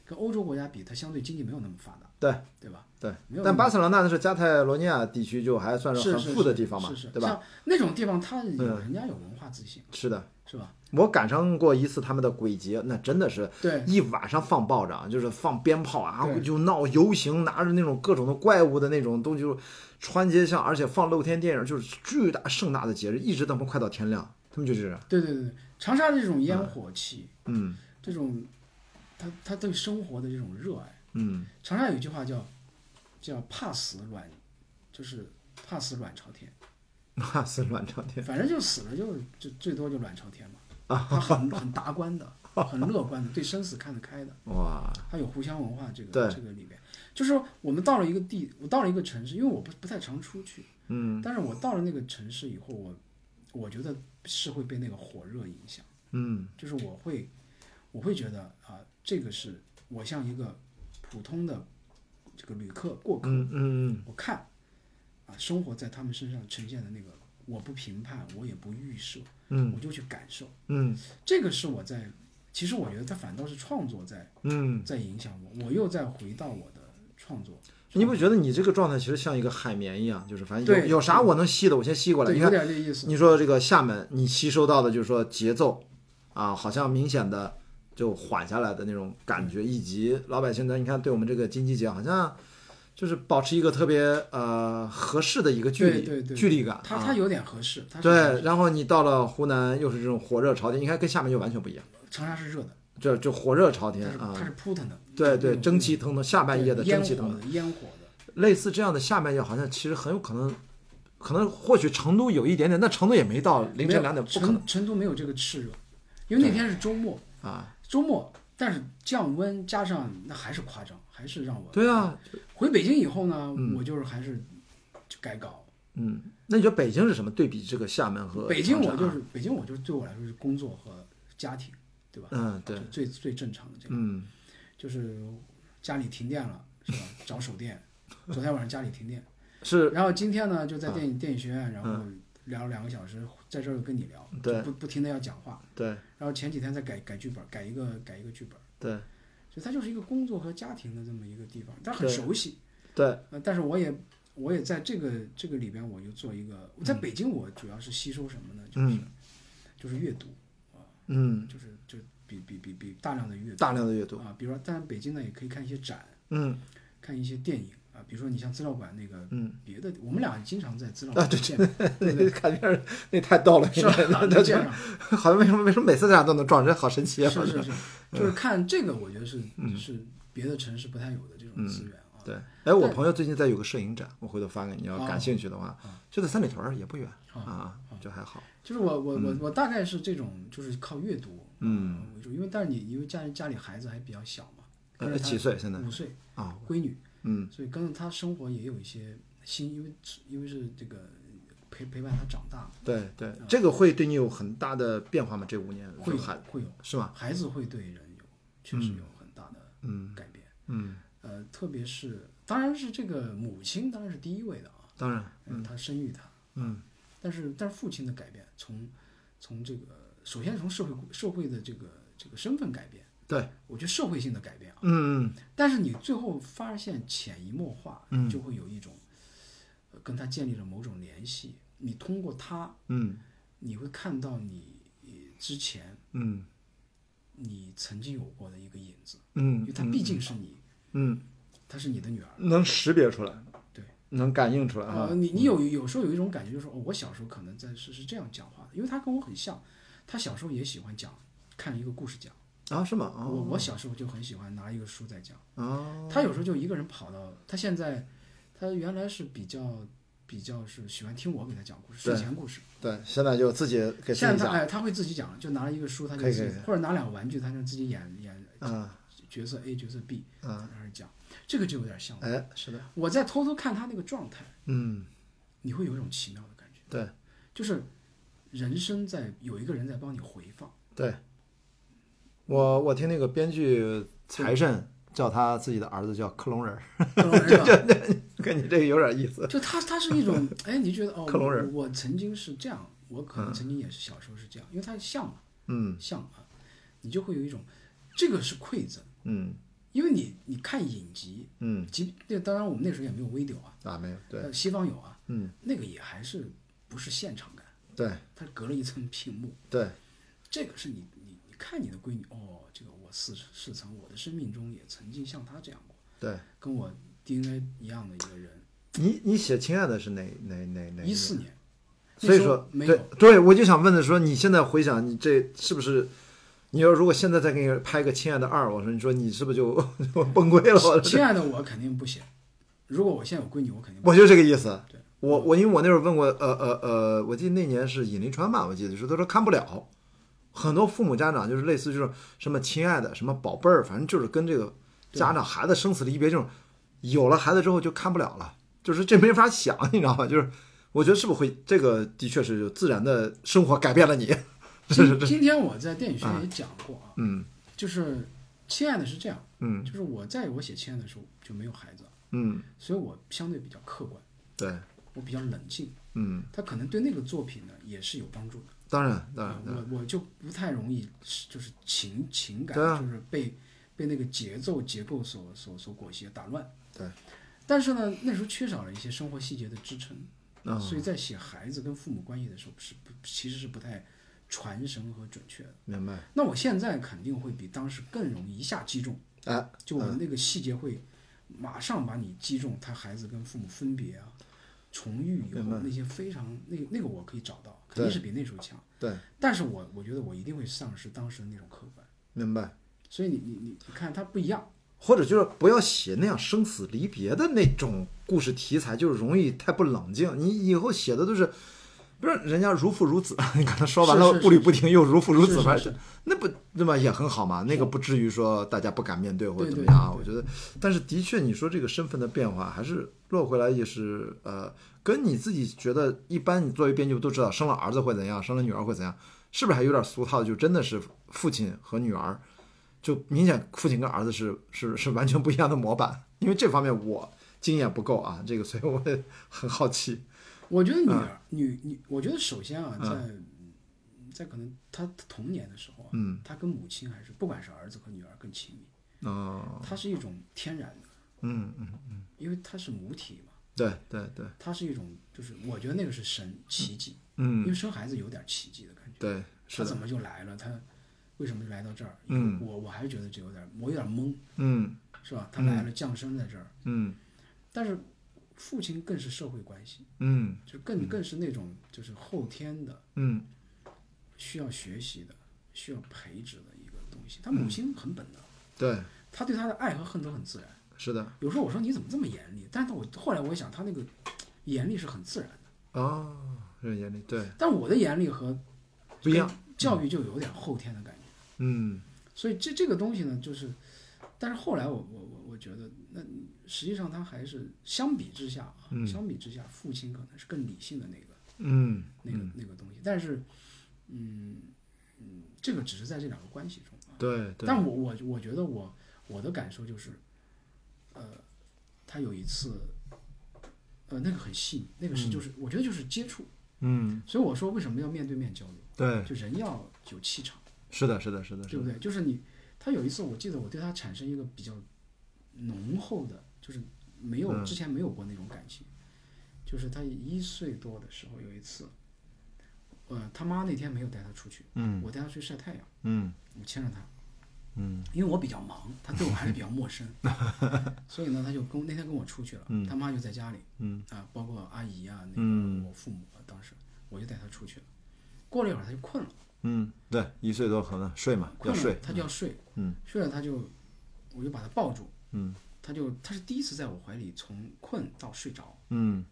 Speaker 2: 跟欧洲国家比，它相对经济没有那么发达，
Speaker 1: 对
Speaker 2: 对吧？
Speaker 1: 对
Speaker 2: 没有，
Speaker 1: 但巴塞罗那那是加泰罗尼亚地区，就还算
Speaker 2: 是
Speaker 1: 很富的地方嘛
Speaker 2: 是是，
Speaker 1: 对吧？？嗯
Speaker 2: 像那种地方，它有人家有文化自信，
Speaker 1: 是的，
Speaker 2: 是吧？
Speaker 1: 我赶上过一次他们的鬼节，那真的是
Speaker 2: 对
Speaker 1: 一晚上放炮仗，就是放鞭炮啊
Speaker 2: 对，
Speaker 1: 就闹游行，拿着那种各种的怪物的那种东西，就是穿街巷，而且放露天电影，就是巨大盛大的节日，一直到他们快到天亮，他们就这样。
Speaker 2: 对对对，对长沙的这种烟火气，
Speaker 1: 嗯
Speaker 2: 这种他他对生活的这种热爱，
Speaker 1: 嗯 [laughs]
Speaker 2: 长沙有一句话叫叫怕死卵，就是怕死卵朝天。
Speaker 1: 那是乱朝天。
Speaker 2: 反正就死了就就最多就卵朝天嘛。他很很达观的，很乐观的，对生死看得开的，
Speaker 1: 哇，
Speaker 2: 他有互相文化这个
Speaker 1: 对
Speaker 2: 这个里面。就是说，我们到了一个地，我到了一个城市，因为我不不太常出去，
Speaker 1: 嗯
Speaker 2: 但是我到了那个城市以后，我我觉得是会被那个火热影响，
Speaker 1: 嗯
Speaker 2: 就是我会我会觉得啊、这个是我像一个普通的这个旅客过客，
Speaker 1: 嗯嗯
Speaker 2: 我看啊，生活在他们身上呈现的那个，我不评判，我也不预设，
Speaker 1: 嗯，
Speaker 2: 我就去感受。
Speaker 1: 嗯
Speaker 2: 这个是我在，其实我觉得它反倒是创作在
Speaker 1: 嗯，
Speaker 2: 在影响我，我又再回到我的创作。
Speaker 1: 你不觉得你这个状态其实像一个海绵一样，就是反正有
Speaker 2: 对
Speaker 1: 有啥我能吸的，我先吸过来。
Speaker 2: 对，
Speaker 1: 你
Speaker 2: 有
Speaker 1: 看
Speaker 2: 点这意思。
Speaker 1: 你说这个厦门，你吸收到的就是说节奏啊，好像明显的就缓下来的那种感觉，以及老百姓的，你看对我们这个经济节好像就是保持一个特别呃合适的一个距
Speaker 2: 对
Speaker 1: 离
Speaker 2: 对对，
Speaker 1: 距离感，
Speaker 2: 它
Speaker 1: 啊
Speaker 2: 它有点合适。它是
Speaker 1: 对，然后你到了湖南又是这种火热朝天，你看跟厦门就完全不一样，
Speaker 2: 长沙是热的，
Speaker 1: 这就火热朝
Speaker 2: 它
Speaker 1: 天
Speaker 2: 是
Speaker 1: 嗯啊
Speaker 2: 它，是扑腾的。
Speaker 1: 对
Speaker 2: 有
Speaker 1: 对，
Speaker 2: 有
Speaker 1: 蒸汽腾腾，下半夜的
Speaker 2: 嗯烟
Speaker 1: 蒸
Speaker 2: 火
Speaker 1: 汽腾腾，
Speaker 2: 的烟火的。
Speaker 1: 类似这样的下半夜好像其实很有可能，可能或许成都有一点点，那成都也没到凌
Speaker 2: 没有
Speaker 1: 晨两点，不可能
Speaker 2: 成成都没有这个炽热，因为那天是周末，
Speaker 1: 啊。
Speaker 2: 周末，但是降温加上那还是夸张，还是让我
Speaker 1: 对啊，
Speaker 2: 回北京以后呢，我就是还是就改稿。
Speaker 1: 嗯，那你觉得北京是什么？对比这个厦门和
Speaker 2: 北京我
Speaker 1: 长沙
Speaker 2: 就是北京，我就是对我来说是工作和家庭，对吧？
Speaker 1: 嗯，对
Speaker 2: 就，最最正常的这个，
Speaker 1: 嗯
Speaker 2: 就是家里停电了，是吧？找手电。昨天晚上家里停电，
Speaker 1: 是
Speaker 2: 然后今天呢就在电
Speaker 1: 嗯
Speaker 2: 影、电影学院，然后聊了两个小时，在这儿又跟你聊，
Speaker 1: 对
Speaker 2: 就不不停的要讲话。
Speaker 1: 对
Speaker 2: 然后前几天再改改剧本，改一个改一个剧本，
Speaker 1: 对
Speaker 2: 所以它就是一个工作和家庭的这么一个地方，但很
Speaker 1: 对
Speaker 2: 熟悉。
Speaker 1: 对，
Speaker 2: 呃，但是我也我也在这个这个里边，我就做一个，
Speaker 1: 嗯
Speaker 2: 在北京我主要是吸收什么呢？就是、就是阅读，
Speaker 1: 嗯，
Speaker 2: 就是就比比比比大量的阅读
Speaker 1: 大量的阅读，
Speaker 2: 啊，比如说，当然北京呢也可以看一些展，
Speaker 1: [laughs] 嗯
Speaker 2: 看一些电影啊，比如说你像资料馆那个
Speaker 1: 嗯，
Speaker 2: 别的，我们俩经常在资料
Speaker 1: 啊
Speaker 2: 馆见面，对对
Speaker 1: 看片儿那太逗了，？
Speaker 2: 是吧
Speaker 1: [laughs] 那
Speaker 2: 能
Speaker 1: 那
Speaker 2: 见上。
Speaker 1: 好像为什么为什么每次咱俩都能撞，真好神奇啊！
Speaker 2: 是是是，就是
Speaker 1: 嗯
Speaker 2: 看这个，我觉得是是别的城市不太有的这
Speaker 1: 嗯
Speaker 2: 种资源啊。
Speaker 1: 对，哎，我朋友最近在有个摄影展，我回头发给你，要感兴趣的话，就在三里屯儿，也不远啊，就还好。
Speaker 2: 就是我我我我大概是这种，就是靠阅读
Speaker 1: 嗯
Speaker 2: 呃为主，因为但是你因为家里家里孩子还比较小嘛，
Speaker 1: 呃
Speaker 2: 跟着他
Speaker 1: 几岁现在
Speaker 2: 五岁
Speaker 1: 啊，
Speaker 2: 闺女，
Speaker 1: 嗯，
Speaker 2: 所以跟着她生活也有一些新，因为因为是这个陪陪伴她长大，
Speaker 1: 对对，这个会对你有很大的变化吗？这五年
Speaker 2: 嗯会有
Speaker 1: 还
Speaker 2: 会有
Speaker 1: 是吧？
Speaker 2: 孩子会对人有确实有很大的改变，
Speaker 1: 嗯，
Speaker 2: 呃，特别是当然是这个母亲当然是第一位的啊，
Speaker 1: 当然，
Speaker 2: 嗯，她生育他，
Speaker 1: 嗯，
Speaker 2: 但是但是父亲的改变，从从这个首先从社会社会的这个这个身份改变，
Speaker 1: 对，
Speaker 2: 我觉得社会性的改变啊，
Speaker 1: 嗯嗯
Speaker 2: 但是你最后发现潜移默化，你就会有一种、呃跟他建立了某种联系，你通过他，
Speaker 1: 嗯
Speaker 2: 你会看到你呃之前
Speaker 1: 嗯
Speaker 2: 你曾经有过的一个影子，因
Speaker 1: 嗯
Speaker 2: 为他毕竟是你，
Speaker 1: 嗯，
Speaker 2: 她是你的女儿。
Speaker 1: 能识别出来，
Speaker 2: 对，
Speaker 1: 能感应出来啊
Speaker 2: 呃，。你你有有时候有一种感觉，就是哦，我小时候可能在是是这样讲话的，因为他跟我很像，他小时候也喜欢讲，看一个故事讲。
Speaker 1: 啊，是吗？
Speaker 2: 嗯我
Speaker 1: 啊
Speaker 2: 我小时候就很喜欢拿一个书在讲，
Speaker 1: 啊，
Speaker 2: 他有时候就一个人跑到，他现在他原来是比较比较是喜欢听我给他讲故事，睡
Speaker 1: 对
Speaker 2: 前故事。
Speaker 1: 对，现在就自己给自
Speaker 2: 现在
Speaker 1: 己
Speaker 2: 他
Speaker 1: 讲，
Speaker 2: 哎，他会自己讲，就拿了一个书，他就
Speaker 1: 可以
Speaker 2: 自
Speaker 1: 可
Speaker 2: 己
Speaker 1: 以
Speaker 2: 或者拿两个玩具，他就自己演演
Speaker 1: 嗯
Speaker 2: 角色 A 角色 B，在
Speaker 1: 嗯，
Speaker 2: 那儿讲，这个就有点像我。
Speaker 1: 哎，是的，
Speaker 2: 我在偷偷看他那个状态，
Speaker 1: 嗯，
Speaker 2: 你会有一种奇妙的感觉，
Speaker 1: 对
Speaker 2: 就是人生在有一个人在帮你回放。
Speaker 1: [laughs] 对。我我听那个编剧财神叫他自己的儿子叫克隆人儿， [laughs] 跟你这个有点意思。
Speaker 2: 就它它是一种，哎，你觉得哦，
Speaker 1: 克隆人
Speaker 2: 我我曾经是这样，我可能曾经也是小时候是这样，因为它像嘛，
Speaker 1: 嗯
Speaker 2: 像啊，你就会有一种，这个是馈赠，
Speaker 1: 嗯
Speaker 2: 因为你你看影集，
Speaker 1: 嗯，
Speaker 2: 即那当然我们那时候也没有微 e 啊，
Speaker 1: 啊没有，对
Speaker 2: 呃西方有啊，
Speaker 1: 嗯，
Speaker 2: 那个也还是不是现场感，
Speaker 1: 对
Speaker 2: 它隔了一层屏幕，
Speaker 1: 对，
Speaker 2: 这个是你你你看你的闺女，哦，这个我似似曾我的生命中也曾经像她这样过，
Speaker 1: 对
Speaker 2: 跟我 DNA 一样的一个人，
Speaker 1: 你你写亲爱的是哪哪哪哪
Speaker 2: 一四年，那
Speaker 1: 所以
Speaker 2: 时候
Speaker 1: 说，
Speaker 2: 没
Speaker 1: 对
Speaker 2: 有。
Speaker 1: 对，我就想问的说，你现在回想，你这是不是？你要如果现在再给你拍个《亲爱的二》，我说你说你是不是就 [laughs] 就崩溃了？我
Speaker 2: 亲爱的，我肯定不写。如果我现在有闺女，我肯定不
Speaker 1: 我就这个意思
Speaker 2: 对。
Speaker 1: 我我因为我那时候问过，呃呃呃，我记得那年是尹立川吧，我记得是他说看不了，很多父母家长就是类似就是什么亲爱的什么宝贝儿，反正就是跟这个家长孩子生死离别这种，有了孩子之后就看不了了，就是这没法想， [laughs] 你知道吧？就是我觉得是不是会这个的确是就自然的生活改变了你，是是
Speaker 2: 写。今今天我在电影学院也讲过啊，
Speaker 1: 嗯
Speaker 2: 就是亲爱的是这样，
Speaker 1: 嗯
Speaker 2: 就是我在我写亲爱的时候就没有孩子，
Speaker 1: 嗯，
Speaker 2: 所以我相对比较客观，
Speaker 1: 对，
Speaker 2: 我比较冷静，
Speaker 1: 嗯，
Speaker 2: 他可能对那个作品呢也是有帮助的。
Speaker 1: 当然当然
Speaker 2: 啊，我我就不太容易是就是情情感
Speaker 1: 对啊
Speaker 2: 就是被被那个节奏结构所所所裹挟打乱。
Speaker 1: 对，
Speaker 2: 但是呢，那时候缺少了一些生活细节的支撑，
Speaker 1: 哦
Speaker 2: 所以在写孩子跟父母关系的时候是不其实是不太传神和准确的。
Speaker 1: 明白。
Speaker 2: 那我现在肯定会比当时更容易一下击中，
Speaker 1: 哎，
Speaker 2: 就我那个细节会马上把你击中，他孩子跟父母分别啊。重遇以后那些非常那个那个我可以找到，肯定是比那时候强。
Speaker 1: 对，
Speaker 2: 但是我我觉得我一定会丧失当时的那种客观，
Speaker 1: 明白。
Speaker 2: 所以你你你你看它不一样，
Speaker 1: 或者就是不要写那样生死离别的那种故事题材，就是容易太不冷静。你以后写的都是，不是人家如父如子， [laughs] 你刚才说完
Speaker 2: 是
Speaker 1: 了
Speaker 2: 是是
Speaker 1: 步履不停，又如父如子，
Speaker 2: 是是
Speaker 1: 反
Speaker 2: 是
Speaker 1: 正 [laughs] 那不对吧？也很好嘛，那个不至于说大家不敢面对或者
Speaker 2: 对
Speaker 1: 怎么
Speaker 2: 对
Speaker 1: 样啊。我觉得，但是的确，你说这个身份的变化，还是落回来也是呃，跟你自己觉得一般，你作为编剧都知道，生了儿子会怎样，生了女儿会怎样，是不是还有点俗套？就真的是父亲和女儿就明显父亲跟儿子是是是完全不一样的模板， [laughs] 因为这方面我经验不够啊，这个所以我也很好奇。
Speaker 2: [laughs] 我觉
Speaker 1: 嗯
Speaker 2: 得女儿、女女，我觉得首先啊，在、在可能她童年的时候啊，
Speaker 1: 嗯，
Speaker 2: 她跟母亲还是不管是儿子和女儿更亲密，
Speaker 1: 哦，
Speaker 2: 啊它是一种天然的，
Speaker 1: 嗯嗯，
Speaker 2: 因为它是母体嘛，
Speaker 1: 对对对，
Speaker 2: 它是一种就是我觉得那个是神奇迹，因
Speaker 1: 嗯
Speaker 2: 为生孩子有点奇迹的感觉，
Speaker 1: 对
Speaker 2: 他
Speaker 1: 是的，
Speaker 2: 怎么就来了？他为什么就来到这儿？
Speaker 1: 嗯
Speaker 2: 我我还觉得这有点，我有点懵，
Speaker 1: 嗯
Speaker 2: 是吧？他来了，降生在这儿，
Speaker 1: 嗯
Speaker 2: 但是父亲更是社会关系，
Speaker 1: 嗯
Speaker 2: 就更更是那种就是后天的
Speaker 1: 嗯
Speaker 2: 需要学习的、需要培植的一个东西。他母亲很本能，
Speaker 1: 嗯对
Speaker 2: 他对他的爱和恨都很自然。
Speaker 1: 是的
Speaker 2: 有时候我说你怎么这么严厉？但是我后来我想，他那个严厉是很自然的，
Speaker 1: 哦，这眼里对
Speaker 2: 但我的严厉和
Speaker 1: 不一样，
Speaker 2: 教育就有点后天的感觉。
Speaker 1: 嗯
Speaker 2: 所以这这个东西呢，就是，但是后来我我我我觉得，那实际上他还是相比之下啊，相比之下，父亲可能是更理性的那个
Speaker 1: 嗯
Speaker 2: 那个、那个东西，但是，嗯嗯，这个只是在这两个关系中啊。
Speaker 1: 对对，
Speaker 2: 但我我我觉得我我的感受就是，呃，他有一次，呃，那个很细腻，那个是就是、我觉得就是接触，
Speaker 1: 嗯
Speaker 2: 所以我说为什么要面对面交流，
Speaker 1: 对
Speaker 2: 就人要有气场。
Speaker 1: 是的是的是的是
Speaker 2: 对不
Speaker 1: 的，
Speaker 2: 对？就是你，他有一次我记得我对他产生一个比较浓厚的，就是没有、
Speaker 1: 嗯
Speaker 2: 之前没有过那种感情，就是他一岁多的时候有一次，呃，他妈那天没有带他出去，
Speaker 1: 嗯
Speaker 2: 我带他去晒太阳，
Speaker 1: 嗯
Speaker 2: 我牵着他，
Speaker 1: 嗯
Speaker 2: 因为我比较忙，他对我还是比较
Speaker 1: [laughs]
Speaker 2: 陌生，所以呢，他就跟那天跟我出去了，他妈就在家里，
Speaker 1: 嗯
Speaker 2: 啊，包括阿姨啊，那
Speaker 1: 嗯
Speaker 2: 个我父母啊，当时我就带他出去了，过了一会儿他就困了。
Speaker 1: 嗯，对，一岁多可能睡嘛，要
Speaker 2: 困了
Speaker 1: 睡，
Speaker 2: 他就要睡，
Speaker 1: 嗯，
Speaker 2: 睡了他就，我就把他抱住，
Speaker 1: 嗯
Speaker 2: 他就他是第一次在我怀里从困到睡着，
Speaker 1: 嗯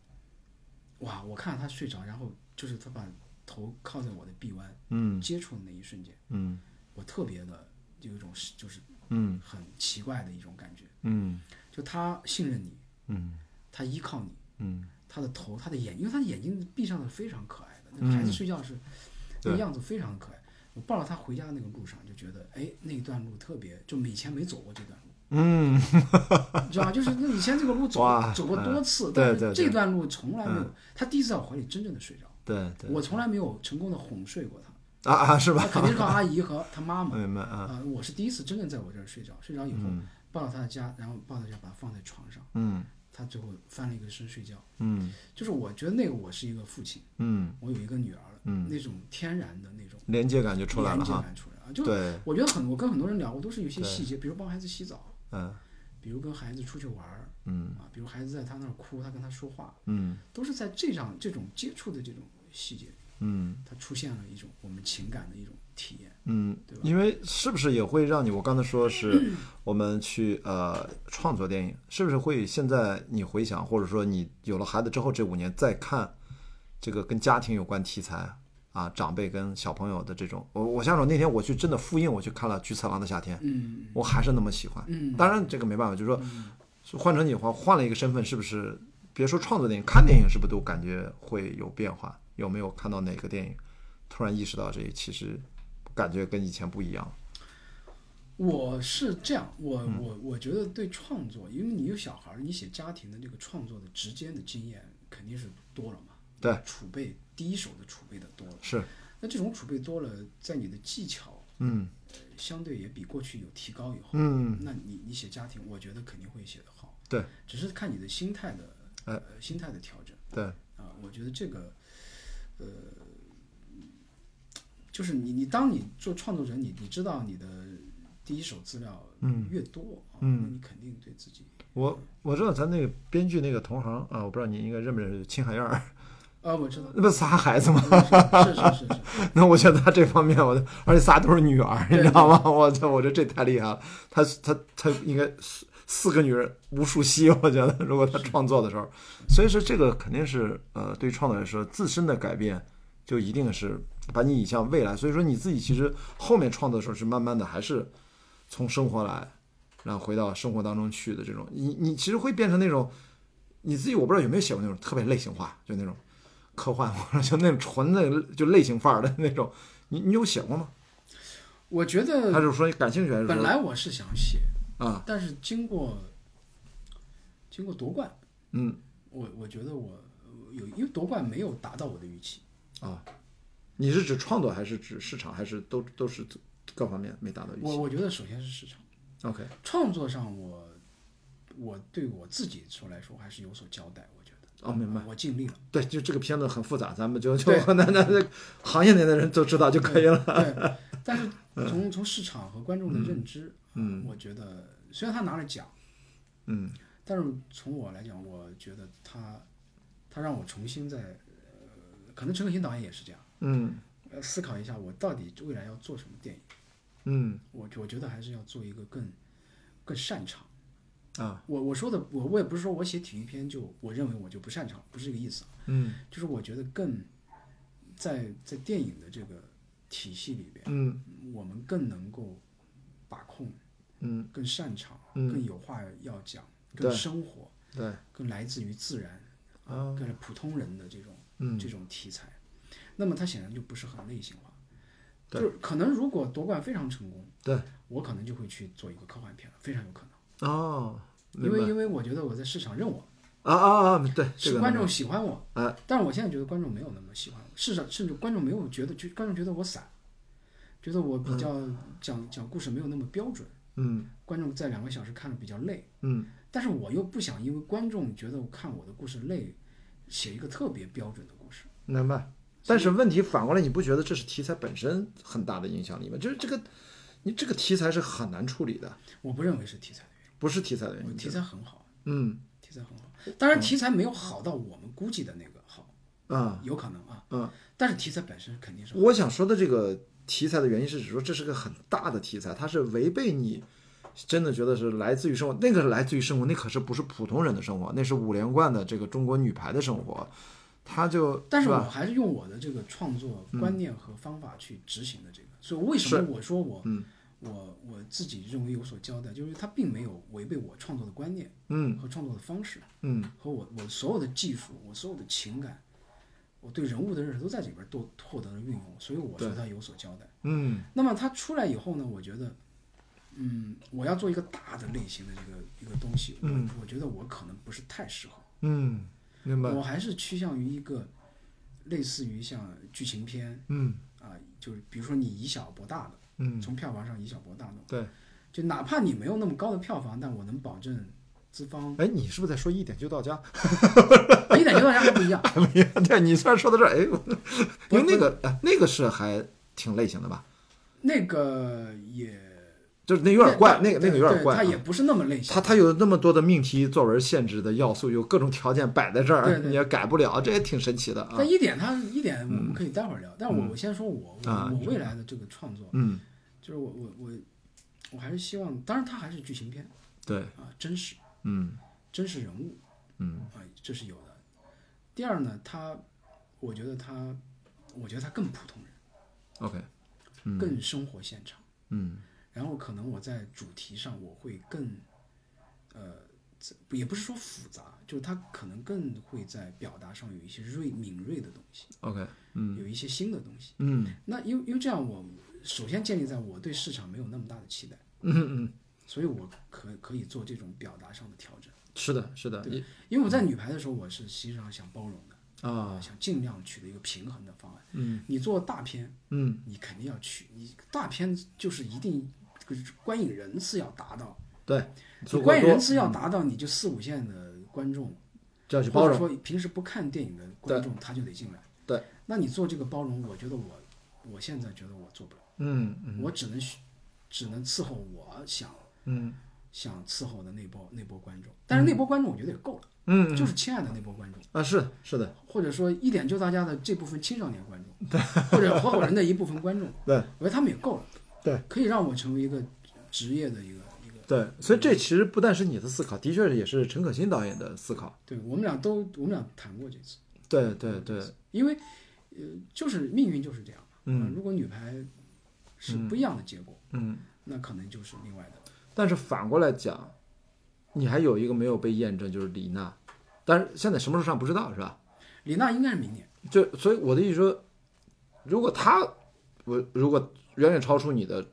Speaker 2: 哇，我看着他睡着，然后就是他把头靠在我的臂弯，
Speaker 1: 嗯
Speaker 2: 接触的那一瞬间，
Speaker 1: 嗯
Speaker 2: 我特别的有一种是就是
Speaker 1: 嗯
Speaker 2: 很奇怪的一种感觉，
Speaker 1: 嗯
Speaker 2: 就他信任你，
Speaker 1: 嗯
Speaker 2: 他依靠你，
Speaker 1: 嗯，
Speaker 2: 他的头，他的眼，因为他的眼睛闭上的非常可爱的，那个孩子睡觉是、那个
Speaker 1: 嗯对
Speaker 2: 样子非常可爱。我抱着他回家的那个路上，就觉得哎，那一段路特别，就以前没走过这段路。
Speaker 1: 嗯 [laughs]
Speaker 2: 你知道吧？就是那以前这个路走
Speaker 1: 哇
Speaker 2: 走过多次，
Speaker 1: 嗯
Speaker 2: 但
Speaker 1: 对
Speaker 2: 是
Speaker 1: 对
Speaker 2: 这
Speaker 1: 对
Speaker 2: 段路从来没有。他第一次在我怀里真正的睡着，
Speaker 1: 对对
Speaker 2: 我从来没有成功的哄睡过他。
Speaker 1: 啊啊是吧
Speaker 2: 他？肯定是靠阿姨和他妈
Speaker 1: [laughs]
Speaker 2: 妈。
Speaker 1: 明白啊，
Speaker 2: 啊，我是第一次真正在我这儿睡着，睡着以后抱到他的家，然后抱到家把他放在床上，
Speaker 1: 嗯
Speaker 2: 他最后翻了一个身睡觉。
Speaker 1: 嗯
Speaker 2: 就是我觉得那个我是一个父亲，
Speaker 1: 嗯，
Speaker 2: 我有一个女儿了，那种天然的那种
Speaker 1: 连接感就出来
Speaker 2: 连
Speaker 1: 了
Speaker 2: 接
Speaker 1: 哈，
Speaker 2: 感出来了。就是
Speaker 1: 对，
Speaker 2: 我觉得很，我跟很多人聊过，都是有一些细节，比如帮孩子洗澡，
Speaker 1: 嗯
Speaker 2: 比如跟孩子出去玩儿，
Speaker 1: 嗯
Speaker 2: 啊，比如孩子在他那儿哭，他跟他说话，
Speaker 1: 嗯
Speaker 2: 都是在这样这种接触的这种细节，
Speaker 1: 嗯。
Speaker 2: 它出现了一种我们情感的一种体验。
Speaker 1: 嗯
Speaker 2: 对吧，
Speaker 1: 因为是不是也会让你？我刚才说
Speaker 2: [clears throat]
Speaker 1: 是我们去呃创作电影，是不是会现在你回想，或者说你有了孩子之后这五年再看这个跟家庭有关题材啊，长辈跟小朋友的这种，我我下手那天我去真的复印，我去看了《菊次郎的夏天》，
Speaker 2: 嗯，
Speaker 1: 我还是那么喜欢。
Speaker 2: 嗯
Speaker 1: 当然这个没办法，就是说就换成你的话，换了一个身份，是不是别说创作电影，看电影是不是都感觉会有变化？有没有看到哪个电影突然意识到这其实感觉跟以前不一样？
Speaker 2: 我是这样，我
Speaker 1: 嗯
Speaker 2: 我我觉得对创作，因为你有小孩儿，你写家庭的这个创作的直接的经验肯定是多了嘛，
Speaker 1: 对，
Speaker 2: 储备第一手的储备的多了，
Speaker 1: 是，
Speaker 2: 那这种储备多了，在你的技巧
Speaker 1: 嗯
Speaker 2: 相对也比过去有提高以后，
Speaker 1: 嗯，
Speaker 2: 那你你写家庭，我觉得肯定会写得好，
Speaker 1: 对哎
Speaker 2: 只是看你的心态的呃心态的调整。
Speaker 1: 对，
Speaker 2: 啊，我觉得这个，呃，就是你你当你做创作者，你你知道你的第一手资料
Speaker 1: 嗯
Speaker 2: 越多，啊，那你肯定对自己，
Speaker 1: 我我知道咱那个编剧那个同行啊，我不知道你应该认不认识秦海燕儿，
Speaker 2: 啊，我知道，
Speaker 1: 那不是仨孩子吗？
Speaker 2: 是是是是是，
Speaker 1: [laughs] 那我觉得他这方面，我的而且仨都是女儿，你
Speaker 2: 对
Speaker 1: 知道吗？我这我觉得这太厉害了，他他他应该四四个女人无数息，我觉得如果他创作的时候，所以说这个肯定是呃，对于创作来说，自身的改变就一定是把你引向未来。所以说你自己其实后面创作的时候是慢慢的还是从生活来，然后回到生活当中去的这种，你你其实会变成那种你自己我不知道有没有写过那种特别类型化，就那种。科幻或者就那种纯的就类型范儿的那种，你你有写过吗？
Speaker 2: 我觉得
Speaker 1: 他是说感兴趣还是说
Speaker 2: 嗯本来我是想写，
Speaker 1: 啊
Speaker 2: 但是经过经过夺冠，
Speaker 1: 嗯
Speaker 2: 我我觉得我有因为夺冠没有达到我的预期，
Speaker 1: 啊？你是指创作还是指市场还是都都是各方面没达到预
Speaker 2: 我
Speaker 1: 期
Speaker 2: 我觉得首先是市场。
Speaker 1: ？OK，
Speaker 2: 创作上我，我对我自己说来说还是有所交代，我觉得。啊
Speaker 1: 哦明白。
Speaker 2: 我尽力了。
Speaker 1: 对，就这个片子很复杂，咱们就就 [laughs]
Speaker 2: 对
Speaker 1: 那那那行业内的人都知道就可以了。
Speaker 2: 对，但是从
Speaker 1: 嗯
Speaker 2: 从市场和观众的认知，嗯，我觉得虽然他拿了奖，
Speaker 1: 嗯，
Speaker 2: 但是从我来讲，我觉得他他让我重新在，呃，可能陈可辛导演也是这样，
Speaker 1: 嗯
Speaker 2: 呃，思考一下我到底未来要做什么电影。
Speaker 1: 嗯
Speaker 2: 我我觉得还是要做一个更更擅长。
Speaker 1: 啊
Speaker 2: 我我说的我我也不是说我写体育片就我认为我就不擅长，不是这个意思啊。
Speaker 1: 嗯
Speaker 2: 就是我觉得更在在电影的这个体系里边，
Speaker 1: 嗯
Speaker 2: 我们更能够把控，
Speaker 1: 嗯，
Speaker 2: 更擅长，
Speaker 1: 嗯
Speaker 2: 更有话要讲，
Speaker 1: 对
Speaker 2: 更生活，
Speaker 1: 对
Speaker 2: 更来自于自然，
Speaker 1: 啊
Speaker 2: 更是普通人的这种、
Speaker 1: 嗯
Speaker 2: 这种题材。那么它显然就不是很类型化，就
Speaker 1: 对
Speaker 2: 是可能如果夺冠非常成功，
Speaker 1: 对
Speaker 2: 我可能就会去做一个科幻片了，非常有可能，
Speaker 1: 哦，明
Speaker 2: 因
Speaker 1: 白
Speaker 2: 为因为我觉得我在市场认我，
Speaker 1: 啊啊啊，对，这
Speaker 2: 是
Speaker 1: 个
Speaker 2: 观
Speaker 1: 能
Speaker 2: 众喜欢我，
Speaker 1: 啊
Speaker 2: 但是我现在觉得观众没有那么喜欢我，市场甚至观众没有觉得，就观众觉得我散，觉得我比较讲、讲故事没有那么标准，
Speaker 1: 嗯
Speaker 2: 观众在两个小时看了比较累，
Speaker 1: 嗯
Speaker 2: 但是我又不想因为观众觉得我看我的故事累，写一个特别标准的故事，
Speaker 1: 明白。但是问题反过来，你不觉得这是题材本身很大的影响力吗？就是这个，你这个题材是很难处理的，
Speaker 2: 我不认为是题材的原
Speaker 1: 不是题材的
Speaker 2: 因，
Speaker 1: 原
Speaker 2: 我
Speaker 1: 因。
Speaker 2: 题材很好，
Speaker 1: 嗯
Speaker 2: 题材很好，当然题材没有好到我们估计的那个好，
Speaker 1: 啊，
Speaker 2: 有可能啊，
Speaker 1: 嗯，
Speaker 2: 但是题材本身肯定是好，
Speaker 1: 我想说的这个题材的原因是指说这是个很大的题材，它是违背你真的觉得是来自于生活，那个是来自于生活，那可是不是普通人的生活，那是五连冠的这个中国女排的生活，它就
Speaker 2: 但是我
Speaker 1: 吧？
Speaker 2: 还是用我的这个创作观念和方法去执行的这个，所以为什么我说我，
Speaker 1: 嗯
Speaker 2: 我我自己认为有所交代，就是它并没有违背我创作的观念，
Speaker 1: 嗯，
Speaker 2: 和创作的方式，
Speaker 1: 嗯，
Speaker 2: 和我我所有的技术，我所有的情感，我对人物的认识都在里边都获得了运用，所以我说它有所交代。
Speaker 1: 嗯
Speaker 2: 那么它出来以后呢，我觉得，嗯，我要做一个大的类型的一个一个东西，我、我觉得我可能不是太适合。
Speaker 1: 嗯，明白，
Speaker 2: 我还是趋向于一个类似于像剧情片
Speaker 1: 嗯
Speaker 2: 啊、就是比如说你以小博大的，
Speaker 1: 嗯，
Speaker 2: 从票房上以小博大的，
Speaker 1: 对。
Speaker 2: 就哪怕你没有那么高的票房，但我能保证资
Speaker 1: [laughs]
Speaker 2: 方
Speaker 1: 哎，你是不是在说一点就到家？ [laughs]
Speaker 2: 一点就到家还不一样。
Speaker 1: 对，你虽然说到这儿，哎，我
Speaker 2: 不
Speaker 1: 因
Speaker 2: 是
Speaker 1: 为那个哎那个是还挺类型的吧，
Speaker 2: 那个也
Speaker 1: 就是那有点怪，那个那个有点
Speaker 2: 对
Speaker 1: 怪啊，
Speaker 2: 它也不是那么类型。
Speaker 1: 它它有那么多的命题作文限制的要素，有各种条件摆在这儿，
Speaker 2: 对对
Speaker 1: 你也改不了，这也挺神奇的啊嗯
Speaker 2: 但。一点它一点我们可以待会儿聊。但我我先说我
Speaker 1: 啊
Speaker 2: 我我未来的这个创作，
Speaker 1: 嗯，
Speaker 2: 就是我我我我还是希望，当然它还是剧情片
Speaker 1: 对，
Speaker 2: 啊，真实。
Speaker 1: 嗯
Speaker 2: 真实人物，
Speaker 1: 嗯
Speaker 2: 啊，这是有的。第二呢，他，我觉得他，我觉得他更普通人，
Speaker 1: ，OK，
Speaker 2: 更生活现场。
Speaker 1: 嗯
Speaker 2: 然后可能我在主题上我会更，呃，这也不是说复杂，就是他可能更会在表达上有一些锐敏锐的东西，
Speaker 1: ，OK，嗯
Speaker 2: 有一些新的东西。
Speaker 1: 嗯
Speaker 2: 那因为因为这样我，首先建立在我对市场没有那么大的期待，
Speaker 1: 嗯嗯，
Speaker 2: 所以我可可以做这种表达上的调整。
Speaker 1: 是的，是的，也
Speaker 2: 因为我在女排的时候，我是实际上想包容的。
Speaker 1: 啊，
Speaker 2: 想尽量取得一个平衡的方案。
Speaker 1: 嗯，
Speaker 2: 你做大片，
Speaker 1: 嗯
Speaker 2: 你肯定要去，你大片就是一定这个观影人次要达到，
Speaker 1: 对，
Speaker 2: 你
Speaker 1: 足够
Speaker 2: 观影人
Speaker 1: 多，
Speaker 2: 次要达到，你就四五线的观众，
Speaker 1: 这样去包
Speaker 2: 或者
Speaker 1: 容，
Speaker 2: 说平时不看电影的观众，他就得进来。
Speaker 1: 对，
Speaker 2: 那你做这个包容，我觉得我我现在觉得我做不了，
Speaker 1: 嗯嗯
Speaker 2: 我只能去只能伺候我想
Speaker 1: 嗯
Speaker 2: 想伺候的那波那波观众，但是那波观众我觉得也够了，
Speaker 1: 嗯
Speaker 2: 就是亲爱的那波观众。
Speaker 1: 啊，是是的，
Speaker 2: 或者说一点就大家的这部分青少年观众，或者合伙人的一部分观众，
Speaker 1: 对
Speaker 2: 我觉得他们也够了，
Speaker 1: 对，
Speaker 2: 可以让我成为一个职业的一个一个，
Speaker 1: 对，所以
Speaker 2: 嗯
Speaker 1: 这其实不但是你的思考，的确也是陈可辛导演的思考。
Speaker 2: 对我们俩都我们俩谈过这次，
Speaker 1: 对对对，
Speaker 2: 因为呃，就是命运就是这样嘛，
Speaker 1: 嗯
Speaker 2: 呃如果女排是不一样的结果，
Speaker 1: 嗯，
Speaker 2: 那可能就是另外的，
Speaker 1: 但是反过来讲，你还有一个没有被验证，就是李娜，但是现在什么时候上不知道是吧？
Speaker 2: 李娜应该是明年，
Speaker 1: 就所以我的意思说，如果他我如果远远超出你的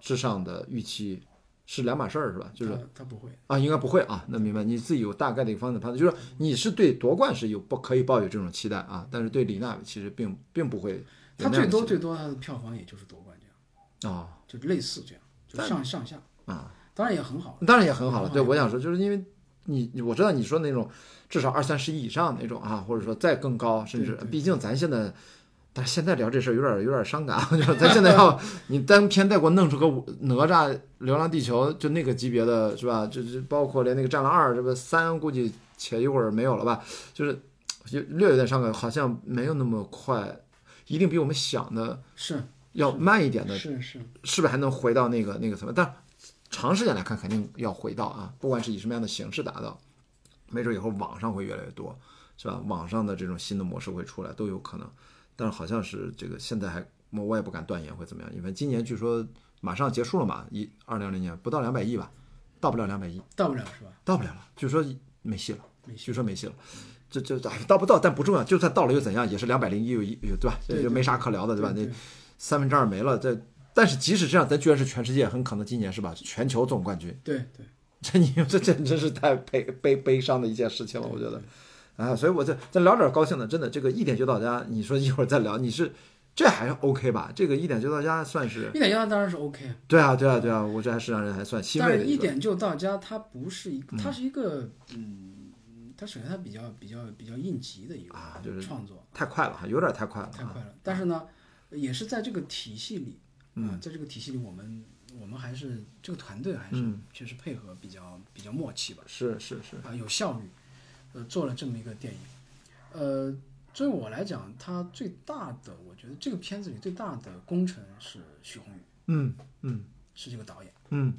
Speaker 1: 至上的预期是两码事儿，是吧？就是
Speaker 2: 他他不会，
Speaker 1: 啊，应该不会啊，那明白，你自己有大概的一个方向的判断，就是说你是对夺冠是有不可以抱有这种期待啊，但是对李娜其实并并不会有那
Speaker 2: 他
Speaker 1: 样的期待。
Speaker 2: 最多最多他的票房也就是夺冠这样，
Speaker 1: 啊
Speaker 2: 就类似这样，就上上下
Speaker 1: 啊，
Speaker 2: 当然也很好了。
Speaker 1: 当然也很好了。对，我想说，就是因为你你我知道你说那种至少二三十亿以上那种啊，或者说再更高，甚至
Speaker 2: 对对
Speaker 1: 毕竟咱现在。但是现在聊这事儿有点有点伤感啊， [laughs] 就是咱现在要你单片再给我弄出个五哪吒、流浪地球就那个级别的是吧？就是包括连那个战狼二，这不三估计且一会儿没有了吧？就是就略有点伤感，好像没有那么快，一定比我们想的
Speaker 2: 是
Speaker 1: 要慢一点的
Speaker 2: 是是，
Speaker 1: 是不是还能回到那个那个层面？但长时间来看，肯定要回到啊，不管是以什么样的形式达到，没准以后网上会越来越多，是吧？网上的这种新的模式会出来，都有可能。但是好像是这个现在还，我我也不敢断言会怎么样，因为今年据说马上结束了嘛，一二零零年不到两百亿吧，到不了两百亿，
Speaker 2: 到不了是吧？
Speaker 1: 到不了了，据说没戏了，
Speaker 2: 没戏
Speaker 1: 据说没戏了。这这哎到不到，但不重要。就算到了又怎样？也是两百零一又一，又对吧？这
Speaker 2: 对
Speaker 1: 就没啥可聊的，对吧？
Speaker 2: 对
Speaker 1: 那三分之二没了。这但是即使这样，咱居然是全世界很可能今年是吧？全球总冠军，
Speaker 2: 对对，
Speaker 1: 这你这真真是太悲悲悲伤的一件事情了，我觉得。啊，所以我这咱聊点高兴的，真的这个一点九到家，你说一会儿再聊，你是这还 OK 吧？这个一点九到家算是
Speaker 2: 一点一万当然是 OK，
Speaker 1: 对啊，对啊，对啊，我这还是让人还算欣
Speaker 2: 但
Speaker 1: 慰
Speaker 2: 是
Speaker 1: 的
Speaker 2: 一
Speaker 1: 一个。
Speaker 2: 点就到家，它不是一个，它是一个嗯，它首先它比较比较比较应急的一个
Speaker 1: 啊就是
Speaker 2: 创作，
Speaker 1: 太快了，有点太快了
Speaker 2: 太
Speaker 1: 啊！
Speaker 2: 快了。但是呢，也是在这个体系里，嗯，在这个体系里，我们我们还是这个团队还是
Speaker 1: 嗯
Speaker 2: 确实配合比较比较默契吧。
Speaker 1: 是是是，
Speaker 2: 啊、有效率，呃，做了这么一个电影，呃，对我来讲，它最大的，我觉得这个片子里最大的功臣是徐宏宇，
Speaker 1: 嗯嗯
Speaker 2: 是这个导演。
Speaker 1: 嗯，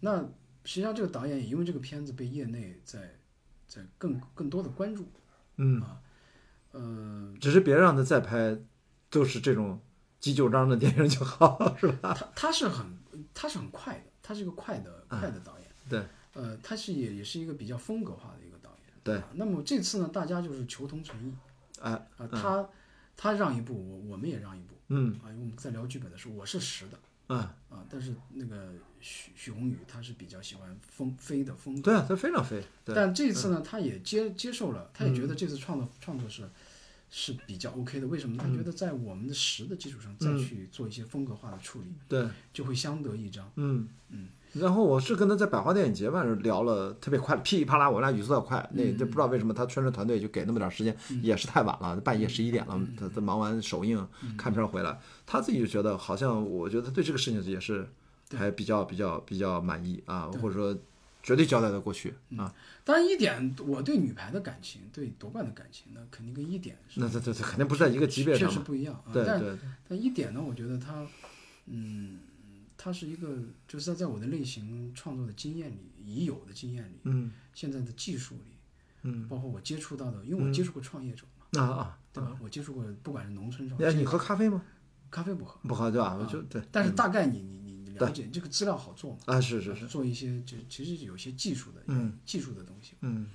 Speaker 2: 那实际上这个导演也因为这个片子被业内在在更更多的关注，
Speaker 1: 嗯
Speaker 2: 啊，呃，
Speaker 1: 只是别让他再拍，都是这种急九章的电影就好，是吧？
Speaker 2: 他他是很他是很快的，他是一个快的快的导演，
Speaker 1: 嗯对，
Speaker 2: 呃，他是也也是一个比较风格化的一个导演。
Speaker 1: 对
Speaker 2: 啊那么这次呢，大家就是求同存异，
Speaker 1: 哎，
Speaker 2: 啊，他他让一步，我我们也让一步。
Speaker 1: 嗯
Speaker 2: 啊，因为我们在聊剧本的时候，我是实的
Speaker 1: 嗯，
Speaker 2: 啊，但是那个许许宏宇他是比较喜欢风飞的风格，
Speaker 1: 对啊，他非常飞，对，嗯
Speaker 2: 但这一次呢，他也接接受了，他也觉得这次创作创作是是比较 OK 的。为什么？
Speaker 1: 嗯
Speaker 2: 他觉得在我们的实的基础上再去做一些风格化的处理，
Speaker 1: 对，
Speaker 2: 就会相得益彰。
Speaker 1: 嗯
Speaker 2: 嗯。
Speaker 1: 然后我是跟他在百花电影节晚上聊了，特别快，噼里啪啦，我俩语速也快。那这不知道为什么他穿着团队就给那么点时间，也是太晚了，半夜十一点了，他他忙完首映看片儿回来，他自己就觉得好像，我觉得他对这个事情也是还比较比较比较满意啊，或者说绝对交代得过去啊。
Speaker 2: 当然，一点我对女排的感情，对夺冠的感情，那肯定跟一点是
Speaker 1: 那这这这肯定不在一个级别
Speaker 2: 确
Speaker 1: 上
Speaker 2: 实
Speaker 1: 嘛，
Speaker 2: 不一样啊。
Speaker 1: 对
Speaker 2: 但
Speaker 1: 对。
Speaker 2: 但一点呢，我觉得他，嗯，他是一个，就是在在我的类型创作的经验里，已有的经验里，
Speaker 1: 嗯，
Speaker 2: 现在的技术里，嗯，包括我接触到的，因为
Speaker 1: 嗯
Speaker 2: 我接触过创业者
Speaker 1: 啊
Speaker 2: 嘛，
Speaker 1: 啊，
Speaker 2: 对吧？我接触过，不管是农村创
Speaker 1: 哎，你
Speaker 2: 业，
Speaker 1: 喝咖啡吗？
Speaker 2: 咖啡不喝，啊
Speaker 1: 不喝对吧？我就对
Speaker 2: 但是大概你你你你了解这个资料好做嘛？
Speaker 1: 啊，是是，
Speaker 2: 是做一些就其实有些技术的，
Speaker 1: 嗯
Speaker 2: 技术的东西。
Speaker 1: 嗯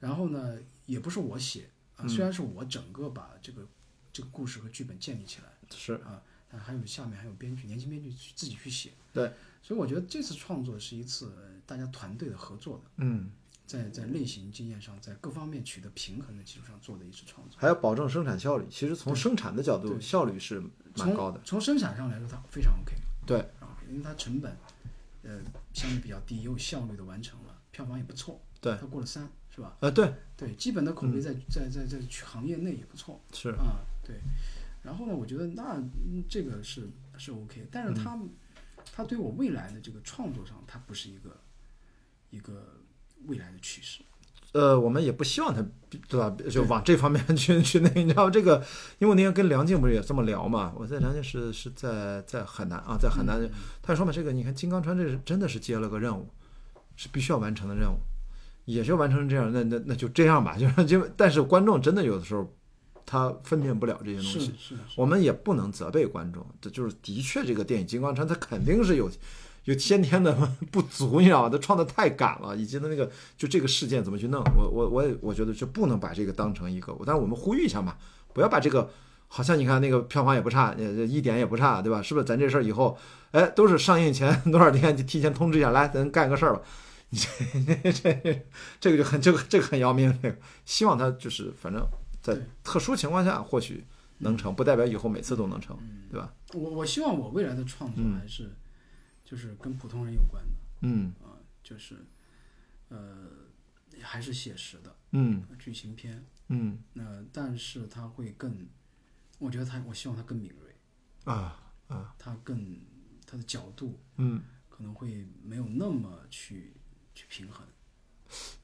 Speaker 2: 然后呢，也不是我写啊，虽然是我整个把这个这个故事和剧本建立起来。
Speaker 1: 是，
Speaker 2: 啊，那还有下面还有编剧，年轻编剧去自己去写。
Speaker 1: 对，
Speaker 2: 所以我觉得这次创作是一次呃大家团队的合作的，
Speaker 1: 嗯，
Speaker 2: 在在类型经验上，在各方面取得平衡的基础上做的一次创作。
Speaker 1: 还要保证生产效率。其实从生产的角度，效率是蛮高的。
Speaker 2: 从从生产上来说，它非常 OK
Speaker 1: 对，
Speaker 2: 啊，因为它成本呃相对比较低，也有效率的完成了，票房也不错。
Speaker 1: 对
Speaker 2: 它过了三是吧？
Speaker 1: 呃，对，
Speaker 2: 对，基本的口碑在、在在在行业内也不错。
Speaker 1: 是，
Speaker 2: 啊，对。然后呢，我觉得那嗯这个是是 OK，但是他、
Speaker 1: 嗯
Speaker 2: 他对我未来的这个创作上，它不是一个一个未来的趋势。
Speaker 1: 呃，我们也不希望他，对吧？就往这方面去去那个，你知道这个，因为我那天跟梁静不是也这么聊嘛？我在梁静是是在在海南啊，在海南，
Speaker 2: 嗯
Speaker 1: 他说嘛，这个你看金刚川这是真的是接了个任务，是必须要完成的任务，也就完成这样，那那那就这样吧，就是就但是观众真的有的时候他分辨不了这些东西
Speaker 2: 是，是
Speaker 1: 我们也不能责备观众，这就是的确这个电影《金刚川》它肯定是有有先天的 [laughs] 不足，你知道吧？它创的太赶了，以及它那个就这个事件怎么去弄，我我我也我觉得就不能把这个当成一个，但是我们呼吁一下嘛，不要把这个好像你看那个票房也不差，也呃一点也不差，对吧？是不是咱这事儿以后，哎，都是上映前多少天就提前通知一下，来，咱干个事儿吧。 [laughs] 你这这这 [laughs] 这个就很这个这个很要命， [laughs] 这个 [laughs] 希望他就是反正在
Speaker 2: 对
Speaker 1: 特殊情况下或许能成，不代表以后每次都能成，对吧？
Speaker 2: 我我希望我未来的创作还是就是跟普通人有关的，
Speaker 1: 嗯
Speaker 2: 就是呃还是写实的
Speaker 1: 嗯
Speaker 2: 剧情片，
Speaker 1: 嗯
Speaker 2: 那、但是它会更，我觉得它我希望它更敏锐，
Speaker 1: 啊
Speaker 2: 它更它的角度
Speaker 1: 嗯，
Speaker 2: 可能会没有那么去去平衡。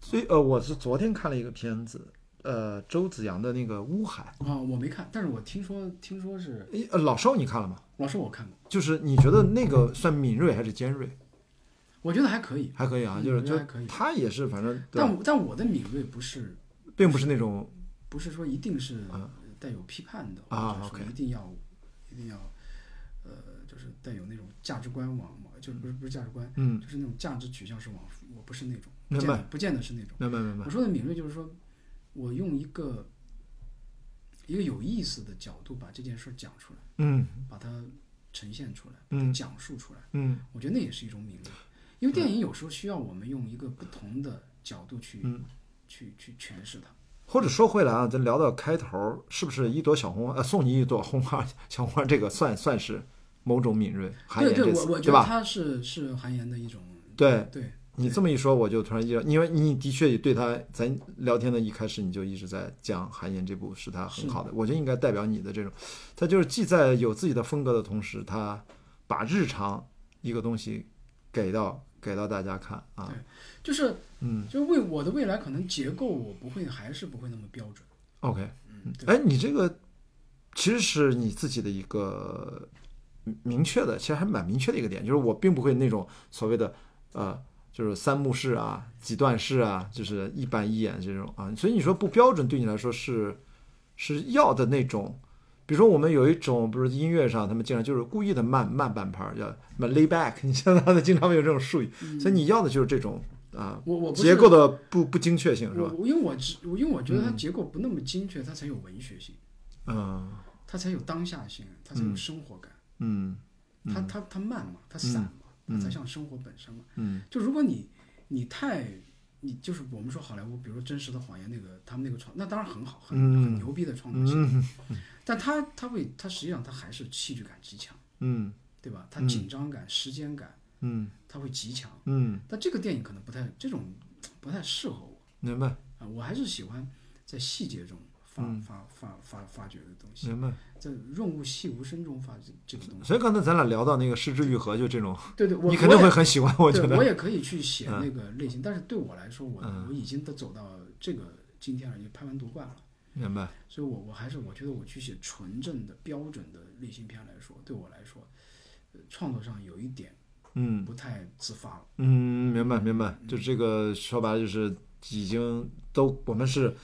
Speaker 1: 所以呃，我是昨天看了一个片子，呃，周子阳的那个《乌海
Speaker 2: 啊、我没看，但是我听说听说是》，
Speaker 1: 诶呃，老邵你看了吗？
Speaker 2: 老师我看过，
Speaker 1: 就是你觉得那个算敏锐还是尖锐？
Speaker 2: 我觉得还可以，
Speaker 1: 还可以啊，
Speaker 2: 嗯
Speaker 1: 就是
Speaker 2: 我觉
Speaker 1: 就
Speaker 2: 得还可以
Speaker 1: 他也是，反正对吧
Speaker 2: 但我但我的敏锐不是
Speaker 1: 并不是那种
Speaker 2: 不是说一定是带有批判的，
Speaker 1: 啊
Speaker 2: 或者说
Speaker 1: OK
Speaker 2: 一定要、一定要，呃，就是带有那种价值观往，就是不是不是价值观，
Speaker 1: 嗯，
Speaker 2: 就是那种价值取向是往，我不是那种，不
Speaker 1: 明
Speaker 2: 见
Speaker 1: 白
Speaker 2: 得不见得是那种。
Speaker 1: 明白明白
Speaker 2: 我说的敏锐就是说，我用一个一个有意思的角度把这件事儿讲出来，
Speaker 1: 嗯
Speaker 2: 把它呈现出来，把它
Speaker 1: 嗯
Speaker 2: 讲述出来，
Speaker 1: 嗯
Speaker 2: 我觉得那也是一种敏锐，因为电影有时候需要我们用一个不同的角度去、
Speaker 1: 嗯
Speaker 2: 去去诠释它。
Speaker 1: 或者说回来啊，咱聊到开头，是不是一朵小红花？呃，送你一朵红花， [laughs] 小红花这个算算是某种敏锐，含
Speaker 2: 对
Speaker 1: 言
Speaker 2: 对，
Speaker 1: 这
Speaker 2: 我
Speaker 1: 词，
Speaker 2: 我
Speaker 1: 对
Speaker 2: 觉得
Speaker 1: 吧？
Speaker 2: 它是是韩延的一种
Speaker 1: 对
Speaker 2: 对
Speaker 1: 你这么一说，我就突然意识到，因为你的确也对他，咱聊天的一开始你就一直在讲韩延这部是他很好的，我觉得应该代表你的这种，他就是既在有自己的风格的同时，他把日常一个东西给到给到大家看啊，
Speaker 2: 就是
Speaker 1: 嗯
Speaker 2: 就是为我的未来可能结构我不会还是不会那么标准，
Speaker 1: ，OK，
Speaker 2: 嗯，对
Speaker 1: 哎，你这个其实是你自己的一个明确的，其实还蛮明确的一个点，就是我并不会那种所谓的呃，就是三幕式啊、几段式啊，就是一板一眼这种啊。所以你说不标准，对你来说是是要的那种。比如说，我们有一种，比如音乐上，他们经常就是故意的慢慢半拍儿，叫什么 lay back，你像他们经常会有这种术语，所以你要的就是这种啊、
Speaker 2: 嗯我我不是
Speaker 1: 结构的不不精确性是吧？
Speaker 2: 我我因为我只因为我觉得它结构不那么精确，它才有文学性，
Speaker 1: 嗯
Speaker 2: 它才有当下性，它才有生活感，
Speaker 1: 嗯
Speaker 2: 它它它慢嘛，它散嘛，它才像生活本身嘛。
Speaker 1: 嗯，
Speaker 2: 就如果你你太你就是我们说好莱坞，比如说《真实的谎言》那个他们那个创，那当然很好，很
Speaker 1: 嗯
Speaker 2: 很牛逼的创作性，但他他会他实际上他还是戏剧感极强，
Speaker 1: 嗯
Speaker 2: 对吧？他紧张感、时间感，
Speaker 1: 嗯
Speaker 2: 他会极强。
Speaker 1: 嗯，
Speaker 2: 但这个电影可能不太这种不太适合我
Speaker 1: 明白。
Speaker 2: 啊，我还是喜欢在细节中发、
Speaker 1: 嗯
Speaker 2: 发发发发掘的东西，
Speaker 1: 明白。
Speaker 2: 在润物细无声中发掘这个东西。
Speaker 1: 所以刚才咱俩聊到那个失之愈合，就这种，
Speaker 2: 对对，我
Speaker 1: 哦你肯定
Speaker 2: 我也
Speaker 1: 会很喜欢，我觉
Speaker 2: 对，
Speaker 1: 得。嗯
Speaker 2: 我也可以去写那个类型，但是对我来说，我、我已经都走到这个今天了，也拍完夺冠了，
Speaker 1: 明白。
Speaker 2: 所以我我还是我觉得我去写纯正的标准的类型片来说，对我来说，呃创作上有一点
Speaker 1: 嗯
Speaker 2: 不太自发了。
Speaker 1: 嗯，明白明白。就这个说白了，就是已经都我们是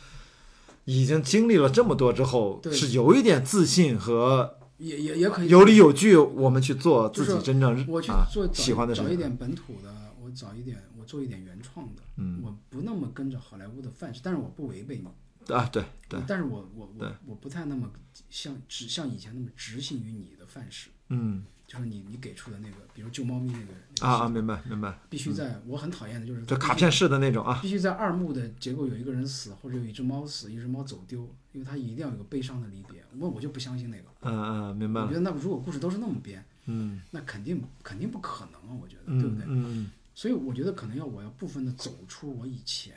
Speaker 1: 已经经历了这么多之后，
Speaker 2: 对
Speaker 1: 是有一点自信和
Speaker 2: 也也也可以
Speaker 1: 有理有据，我们去做自
Speaker 2: 就
Speaker 1: 己
Speaker 2: 是
Speaker 1: 真正
Speaker 2: 我去
Speaker 1: 啊
Speaker 2: 做找、
Speaker 1: 喜欢的事
Speaker 2: 找一
Speaker 1: 情。
Speaker 2: 点本土的，我找一点我做一点原创的，
Speaker 1: 嗯
Speaker 2: 我不那么跟着好莱坞的范式，但是我不违背你，
Speaker 1: 啊，对对，
Speaker 2: 但是我我
Speaker 1: 对
Speaker 2: 我我不太那么像只像以前那么执行于你的范式。
Speaker 1: 嗯
Speaker 2: 就是你你给出的那个，比如救猫咪那个那个
Speaker 1: 啊啊，明白明白。
Speaker 2: 必须在、我很讨厌的就是
Speaker 1: 就
Speaker 2: 必须
Speaker 1: 卡片式的那种啊，
Speaker 2: 必须在二幕的结构有一个人死，或者有一只猫死，一只猫走丢，因为它一定要有个悲伤的离别。我我就不相信那个，
Speaker 1: 嗯嗯，明白
Speaker 2: 我
Speaker 1: 了
Speaker 2: 觉。得那如果故事都是那么编，
Speaker 1: 嗯
Speaker 2: 那肯定肯定不可能啊，我觉得，对不
Speaker 1: 嗯
Speaker 2: 对？
Speaker 1: 嗯
Speaker 2: 所以我觉得可能要我要部分的走出我以前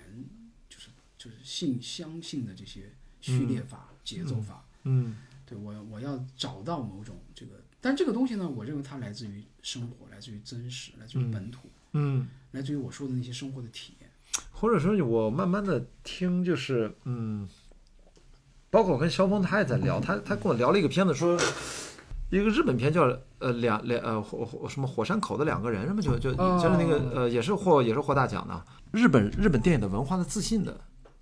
Speaker 2: 就是就是信相信的这些序列法、节奏法，
Speaker 1: 嗯
Speaker 2: 对我我要找到某种这个，但这个东西呢，我认为它来自于生活，来自于真实，来自于本土。
Speaker 1: 嗯。
Speaker 2: 来自于我说的那些生活的体验。
Speaker 1: 或者说我慢慢的听，就是嗯，包括我跟肖峰他也在聊，他他跟我聊了一个片子说。一个日本片叫呃两两呃火火什么火山口的两个人什么就就
Speaker 2: 哦
Speaker 1: 就是那个呃也是获也是获大奖的日本日本电影的文化的自信的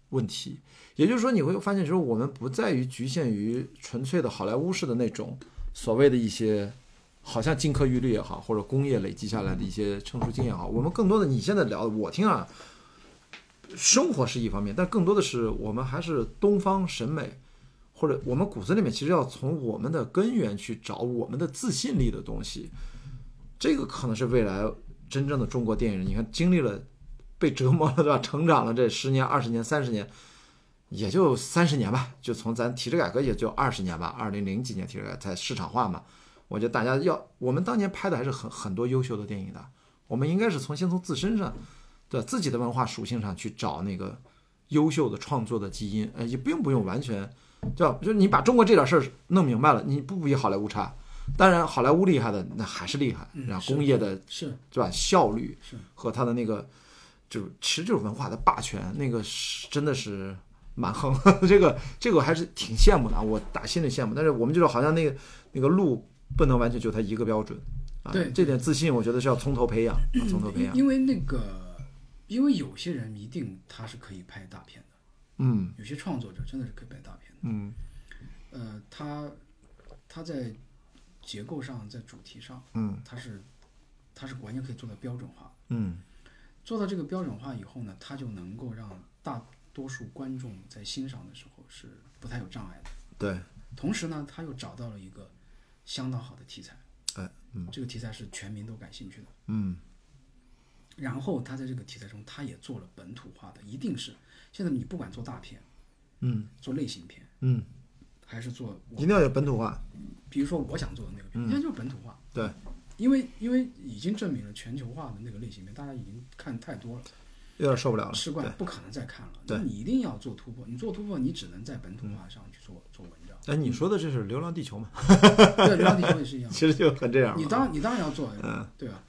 Speaker 1: 问题，也就是说你会发现就是我们不在于局限于纯粹的好莱坞式的那种所谓的一些好像金科玉律也好或者工业累积下来的一些成熟经验也好，我们更多的你现在聊的我听啊生活是一方面，但更多的是我们还是东方审美，或者我们骨子里面其实要从我们的根源去找我们的自信力的东西，这个可能是未来真正的中国电影人。你看，经历了被折磨了，对吧？成长了这十年、二十年、三十年，也就三十年吧，就从咱体制改革也就二十年吧，二零零几年体制改革才市场化嘛。我觉得大家要，我们当年拍的还是很很多优秀的电影的，我们应该是从先从自身上，对吧自己的文化属性上去找那个优秀的创作的基因，呃，也不用不用完全，对吧？就是你把中国这点事儿弄明白了，你不比好莱坞差。当然，好莱坞厉害的那还是厉害，
Speaker 2: 嗯
Speaker 1: 然后
Speaker 2: 是
Speaker 1: 工业的
Speaker 2: 是
Speaker 1: 对吧？效率
Speaker 2: 是
Speaker 1: 和它的那个，就是其实就是文化的霸权，那个是真的是蛮横。 [laughs] 这个这个我还是挺羡慕的啊，我打心里羡慕。但是我们就是好像那个那个路不能完全就它一个标准啊。
Speaker 2: 对
Speaker 1: 这点自信我觉得是要从头培养，啊、从头培养。
Speaker 2: 因为那个，因为有些人一定他是可以拍大片的，
Speaker 1: 嗯
Speaker 2: 有些创作者真的是可以拍大片的。
Speaker 1: 嗯
Speaker 2: 呃，他他在结构上，在主题上，
Speaker 1: 嗯，
Speaker 2: 他是他是完全可以做到标准化的。
Speaker 1: 嗯
Speaker 2: 做到这个标准化以后呢，他就能够让大多数观众在欣赏的时候是不太有障碍的。
Speaker 1: 对，
Speaker 2: 同时呢，他又找到了一个相当好的题材，
Speaker 1: 哎，嗯
Speaker 2: 这个题材是全民都感兴趣的。
Speaker 1: 嗯
Speaker 2: 然后他在这个题材中，他也做了本土化的，一定是现在你不管做大片、
Speaker 1: 嗯
Speaker 2: 做类型片，
Speaker 1: 嗯，
Speaker 2: 还是做我，
Speaker 1: 一定要有本土化。
Speaker 2: 比如说我想做的那个
Speaker 1: 嗯
Speaker 2: 片，它就是本土化，
Speaker 1: 对，
Speaker 2: 因为因为已经证明了全球化的那个类型片，大家已经看太多了，
Speaker 1: 有点受不了了。
Speaker 2: 吃
Speaker 1: 对
Speaker 2: 惯，不可能再看了。
Speaker 1: 对嗯
Speaker 2: 那你一定要做突破，你做突破，你只能在本土化上去做做文
Speaker 1: [laughs]
Speaker 2: 章。
Speaker 1: 哎，你说的这是《流浪地球》嘛？
Speaker 2: 对，流浪地球也是一样，
Speaker 1: 其实就很这样嘛。
Speaker 2: 嗯
Speaker 1: 啊嗯
Speaker 2: 你当然你当然要做，对吧？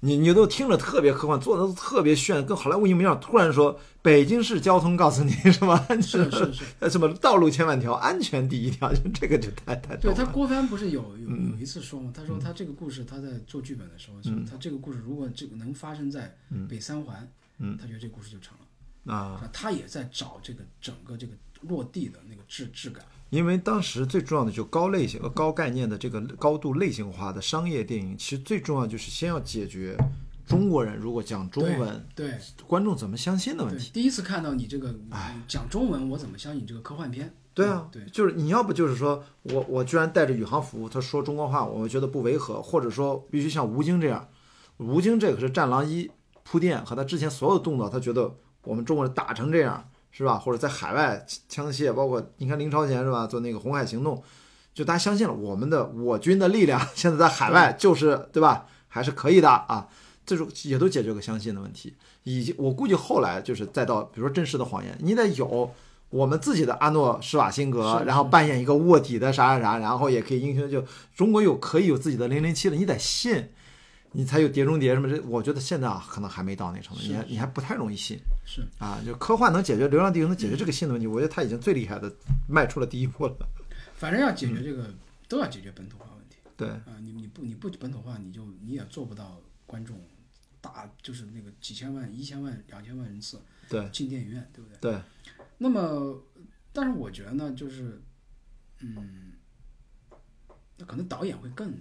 Speaker 1: 你你都听着特别科幻，做的都特别炫，跟好莱坞一模一样。突然说北京市交通告诉你什么 [laughs] 安全
Speaker 2: 是，是是，
Speaker 1: 呃什么道路千万条，安全第一条，就这个就太太
Speaker 2: [laughs] 对
Speaker 1: 懂
Speaker 2: 他，
Speaker 1: 了。嗯
Speaker 2: 郭帆不是有有有一次说嘛，他说他这个故事他在做剧本的时候说，他这个故事如果这个能发生在北三环，他觉得这个故事就成了。
Speaker 1: 嗯啊，
Speaker 2: 他也在找这个整个这个落地的那个质质感。
Speaker 1: 因为当时最重要的就高类型、呃高概念的这个高度类型化的商业电影，其实最重要就是先要解决中国人如果讲中文，
Speaker 2: 对对
Speaker 1: 观众怎么相信的问
Speaker 2: 对
Speaker 1: 题。，
Speaker 2: 第一次看到你这个讲中文，我怎么相信这个科幻片？
Speaker 1: 对啊，
Speaker 2: 嗯对，
Speaker 1: 就是你要不就是说我我居然带着宇航服，他说中国话，我觉得不违和，或者说必须像吴京这样，吴京这可是《战狼一》铺垫和他之前所有动作，他觉得我们中国人打成这样是吧？或者在海外枪械，包括你看林超贤是吧，做那个红海行动，就大家相信了我们的我军的力量，现在在海外就是对吧，还是可以的啊。这种也都解决个相信的问题，以及我估计后来就是再到比如说真实的谎言，你得有我们自己的阿诺施瓦辛格，
Speaker 2: 是
Speaker 1: 然后扮演一个卧底的啥啥啥，然后也可以英雄就中国有可以有自己的零零七了，你得信，你才有碟中谍什么这，我觉得现在啊可能还没到那程度，
Speaker 2: 是
Speaker 1: 你还你还不太容易信
Speaker 2: 是
Speaker 1: 啊，就科幻能解决《流浪地球》能解决这个信的问题，我觉得他已经最厉害的迈出了第一步了，
Speaker 2: 反正要解
Speaker 1: 嗯
Speaker 2: 决这个，都要解决本土化问题
Speaker 1: 对。
Speaker 2: 啊！你你不你不本土化，你就你也做不到观众大，就是那个几千万、一千万、两千万人次
Speaker 1: 对
Speaker 2: 进电影院，对不对？
Speaker 1: 对，
Speaker 2: 那么，但是我觉得呢，就是，嗯，那可能导演会更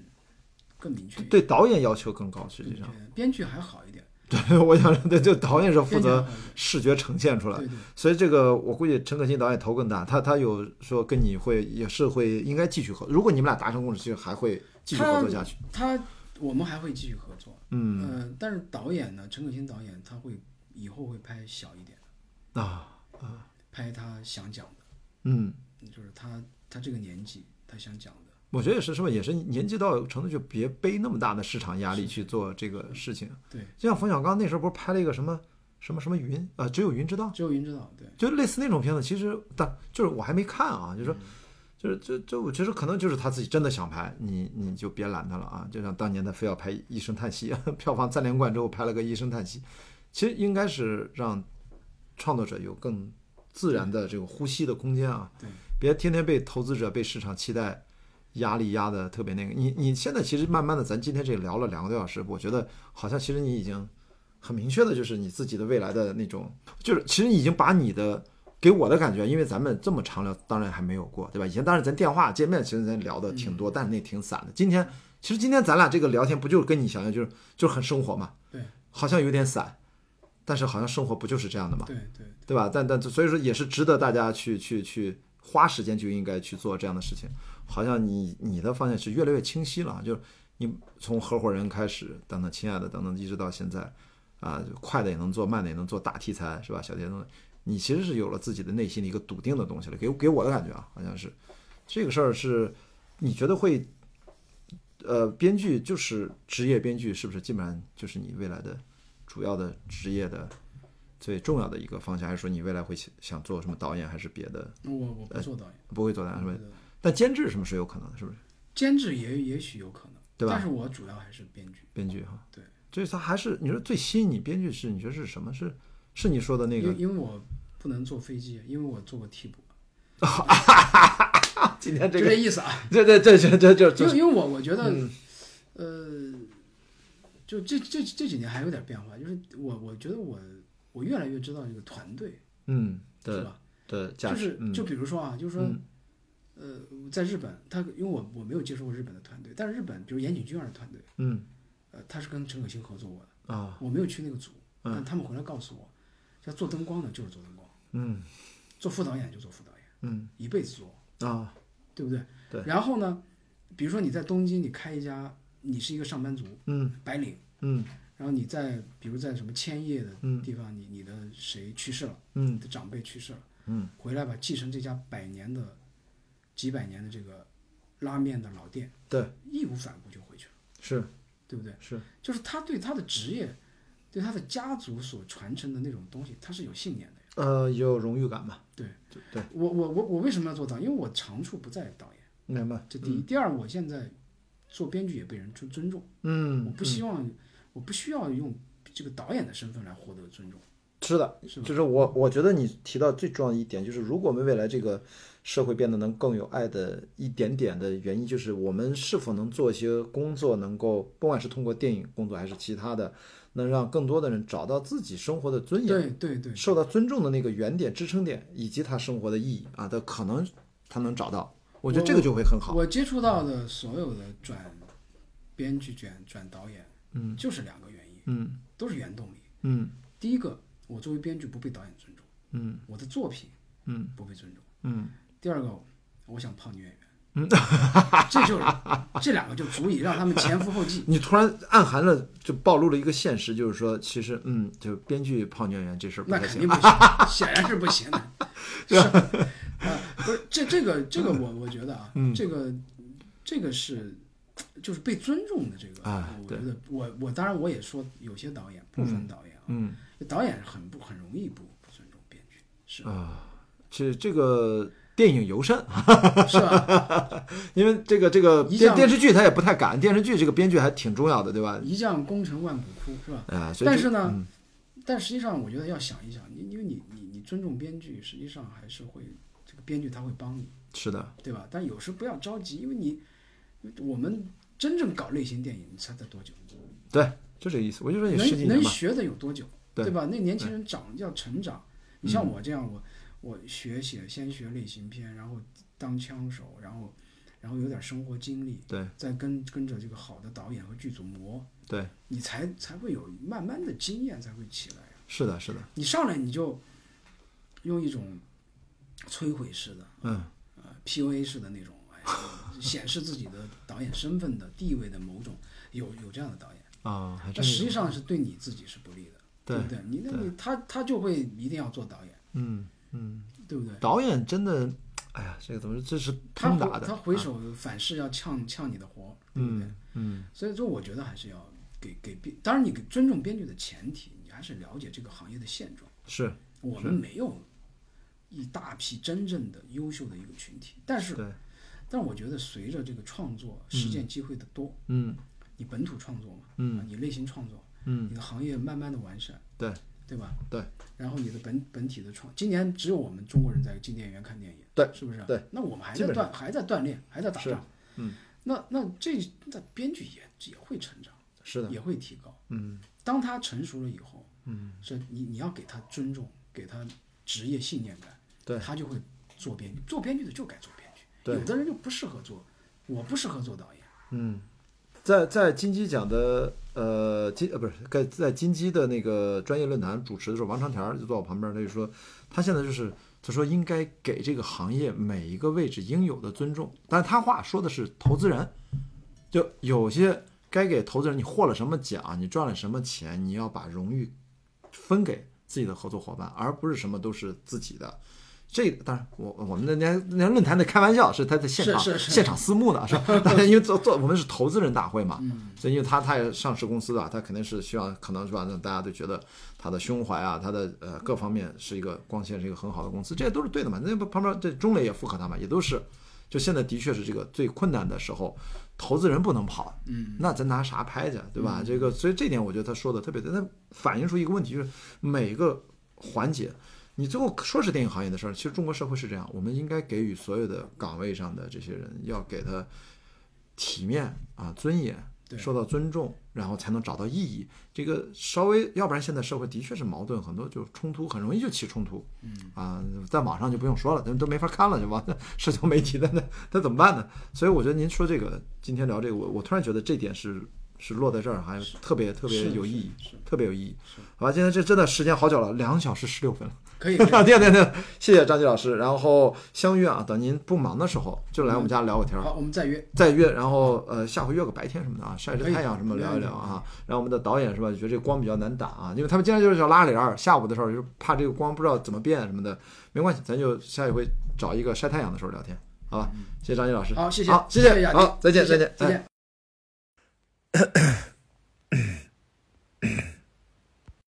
Speaker 2: 更明确一点，
Speaker 1: 对导演要求更高，实
Speaker 2: 更
Speaker 1: 际
Speaker 2: 明确
Speaker 1: 上，
Speaker 2: 一点，编剧还好一点，
Speaker 1: 对，我想说，对，就导演是负
Speaker 2: 编剧还
Speaker 1: 责
Speaker 2: 好一点
Speaker 1: 视觉呈现出来，
Speaker 2: 对对
Speaker 1: 所以这个我估计陈可辛导演头更大，他他有说跟你会也是会应该继续合，如果你们俩达成共识，其实还会继续合作下去。
Speaker 2: 他我们还会继续合作，
Speaker 1: 嗯
Speaker 2: 呃，但是导演呢，陈可辛导演他会以后会拍小一点，
Speaker 1: 啊，
Speaker 2: 拍他想讲
Speaker 1: 嗯，
Speaker 2: 的，就是他他这个年纪他想讲的，
Speaker 1: 我觉得也是，是吧？也是年纪到有程度就别背那么大的市场压力去做这个事情。
Speaker 2: 对，
Speaker 1: 就像冯小刚那时候不是拍了一个什么什么什么云啊、只有云知道。
Speaker 2: 只有云知道，对，嗯
Speaker 1: 就类似那种片子，其实但就是我还没看啊，就是说，就是就就我觉得可能就是他自己真的想拍，你你就别拦他了啊，就像当年他非要拍《一声叹息》， [laughs] 票房三连冠之后拍了个《一声叹息》，其实应该是让创作者有更自然的这个呼吸的空间啊，
Speaker 2: 对，
Speaker 1: 别天天被投资者、被市场期待压力压的特别那个。你你现在其实慢慢的，咱今天这聊了两个多小时，我觉得好像其实你已经很明确的，就是你自己的未来的那种，就是其实已经把你的给我的感觉，因为咱们这么长聊，当然还没有过，对吧？以前当然咱电话见面，其实咱聊的挺多，但是那挺散的。今天其实今天咱俩这个聊天，不就是跟你想象就是就是很生活嘛？
Speaker 2: 对，
Speaker 1: 好像有点散，但是好像生活不就是这样的吗？
Speaker 2: 对对
Speaker 1: 对吧？但但所以说也是值得大家去去去花时间就应该去做这样的事情。好像你你的方向是越来越清晰了，就是你从合伙人开始，等等，亲爱的，等等，一直到现在，啊、快的也能做，慢的也能做，大题材是吧？小题材，你其实是有了自己的内心的一个笃定的东西了。给给我的感觉啊，好像是这个事儿是，你觉得会，呃，编剧就是职业编剧，是不是基本上就是你未来的主要的职业的最重要的一个方向？还是说你未来会想想做什么导演，还是别的？
Speaker 2: 我我
Speaker 1: 哎
Speaker 2: 不做导演，
Speaker 1: 不会做导演是吧？但监制什么是有可能的，是不是？
Speaker 2: 监制也也许有可能，
Speaker 1: 对吧
Speaker 2: 但是我主要还是编剧，
Speaker 1: 编剧哈，
Speaker 2: 对，
Speaker 1: 就是他还是你说最吸引你编剧是你觉得是什么？是是你说的那
Speaker 2: 因
Speaker 1: 个
Speaker 2: 为因为我不能坐飞机，因为我做过替补，
Speaker 1: 啊？今天
Speaker 2: 就这意思
Speaker 1: [laughs]
Speaker 2: 啊。
Speaker 1: 这这这这这这
Speaker 2: 因
Speaker 1: 这
Speaker 2: 为因为我我觉得，
Speaker 1: 嗯
Speaker 2: 呃，就这这这几年还有点变化，就是我我觉得我我越来越知道这个团队
Speaker 1: 嗯
Speaker 2: 是
Speaker 1: 的
Speaker 2: 吧？
Speaker 1: 的价
Speaker 2: 就
Speaker 1: 值
Speaker 2: 是
Speaker 1: 嗯
Speaker 2: 就比如说啊，就是说，呃，在日本，他因为我我没有接触过日本的团队，但是日本比如岩井俊二的团队，
Speaker 1: 嗯
Speaker 2: 呃，他是跟陈可辛合作过的。
Speaker 1: 啊
Speaker 2: 我没有去那个组，但他们回来告诉我，要做灯光的就是做灯光，
Speaker 1: 嗯
Speaker 2: 做副导演就做副导演，
Speaker 1: 嗯
Speaker 2: 一辈子做，
Speaker 1: 啊
Speaker 2: 对不对？
Speaker 1: 对。
Speaker 2: 然后呢，比如说你在东京，你开一家，你是一个上班族，
Speaker 1: 嗯
Speaker 2: 白领，
Speaker 1: 嗯
Speaker 2: 然后你在比如在什么千叶的
Speaker 1: 嗯
Speaker 2: 地方，你你的谁去世了，你
Speaker 1: 嗯
Speaker 2: 的长辈去世了，
Speaker 1: 嗯，
Speaker 2: 回来吧，继承这家百年的、几百年的这个拉面的老店，
Speaker 1: 对
Speaker 2: 义无反顾就回去了，
Speaker 1: 是
Speaker 2: 对不对？
Speaker 1: 是
Speaker 2: 就是他对他的职业，对他的家族所传承的那种东西，他是有信念的。
Speaker 1: 呃也有荣誉感嘛
Speaker 2: 对
Speaker 1: 就对
Speaker 2: 我我我我为什么要做导演？因为我长处不在导演，
Speaker 1: 明白
Speaker 2: 这第一。第二，我现在做编剧也被人尊尊重，
Speaker 1: 嗯
Speaker 2: 我不希望，我不需要用这个导演的身份来获得尊重。
Speaker 1: 是的，
Speaker 2: 是
Speaker 1: 就是我我觉得你提到最重要的一点，就是如果我们未来这个社会变得能更有爱的一点点的原因，就是我们是否能做一些工作，能够不管是通过电影工作还是其他的，能让更多的人找到自己生活的尊严，
Speaker 2: 对对对，
Speaker 1: 受到尊重的那个原点、支撑点，以及他生活的意义啊，他可能他能找到，我觉得这个就会很好。
Speaker 2: 我接触到的所有的转编剧转转导演，嗯，就是两个原因，
Speaker 1: 嗯
Speaker 2: 都是原动力。
Speaker 1: 嗯
Speaker 2: 第一个，我作为编剧不被导演尊重，
Speaker 1: 嗯，
Speaker 2: 我的作品，
Speaker 1: 嗯，
Speaker 2: 不被尊重。
Speaker 1: 嗯
Speaker 2: 第二个，我想泡女演员，
Speaker 1: [laughs]
Speaker 2: 嗯，这就是这两个就足以让他们前赴后继。
Speaker 1: 你突然暗含了，就暴露了一个现实，就是说，其实，嗯，就编剧泡女演员这事儿不
Speaker 2: 那
Speaker 1: 太
Speaker 2: 肯
Speaker 1: 行
Speaker 2: 定。不行， [laughs] 显然是不
Speaker 1: [laughs]
Speaker 2: 行的。是啊，不是这这个这个我我觉得啊，
Speaker 1: 嗯
Speaker 2: 这个这个是就是被尊重的这个，
Speaker 1: 啊
Speaker 2: 我
Speaker 1: 对
Speaker 2: 觉得我我当然我也说有些导演部分导演啊，
Speaker 1: 嗯，
Speaker 2: 导演很不很容易不不尊重编剧，是吧
Speaker 1: 这这个电影尤甚，[laughs]
Speaker 2: 是吧？
Speaker 1: 因为这个这个
Speaker 2: 一
Speaker 1: 电
Speaker 2: 向
Speaker 1: 电视剧他也不太敢，电视剧这个编剧还挺重要的，对吧？
Speaker 2: 一将功成万骨枯是吧？
Speaker 1: 啊，所以
Speaker 2: 但
Speaker 1: 这
Speaker 2: 是呢，但实际上我觉得要想一想，你因为你你你尊重编剧，实际上还是会这个编剧他会帮你。
Speaker 1: 是的，
Speaker 2: 对吧？但有时不要着急，因为你我们真正搞类型电影，你猜猜多久？
Speaker 1: 对，就这个意思。我就说你十几
Speaker 2: 能
Speaker 1: 年
Speaker 2: 能
Speaker 1: 吧，
Speaker 2: 学的有多久？
Speaker 1: 对嗯
Speaker 2: 吧？那年轻人长要成长，你像我这样，我我学写先学类型片，然后当枪手，然后然后有点生活经历，
Speaker 1: 对
Speaker 2: 再跟跟着这个好的导演和剧组磨，
Speaker 1: 对，
Speaker 2: 你才才会有慢慢的经验才会起来。
Speaker 1: 是的，是的，
Speaker 2: 你上来你就用一种摧毁式的，
Speaker 1: 嗯
Speaker 2: 呃 PUA 式的那种，哎呀，显示自己的导演身份的地位的某种，有有这样的导演，
Speaker 1: 啊，还
Speaker 2: 那
Speaker 1: 真
Speaker 2: 实
Speaker 1: 是，
Speaker 2: 际上是对你自己是不利的，对
Speaker 1: 对
Speaker 2: 不对？你那你他他就会一定要做导演，
Speaker 1: 嗯嗯，
Speaker 2: 对不对？
Speaker 1: 导演真的，哎呀，这个怎么说这是
Speaker 2: 他
Speaker 1: 通达
Speaker 2: 回
Speaker 1: 的，啊
Speaker 2: 他回手反噬要呛呛你的活，对不对？
Speaker 1: 嗯嗯，
Speaker 2: 所以说，我觉得还是要给给编，当然你尊重编剧的前提，你还是了解这个行业的现状。
Speaker 1: 是
Speaker 2: 我们没有一大批真正的优秀的一个群体，但是
Speaker 1: 对，
Speaker 2: 但我觉得随着这个创作实践机会的多，
Speaker 1: 嗯
Speaker 2: 你本土创作嘛，
Speaker 1: 嗯
Speaker 2: 啊，你类型创作，
Speaker 1: 嗯，
Speaker 2: 你的行业慢慢的完善，
Speaker 1: 对
Speaker 2: 对吧？
Speaker 1: 对，
Speaker 2: 然后你的本本体的创，今年只有我们中国人在进电影院看电影，
Speaker 1: 对
Speaker 2: 是不是？
Speaker 1: 对，
Speaker 2: 那我们还
Speaker 1: 基
Speaker 2: 在
Speaker 1: 本
Speaker 2: 锻还在锻炼，还在打
Speaker 1: 是
Speaker 2: 仗，
Speaker 1: 嗯，
Speaker 2: 那那这那编剧也也会成长，
Speaker 1: 是的，
Speaker 2: 也会提高，
Speaker 1: 嗯
Speaker 2: 当他成熟了以后，嗯，是你你要给他尊重，给他职业信念感，
Speaker 1: 对
Speaker 2: 他就会做编剧，做编剧的就该做编剧，
Speaker 1: 对
Speaker 2: 有的人就不适合做，我不适合做导演，
Speaker 1: 嗯，在在金鸡奖的呃金呃不是在在金鸡的那个专业论坛主持的时候，王长田儿就坐我旁边儿，他就说他现在就是他说应该给这个行业每一个位置应有的尊重。但他话说的是投资人，就有些该给投资人，你获了什么奖，你赚了什么钱，你要把荣誉分给自己的合作伙伴，而不是什么都是自己的。这个当然，我我们的那那论坛的开玩笑是他在现场
Speaker 2: 是是是
Speaker 1: 现场私募的，
Speaker 2: [laughs]
Speaker 1: 是吧？大家因为做做我们是投资人大会嘛，
Speaker 2: 嗯
Speaker 1: 所以因为他他也上市公司啊，他肯定是希望可能是吧，那大家都觉得他的胸怀啊，他的呃各方面是一个光线是一个很好的公司，这些都是对的嘛。那不旁边这中磊也附和他嘛，也都是。就现在的确是这个最困难的时候，投资人不能跑，嗯，那咱拿啥拍去，对吧？这个所以这点我觉得他说的特别对，那反映出一个问题，就是每个环节，你最后说是电影行业的事儿，其实中国社会是这样，我们应该给予所有的岗位上的这些人，要给他体面啊、尊严，
Speaker 2: 对
Speaker 1: 受到尊重，然后才能找到意义。这个稍微，要不然现在社会的确是矛盾很多，就冲突很容易就起冲突。嗯啊，在网上就不用说了，咱们都没法看了，就网社交媒体，那那那怎么办呢？所以我觉得您说这个，今天聊这个，我我突然觉得这点是是落在这儿，还特别特别
Speaker 2: 是
Speaker 1: 有意义
Speaker 2: 是是，
Speaker 1: 特别有意义。好吧，今天这真的时间好久了，两小时十六分了。 [laughs]
Speaker 2: 可以，可以
Speaker 1: 对对对，谢谢张杰老师。然后相约啊，等您不忙的时候就
Speaker 2: 嗯
Speaker 1: 来我们家聊个天儿，
Speaker 2: 好，我们再约。
Speaker 1: 再约。然后呃，下回约个白天什么的啊，晒着
Speaker 2: 可以
Speaker 1: 太阳什么
Speaker 2: 没
Speaker 1: 聊一
Speaker 2: 问题
Speaker 1: 聊啊。然后我们的导演是吧，觉得这光比较难打啊，因为他们经常就是叫拉帘儿，下午的时候就是怕这个光不知道怎么变什么的。没关系，咱就下一回找一个晒太阳的时候聊天，好嗯吧？谢谢张杰老师，
Speaker 2: 好，谢谢，
Speaker 1: 好，谢
Speaker 2: 谢雅迪
Speaker 1: 好，再见，
Speaker 2: 谢谢
Speaker 1: 再见，
Speaker 2: 再
Speaker 1: 哎
Speaker 2: 见。